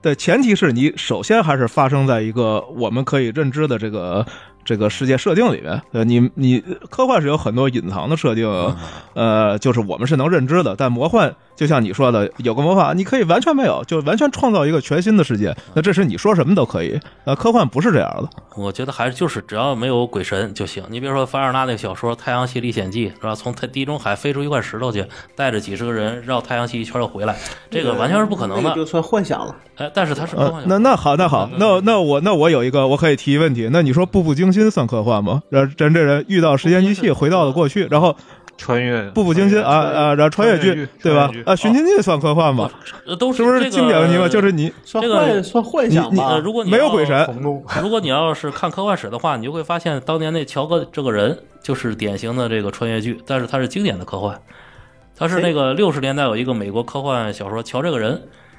J: 对，前提是你首先还是发生在一个我们可以认知的这个这个世界设定里面。呃，你你科幻是有很多隐藏的设定，
D: 嗯
J: 呃，就是我们是能认知的，但魔幻就像你说的，有个魔法你可以完全没有，就完全创造一个全新的世界。那这是你说什么都可以，呃，科幻不是这样的。
D: 我觉得还是就是只要没有鬼神就行。你比如说凡尔纳那个小说《太阳系历险记》，是吧？从太地中海飞出一块石头去，带着几十个人绕太阳系一圈又回来，这个完全是不可能
B: 那
D: 的
B: 个。就算幻想了。
D: 哎，但是它是科幻
J: 呃
D: 小，
J: 那那好，那好，那那我那我有一个，我可以提一问题。那你说《步步惊心》算科幻吗？然后咱这人遇到时间机器，回到了过去，然后
F: 穿越
J: 步步惊心啊啊，然后穿越
F: 穿越
J: 剧
F: 剧，
J: 对吧
F: 穿越？剧
J: 啊，寻秦记算科幻吗？
D: 呃都
J: 是不
D: 这
J: 是
D: 个
J: 经典问题吗？就是你
D: 这个
J: 你你
D: 呃如果你
J: 没有
D: 要
J: 鬼神，
D: 如果你要是看科幻史的话，你就会发现当年那乔哥这个人就是典型的这个穿越剧，但是他是经典的科幻。他是那个六十年代有一个美国科幻小说《乔这个人》，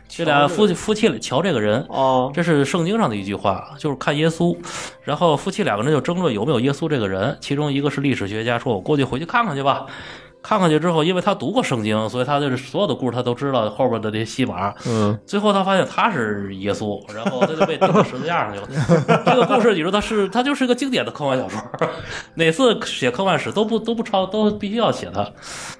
D: 这俩夫妻夫妻里乔这个人，
B: 哦，
D: 这是圣经上的一句话，就是看耶稣。然后夫妻两个人就争论有没有耶稣这个人，其中一个是历史学家说：“我过去回去看看去吧。”看看去之后，因为他读过圣经，所以他就是所有的故事他都知道后边的这些戏码。
J: 嗯，
D: 最后他发现他是耶稣，然后他就被钉到十字架上去了。这个故事你说他是他就是一个经典的科幻小说，哪次写科幻史都不都不超都必须要写他。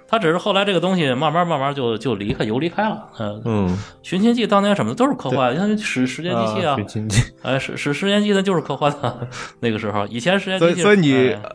D: 他只是后来这个东西慢慢慢慢就就离开游离开了。嗯、
J: 嗯，
D: 寻秦记当年什么的都是科幻，像史时间机器啊，
J: 亲戚。
D: 哎，史史时间机器就是科幻的。那个时候，以前时间
J: 所
D: 机
J: 以
D: 器，
J: 所以你
D: 哎，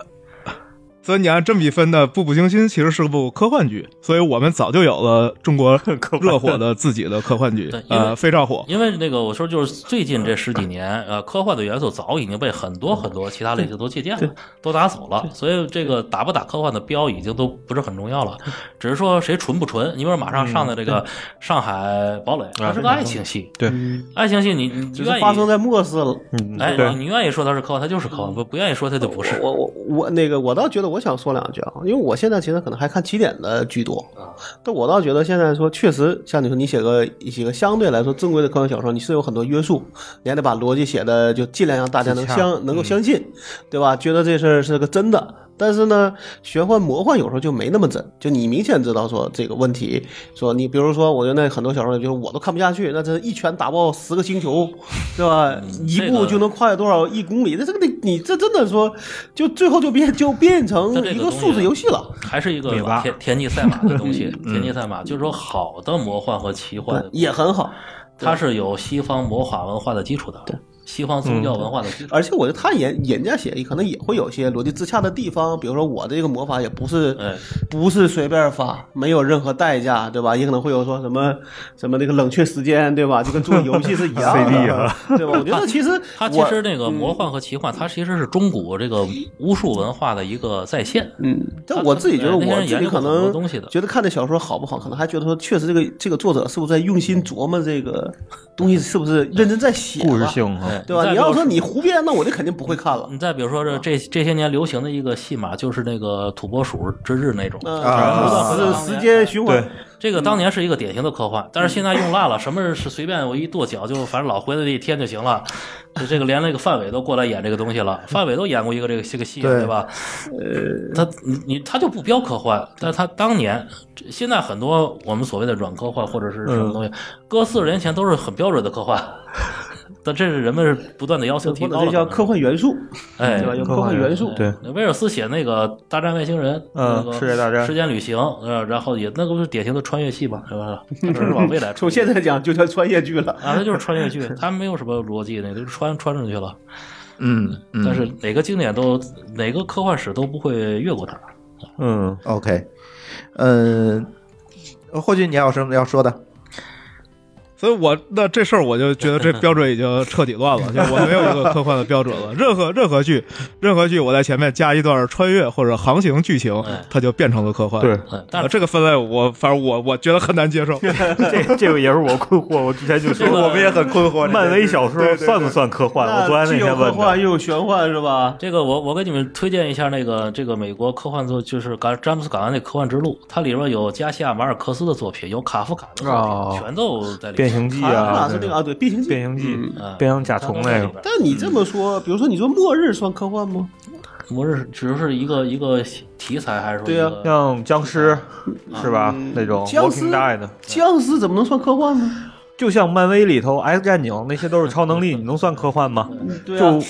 J: 所以你按这么一分呢，《步步惊心》其实是部科幻剧，所以我们早就有了中国热火的自己的科幻剧
D: 对，因为
J: 呃，非常火。
D: 因为那个我说就是最近这十几年，呃，科幻的元素早已经被很多很多其他类型都借鉴了，都拿走了，所以这个打不打科幻的标已经都不是很重要了，只是说谁纯不纯。你比如马上上的这
J: 嗯
D: 个《上海堡垒》，它是个爱情戏，
J: 对，
D: 爱情戏你你
B: 只
D: 愿
B: 啊是
D: 意
B: 发生在末世了。
D: 哎，你你愿意说它是科幻，它就是科幻；不不愿意说它就不是。
B: 我我我那个，我倒觉得我想说两句啊，因为我现在其实可能还看起点的居多，
D: 啊
B: 但我倒觉得现在说确实像你说，你写个写个相对来说正规的科幻小说，你是有很多约束，你还得把逻辑写的就尽量让大家能相
D: 嗯
B: 能够相信，对吧？觉得这事儿是个真的。但是呢，玄幻魔幻有时候就没那么真，就你明显知道说这个问题，说你比如说，我觉得那很多小说就是我都看不下去，那这一拳打爆十个星球，对吧？一
D: 嗯这
B: 步
D: 个
B: 就能跨越多少一公里？那这个你你这真的说，就最后就变就变成
D: 它这
B: 一
D: 个东西
B: 数字游戏了。
D: 还是一个
F: 尾巴
D: 田田忌赛马的东西，田忌赛马就是说好的魔幻和奇幻
B: 嗯对，也很好。
D: 它是有西方魔法文化的基础的，对，西方宗教文化的基础。
B: 而且我觉得他也人家写可能也会有一些逻辑自洽的地方，比如说我这个魔法也不是、
D: 哎
B: 不是随便发，没有任何代价，对吧？也可能会有说什么什么那个冷却时间，对吧？就跟做游戏是一样
F: CD
B: 的
F: 啊，
B: 对吧？我觉得其 实
D: 它其
B: 我
D: 实那个魔幻和奇幻，它其实是中古这个巫术文化的一个再现。
B: 嗯，但我自己觉得
D: 他他那些
B: 我
D: 人
B: 自己可
D: 研究过很多
B: 能
D: 东西的
B: 觉得看这小说好不好，可能还觉得说确实这个这个作者是不是在用心琢磨这个东西是不是认真在写吧
F: 故事，性哈，
D: 哎
B: 对吧？
D: 再
B: 你
D: 比如
B: 要说你胡编，那我就肯定不会看了。
D: 你再比如说这这这些年流行的一个戏码，就是那个土拨鼠之日那种，
B: 啊，是时间循环，
D: 这
B: 嗯
D: 个当年是一个典型的科幻，但是现在用烂了，什么是随便我一跺脚就反正老回来一天就行了。就这个连那个范伟都过来演这个东西了，范伟都演过一个这个这个戏，啊对吧？呃，他你你他就不标科幻，但他当年这现在很多我们所谓的软科幻或者是什么
B: 嗯
D: 东西，搁四十年前都是很标准的科幻，但这是人们是不断的要求提
B: 或
D: 高
B: 者
D: 了。
B: 这叫科幻元素，
D: 哎
B: 对吧？有科幻元素，
F: 对，
D: 威尔斯写那个《大战外星人》，那
F: 嗯
D: 个
F: 世界大战
D: 时间旅行，呃，然后也那个不是典型的穿越戏嘛，是吧？他只是往未来穿越
B: 从 现在讲就叫穿越剧了。
D: 啊，它就是穿越剧，它没有什么逻辑，那就是穿穿上去了。
A: 嗯，嗯
D: 但是哪个经典都哪个科幻史都不会越过它。
F: 嗯，
A: OK，呃，霍俊，你还有什么要说的？
J: 所以我那这事儿我就觉得这标准已经彻底乱了，就我没有一个科幻的标准了。任何任何剧，任何剧我在前面加一段穿越或者航行剧情
D: 哎，
J: 它就变成了科幻。
F: 对，
D: 嗯，但
J: 呃，
D: 是
J: 这个分类我反正我我觉得很难接受。
F: 这这个也是我困惑，我之前就说
D: 这个
F: 我们也很困惑，漫威小说算不算科幻？我昨天
B: 既
F: 那
B: 有
F: 天
B: 科
F: 问的
B: 幻，又有玄幻，是吧？
D: 这个我我给你们推荐一下那个这个美国科幻作，就是甘詹姆斯·港恩那《科幻之路》，它里边有加西亚·马尔克斯的作品，有卡夫卡的作
F: 哦
D: 品，全都在里
F: 变
D: 面。
F: 形记
B: 卡
F: 啊，
B: 是那个啊，对，变形嗯
F: 变
B: 记。
F: 形记
D: 嗯、
F: 变形甲虫那个，
B: 但你这么说，比如说你说末日算科幻吗？
D: 不是只是一个一个题材，还是说
F: 啊
B: 对呀
D: 一个
F: 像僵尸是吧？那种
B: 僵尸
F: Walking Dead 的，
B: 僵尸怎么能算科幻呢？
F: 就像漫威里头 X 战警那些都是超能力，你能算科幻吗？
B: 对啊
F: 就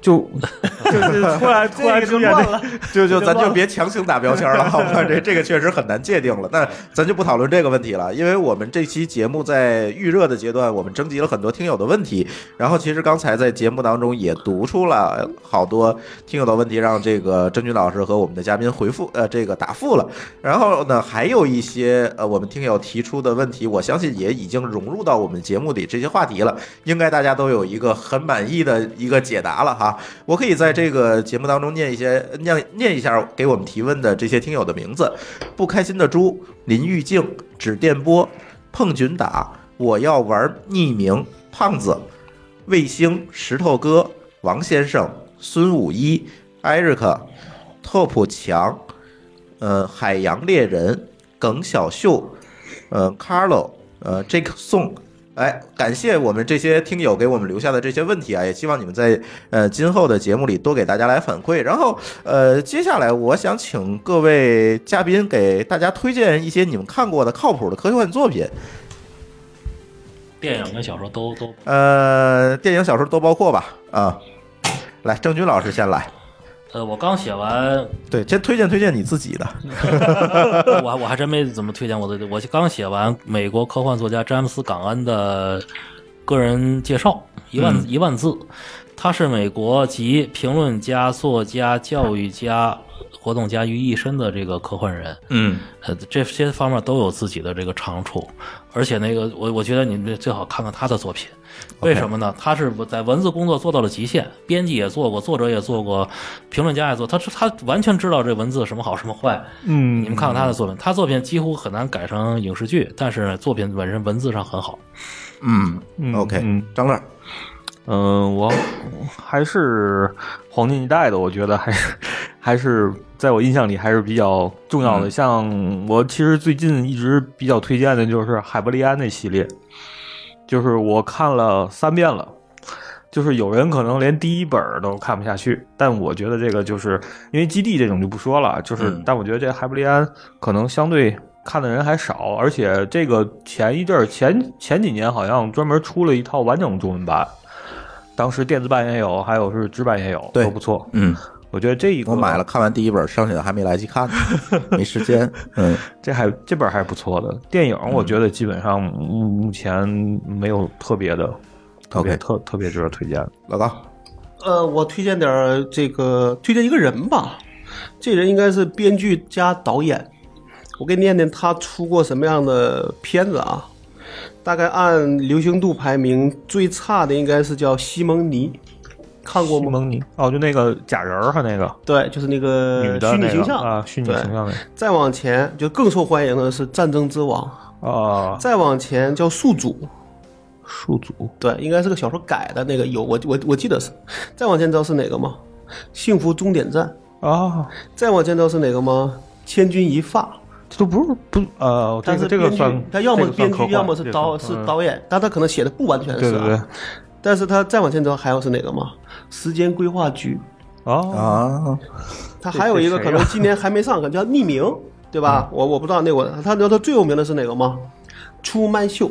F: 就 就是 突然突然出现
B: 乱
F: 这
B: 了，
A: 就就咱
B: 忘
A: 就
B: 了
A: 别强行打标签了，好吧？这这个确实很难界定了。但咱就不讨论这个问题了，因为我们这期节目在预热的阶段，我们征集了很多听友的问题。然后其实刚才在节目当中也读出了好多听友的问题，让这个真君老师和我们的嘉宾回复呃这个答复了。然后呢，还有一些呃我们听友提出的问题，我相信也已经融入到我们节目里这些话题了，应该大家都有一个很满意的一个解答了哈。我可以在这个节目当中念一些念念一下给我们提问的这些听友的名字：不开心的猪、林玉静、指电波、碰菌打、我要玩匿名、胖子、卫星、石头哥、王先生、孙五一、Eric、Top 强、呃海洋猎人、耿小秀、呃 Carlo、呃 Jake 宋、哎，感谢我们这些听友给我们留下的这些问题啊，也希望你们在呃今后的节目里多给大家来反馈。然后呃，接下来我想请各位嘉宾给大家推荐一些你们看过的靠谱的科幻作品，
D: 电影跟小说都都
A: 呃，电影、小说都包括吧？啊，来，郑钧老师先来，
D: 呃，我刚写完，
A: 对，先推荐推荐你自己的。
D: 我我还真没怎么推荐我的，我刚写完美国科幻作家詹姆斯·港恩的个人介绍，一万、一万字。他是美国集评论家、作家、教育家、活动家于一身的这个科幻人。
A: 嗯，
D: 呃，这些方面都有自己的这个长处，而且那个我我觉得你们最好看看他的作品，为什么呢？他是在文字工作做到了极限，编辑也做过，作者也做过，评论家也做，他是他完全知道这文字什么好什么坏。
F: 嗯
D: 你们看看他的作品，他作品几乎很难改成影视剧，但是作品本身文字上很好。
A: 嗯
F: 嗯
A: ，OK，
F: 嗯
A: 张乐，
F: 嗯，我还是黄金一代的，我觉得还是还是在我印象里还是比较重要的。像我其实最近一直比较推荐的就是海伯利安那系列，就是我看了三遍了。就是有人可能连第一本儿都看不下去，但我觉得这个就是因为基地这种就不说了，就是、但我觉得这海布利安可能相对看的人还少，而且这个前一阵儿前前几年好像专门出了一套完整中文版，当时电子版也有，还有是纸版也有，
A: 对
F: 都不错。
A: 嗯，
F: 我觉得这一个
A: 我买了，看完第一本，剩下的还没来及 看呢，没时间。嗯，
F: 这还这本还是不错的。电影我觉得基本上目目前没有特别的，特别
A: OK
F: 特特别值得推荐的。
A: 老高，
B: 呃，我推荐点儿这个，推荐一个人吧。这人应该是编剧加导演。我给你念念他出过什么样的片子啊？大概按流行度排名，最差的应该是叫西蒙尼，看过
F: 西
B: 吗？
F: 蒙尼哦，就那个假人儿哈，那个
B: 对，就是那个
F: 女的
B: 呃虚
F: 那
B: 拟
F: 个
B: 形象
F: 啊，虚拟
B: 对
F: 形象那个
B: 再往前就更受欢迎的是《战争之王》，
F: 啊，
B: 再往前叫《宿主》，
F: 数组
B: 对，应该是个小说改的那个有，我我我记得是。再往前知道是哪个吗？《幸福终点站》。
F: 啊，
B: 再往前知道是哪个吗？千钧一发。
F: 这都不是不呃，这
B: 但
F: 个
B: 是
F: 这个
B: 编剧
F: 算
B: 他要么
F: 这个算
B: 编
F: 科
B: 剧，
F: 幻
B: 要么是导
F: 这个
B: 是
F: 算
B: 导演，但他可能写的不完全
F: 嗯
B: 是、啊。
F: 对对对，
B: 但是他再往前走还有是哪个吗？时间规划局。
F: 哦，
A: 啊，
B: 他还有一个可
F: 这谁呀嗯
B: 能今年还没上，可能叫匿 名，对吧？我我不知道那我他你知道他最有名的是哪个吗？出卖秀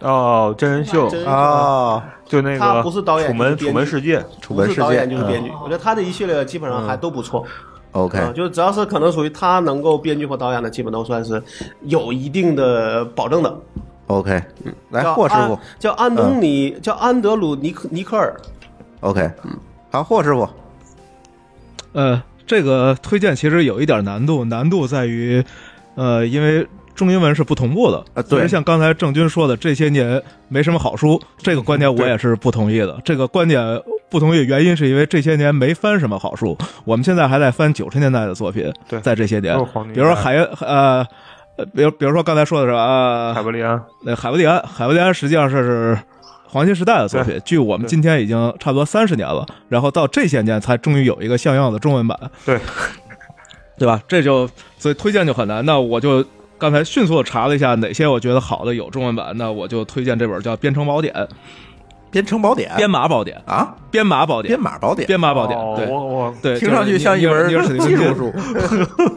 F: 哦，真人秀
B: 真人秀
F: 啊，就那个
B: 他不是导演
F: 楚门
B: 就是编剧
F: 楚门世界，嗯
A: 楚门
B: 不
A: 世
B: 是导演
A: 界
B: 就是编剧，我觉得他这一系列基本上还都不错。
A: ，OK，
B: 啊，就是只要是可能属于他能够编剧或导演的，基本都算是有一定的保证的。
A: OK，来
J: 哎
B: 叫
A: 霍师
B: 安
F: 啊
A: 傅
B: 叫安东
J: 嗯
B: 尼，叫安德鲁尼克尼克 尔，
A: ，OK，好，霍师傅，
J: 呃，这个推荐其实有一点难度，难度在于，呃，因为中英文是不同步的。
A: 啊对
J: 其实像刚才郑钧说的，这些年没什么好书，这个观点我也是不同意的。这个观点不同意的原因是因为这些年没翻什么好书，我们现在还在翻九十年代的作品。
F: 对
J: 在这些年
A: 哦
F: 都是黄金，啊
J: 比如说
F: 时代
J: 海呃。呃比如，比如说刚才说的是啊，
F: 海伯利安，
J: 那海伯利安，海伯利安实际上是是黄金时代的作品，距我们今天已经差不多三十年了，然后到这些年才终于有一个像样的中文版，
F: 对，
J: 对吧？这就所以推荐就很难。那我就刚才迅速地查了一下哪些我觉得好的有中文版，那我就推荐这本叫《编程宝典》《
A: 编程宝典
J: 编码宝典》《
A: 啊，
J: 编码宝典
A: 编》码宝
J: 《
A: 典，
J: 编码宝典
F: 哦》
J: 对。
F: 我我
J: 对，
I: 听上去像一门
J: 就是尼
I: 技
J: 尔
I: 术
J: 史蒂芬金
I: 书，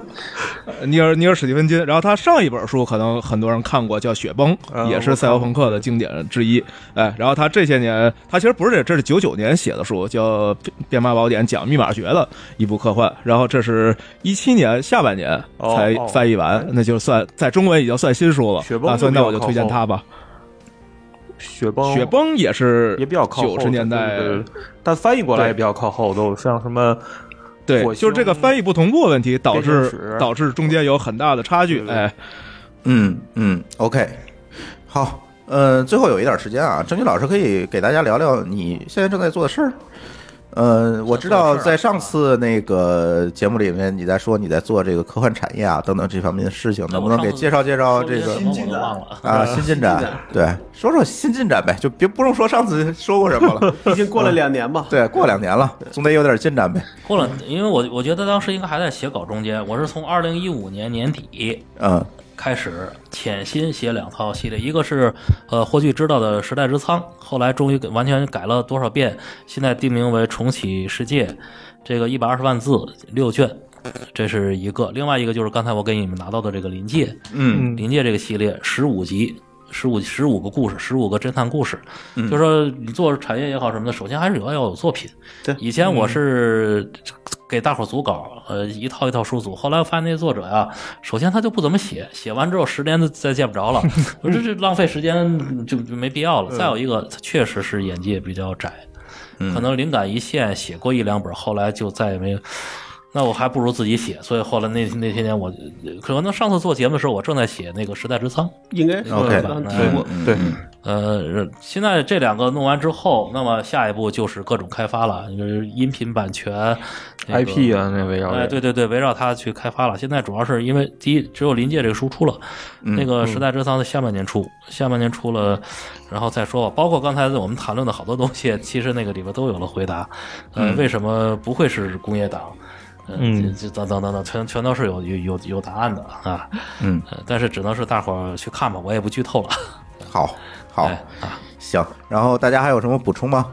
J: 尼尔尼尔史蒂芬金。然后他上一本书可能很多人看过，叫《雪崩
F: 嗯》，
J: 也是赛博朋克的经典之一。哎，然后他这些年，他其实不是这，这是九九年写的书，叫《编码宝典》，讲密码学的一部科幻。然后这是一七年下半年
F: 哦
J: 才
F: 哦
J: 翻译完，那就算在中文已经算新书了。
F: 雪崩
J: 啊，
F: 就
J: 所以
F: 比
J: 那
F: 较
J: 我就
F: 靠
J: 推荐
F: 后
J: 他吧。
F: 雪崩
J: 雪崩也是
F: 也比较靠后
J: 九十年代
F: 对对对但翻译过来
J: 对
F: 也比较靠后，都像什么
J: 对
F: 火，
J: 就是这个
F: 星
J: 翻译不同步问题导
F: 变形
J: 致
F: 史
J: 导致中间有很大的差距。
F: 对对对
J: 哎，
A: 嗯嗯，OK，好，呃，最后有一点时间啊，郑钧老师可以给大家聊聊你现在正在做的事儿。呃，我知道在上次那个节目里面，你在说你在做这个科幻产业啊等等这方面的事情，能不能给介绍介绍这个
D: 哦我都忘了。
A: 啊新进展？对，说说新进展呗，就别不用说上次说过什么了。
B: 已经过了两年吧。
A: 对，过两年了，总得有点进展呗。
D: 过了，因为我我觉得当时应该还在写稿中间，我是从二零一五年年底
A: 嗯
D: 开始潜心写两套系列，一个是呃霍炬知道的《时代之仓》，后来终于给完全改了多少遍，现在定名为《重启世界》，这个一百二十万字六卷，这是一个；另外一个就是刚才我给你们拿到的这个《临界》，
A: 嗯
D: 临界》这个系列十五集。十五十五个故事，十五个侦探故事，
A: 嗯
D: 就说你做产业也好什么的，首先还是要要有作品。
B: 对
D: 以前
A: 嗯
D: 我是给大伙儿组稿，呃，一套一套书组。后来我发现那些作者呀、首先他就不怎么写，写完之后十年都 再见不着了，我说这这浪费时间就就没必要了。再有一个，他确实是眼界比较窄，可能灵感一现，写过一两本，后来就再也没有。那我还不如自己写，所以后来那那些年我，可能上次做节目的时候，我正在写那个《时代之仓》，
B: 应该是吧
D: OK，
B: 刚提
D: 对
B: 过，
I: 对，
D: 呃，现在这两个弄完之后，那么下一步就是各种开发了，就是音频版权、那个
F: IP 啊，那围绕
D: 哎，
F: 着
D: 对对对，围绕它去开发了。现在主要是因为第一，只有《临界》这个书出了，
J: 嗯
D: 那个《时代之仓》在下半年出，下半年出了，然后再说吧。包括刚才我们谈论的好多东西，其实那个里边都有了回答。呃，
J: 嗯
D: 为什么不会是工业党？呃
F: 嗯
D: 这这等等等等，全全都是有有有有答案的啊。
A: 嗯
D: 呃，但是只能是大伙儿去看吧，我也不剧透了。
A: 好，好
D: 哎，啊，
A: 行。然后大家还有什么补充吗？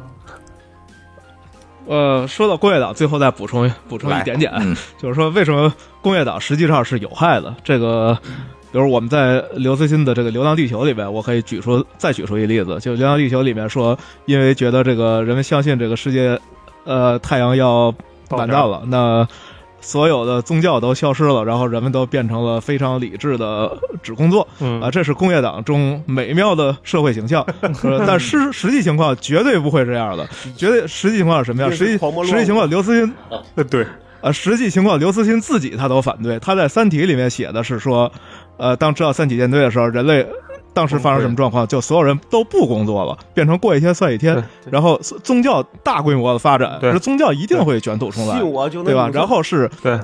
J: 呃，说到工业党，最后再补充补充一点点， 就是说为什么工业党实际上是有害的？这个，比如我们在刘慈欣的这个《流浪地球》里边，我可以举出再举出一例子，就《流浪地球》里面说，因为觉得这个人们相信这个世界，呃，太阳要完蛋了，那所有的宗教都消失了，然后人们都变成了非常理智的只工作，
F: 嗯
J: 啊，这是工业党中美妙的社会 形象。呃但实实际情况绝对不会这样的，绝对实际情况是什么样？
B: 就是
J: 实际
B: 狂魔
J: 实
B: 乱
J: 际情
B: 舞啊
J: 况，刘慈欣
I: 对，
J: 呃，实际情况，刘慈欣自己他都反对。他在《三体》里面写的是说，呃，当知道三体舰队的时候，人类当时发生什么状况，就所有人都不工作了，变成过一天算一天。然后宗教大规模的发展，
I: 对
J: 是宗教一定会卷土重来，
B: 信我就能
J: 对吧？
B: 如
J: 然后是
I: 对，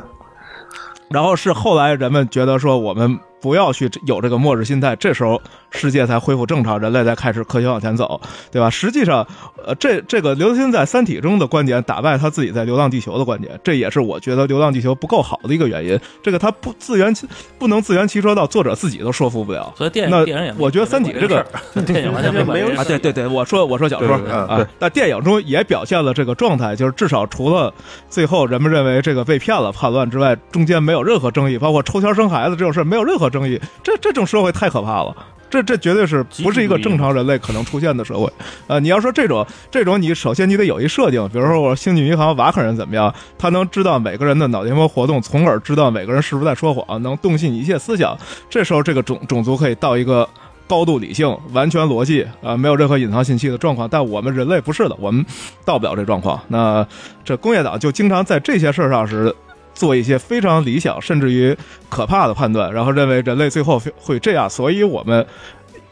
J: 然后是后来人们觉得说我们不要去有这个末日心态，这时候世界才恢复正常，人类才开始科学往前走，对吧？实际上，呃，这这个刘慈欣在《三体》中的观点打败他自己在《流浪地球》的观点，这也是我觉得《流浪地球》不够好的一个原因。这个他不自圆其不能自圆其说到作者自己都说服不了。
D: 所以电
J: 那
D: 影电影也没
J: 我觉得《三体》
D: 没
J: 这个
D: 事儿电影 完全没管这事儿
J: 啊，对对对，我说我说小说
I: 对对对
J: 啊
I: 对，
J: 但电影中也表现了这个状态，就是至少除了最后人们认为这个被骗了叛乱之外，中间没有任何争议，包括抽签生孩子这种事儿没有任何争议，这这种社会太可怕了。这这绝对是不是一个正常人类可能出现的社会？呃，你要说这种这种，你首先你得有一设定，比如说我星际银行瓦肯人怎么样，他能知道每个人的脑电波活动，从而知道每个人是不是在说谎，能洞悉你一切思想。这时候这个种种族可以到一个高度理性、完全逻辑啊、没有任何隐藏信息的状况。但我们人类不是的，我们到不了这状况。那这工业党就经常在这些事儿上是。做一些非常理想，甚至于可怕的判断，然后认为人类最后会会这样，所以我们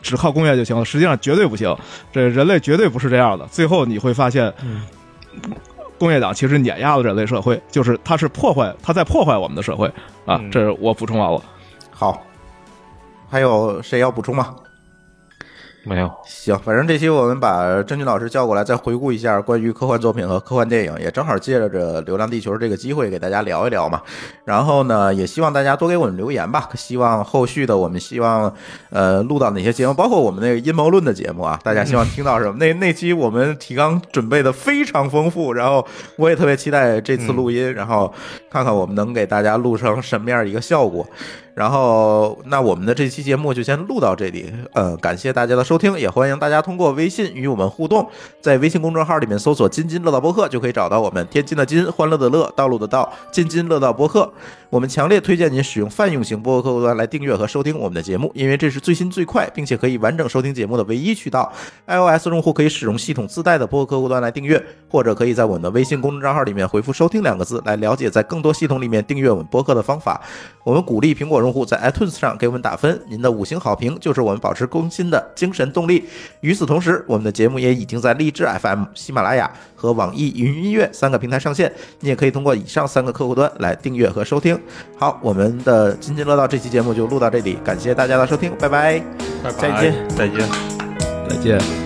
J: 只靠工业就行了。实际上绝对不行，这人类绝对不是这样的。最后你会发现，工业党其实碾压了人类社会，就是它是破坏，它在破坏我们的社会啊。
F: 嗯
J: 这是我补充完了。
A: 好，还有谁要补充吗？
F: 没有，
A: 行，反正这期我们把郑钧老师叫过来，再回顾一下关于科幻作品和科幻电影，也正好借着这《流浪地球》这个机会给大家聊一聊嘛。然后呢，也希望大家多给我们留言吧。希望后续的我们希望呃录到哪些节目，包括我们那个阴谋论的节目啊，大家希望听到什么？那那期我们提纲准备的非常丰富，然后我也特别期待这次录音，然后看看我们能给大家录成什么样一个效果。然后，那我们的这期节目就先录到这里。呃，感谢大家的收听，也欢迎大家通过微信与我们互动，在微信公众号里面搜索“津津乐道播客”就可以找到我们。天津的津，欢乐的乐，道路的道，津津乐道播客。我们强烈推荐您使用泛用型播客客户端来订阅和收听我们的节目，因为这是最新最快，并且可以完整收听节目的唯一渠道。iOS 用户可以使用系统自带的播客客户端来订阅，或者可以在我们的微信公众账号里面回复“收听”两个字来了解在更多系统里面订阅我们播客的方法。我们鼓励苹果用户在 iTunes 上给我们打分，您的五星好评就是我们保持更新的精神动力。与此同时，我们的节目也已经在荔枝 FM、喜马拉雅和网易云音乐三个平台上线，你也可以通过以上三个客户端来订阅和收听。好，我们的津津乐道这期节目就录到这里，感谢大家的收听，拜拜。
I: 再见，再见。
J: 再见。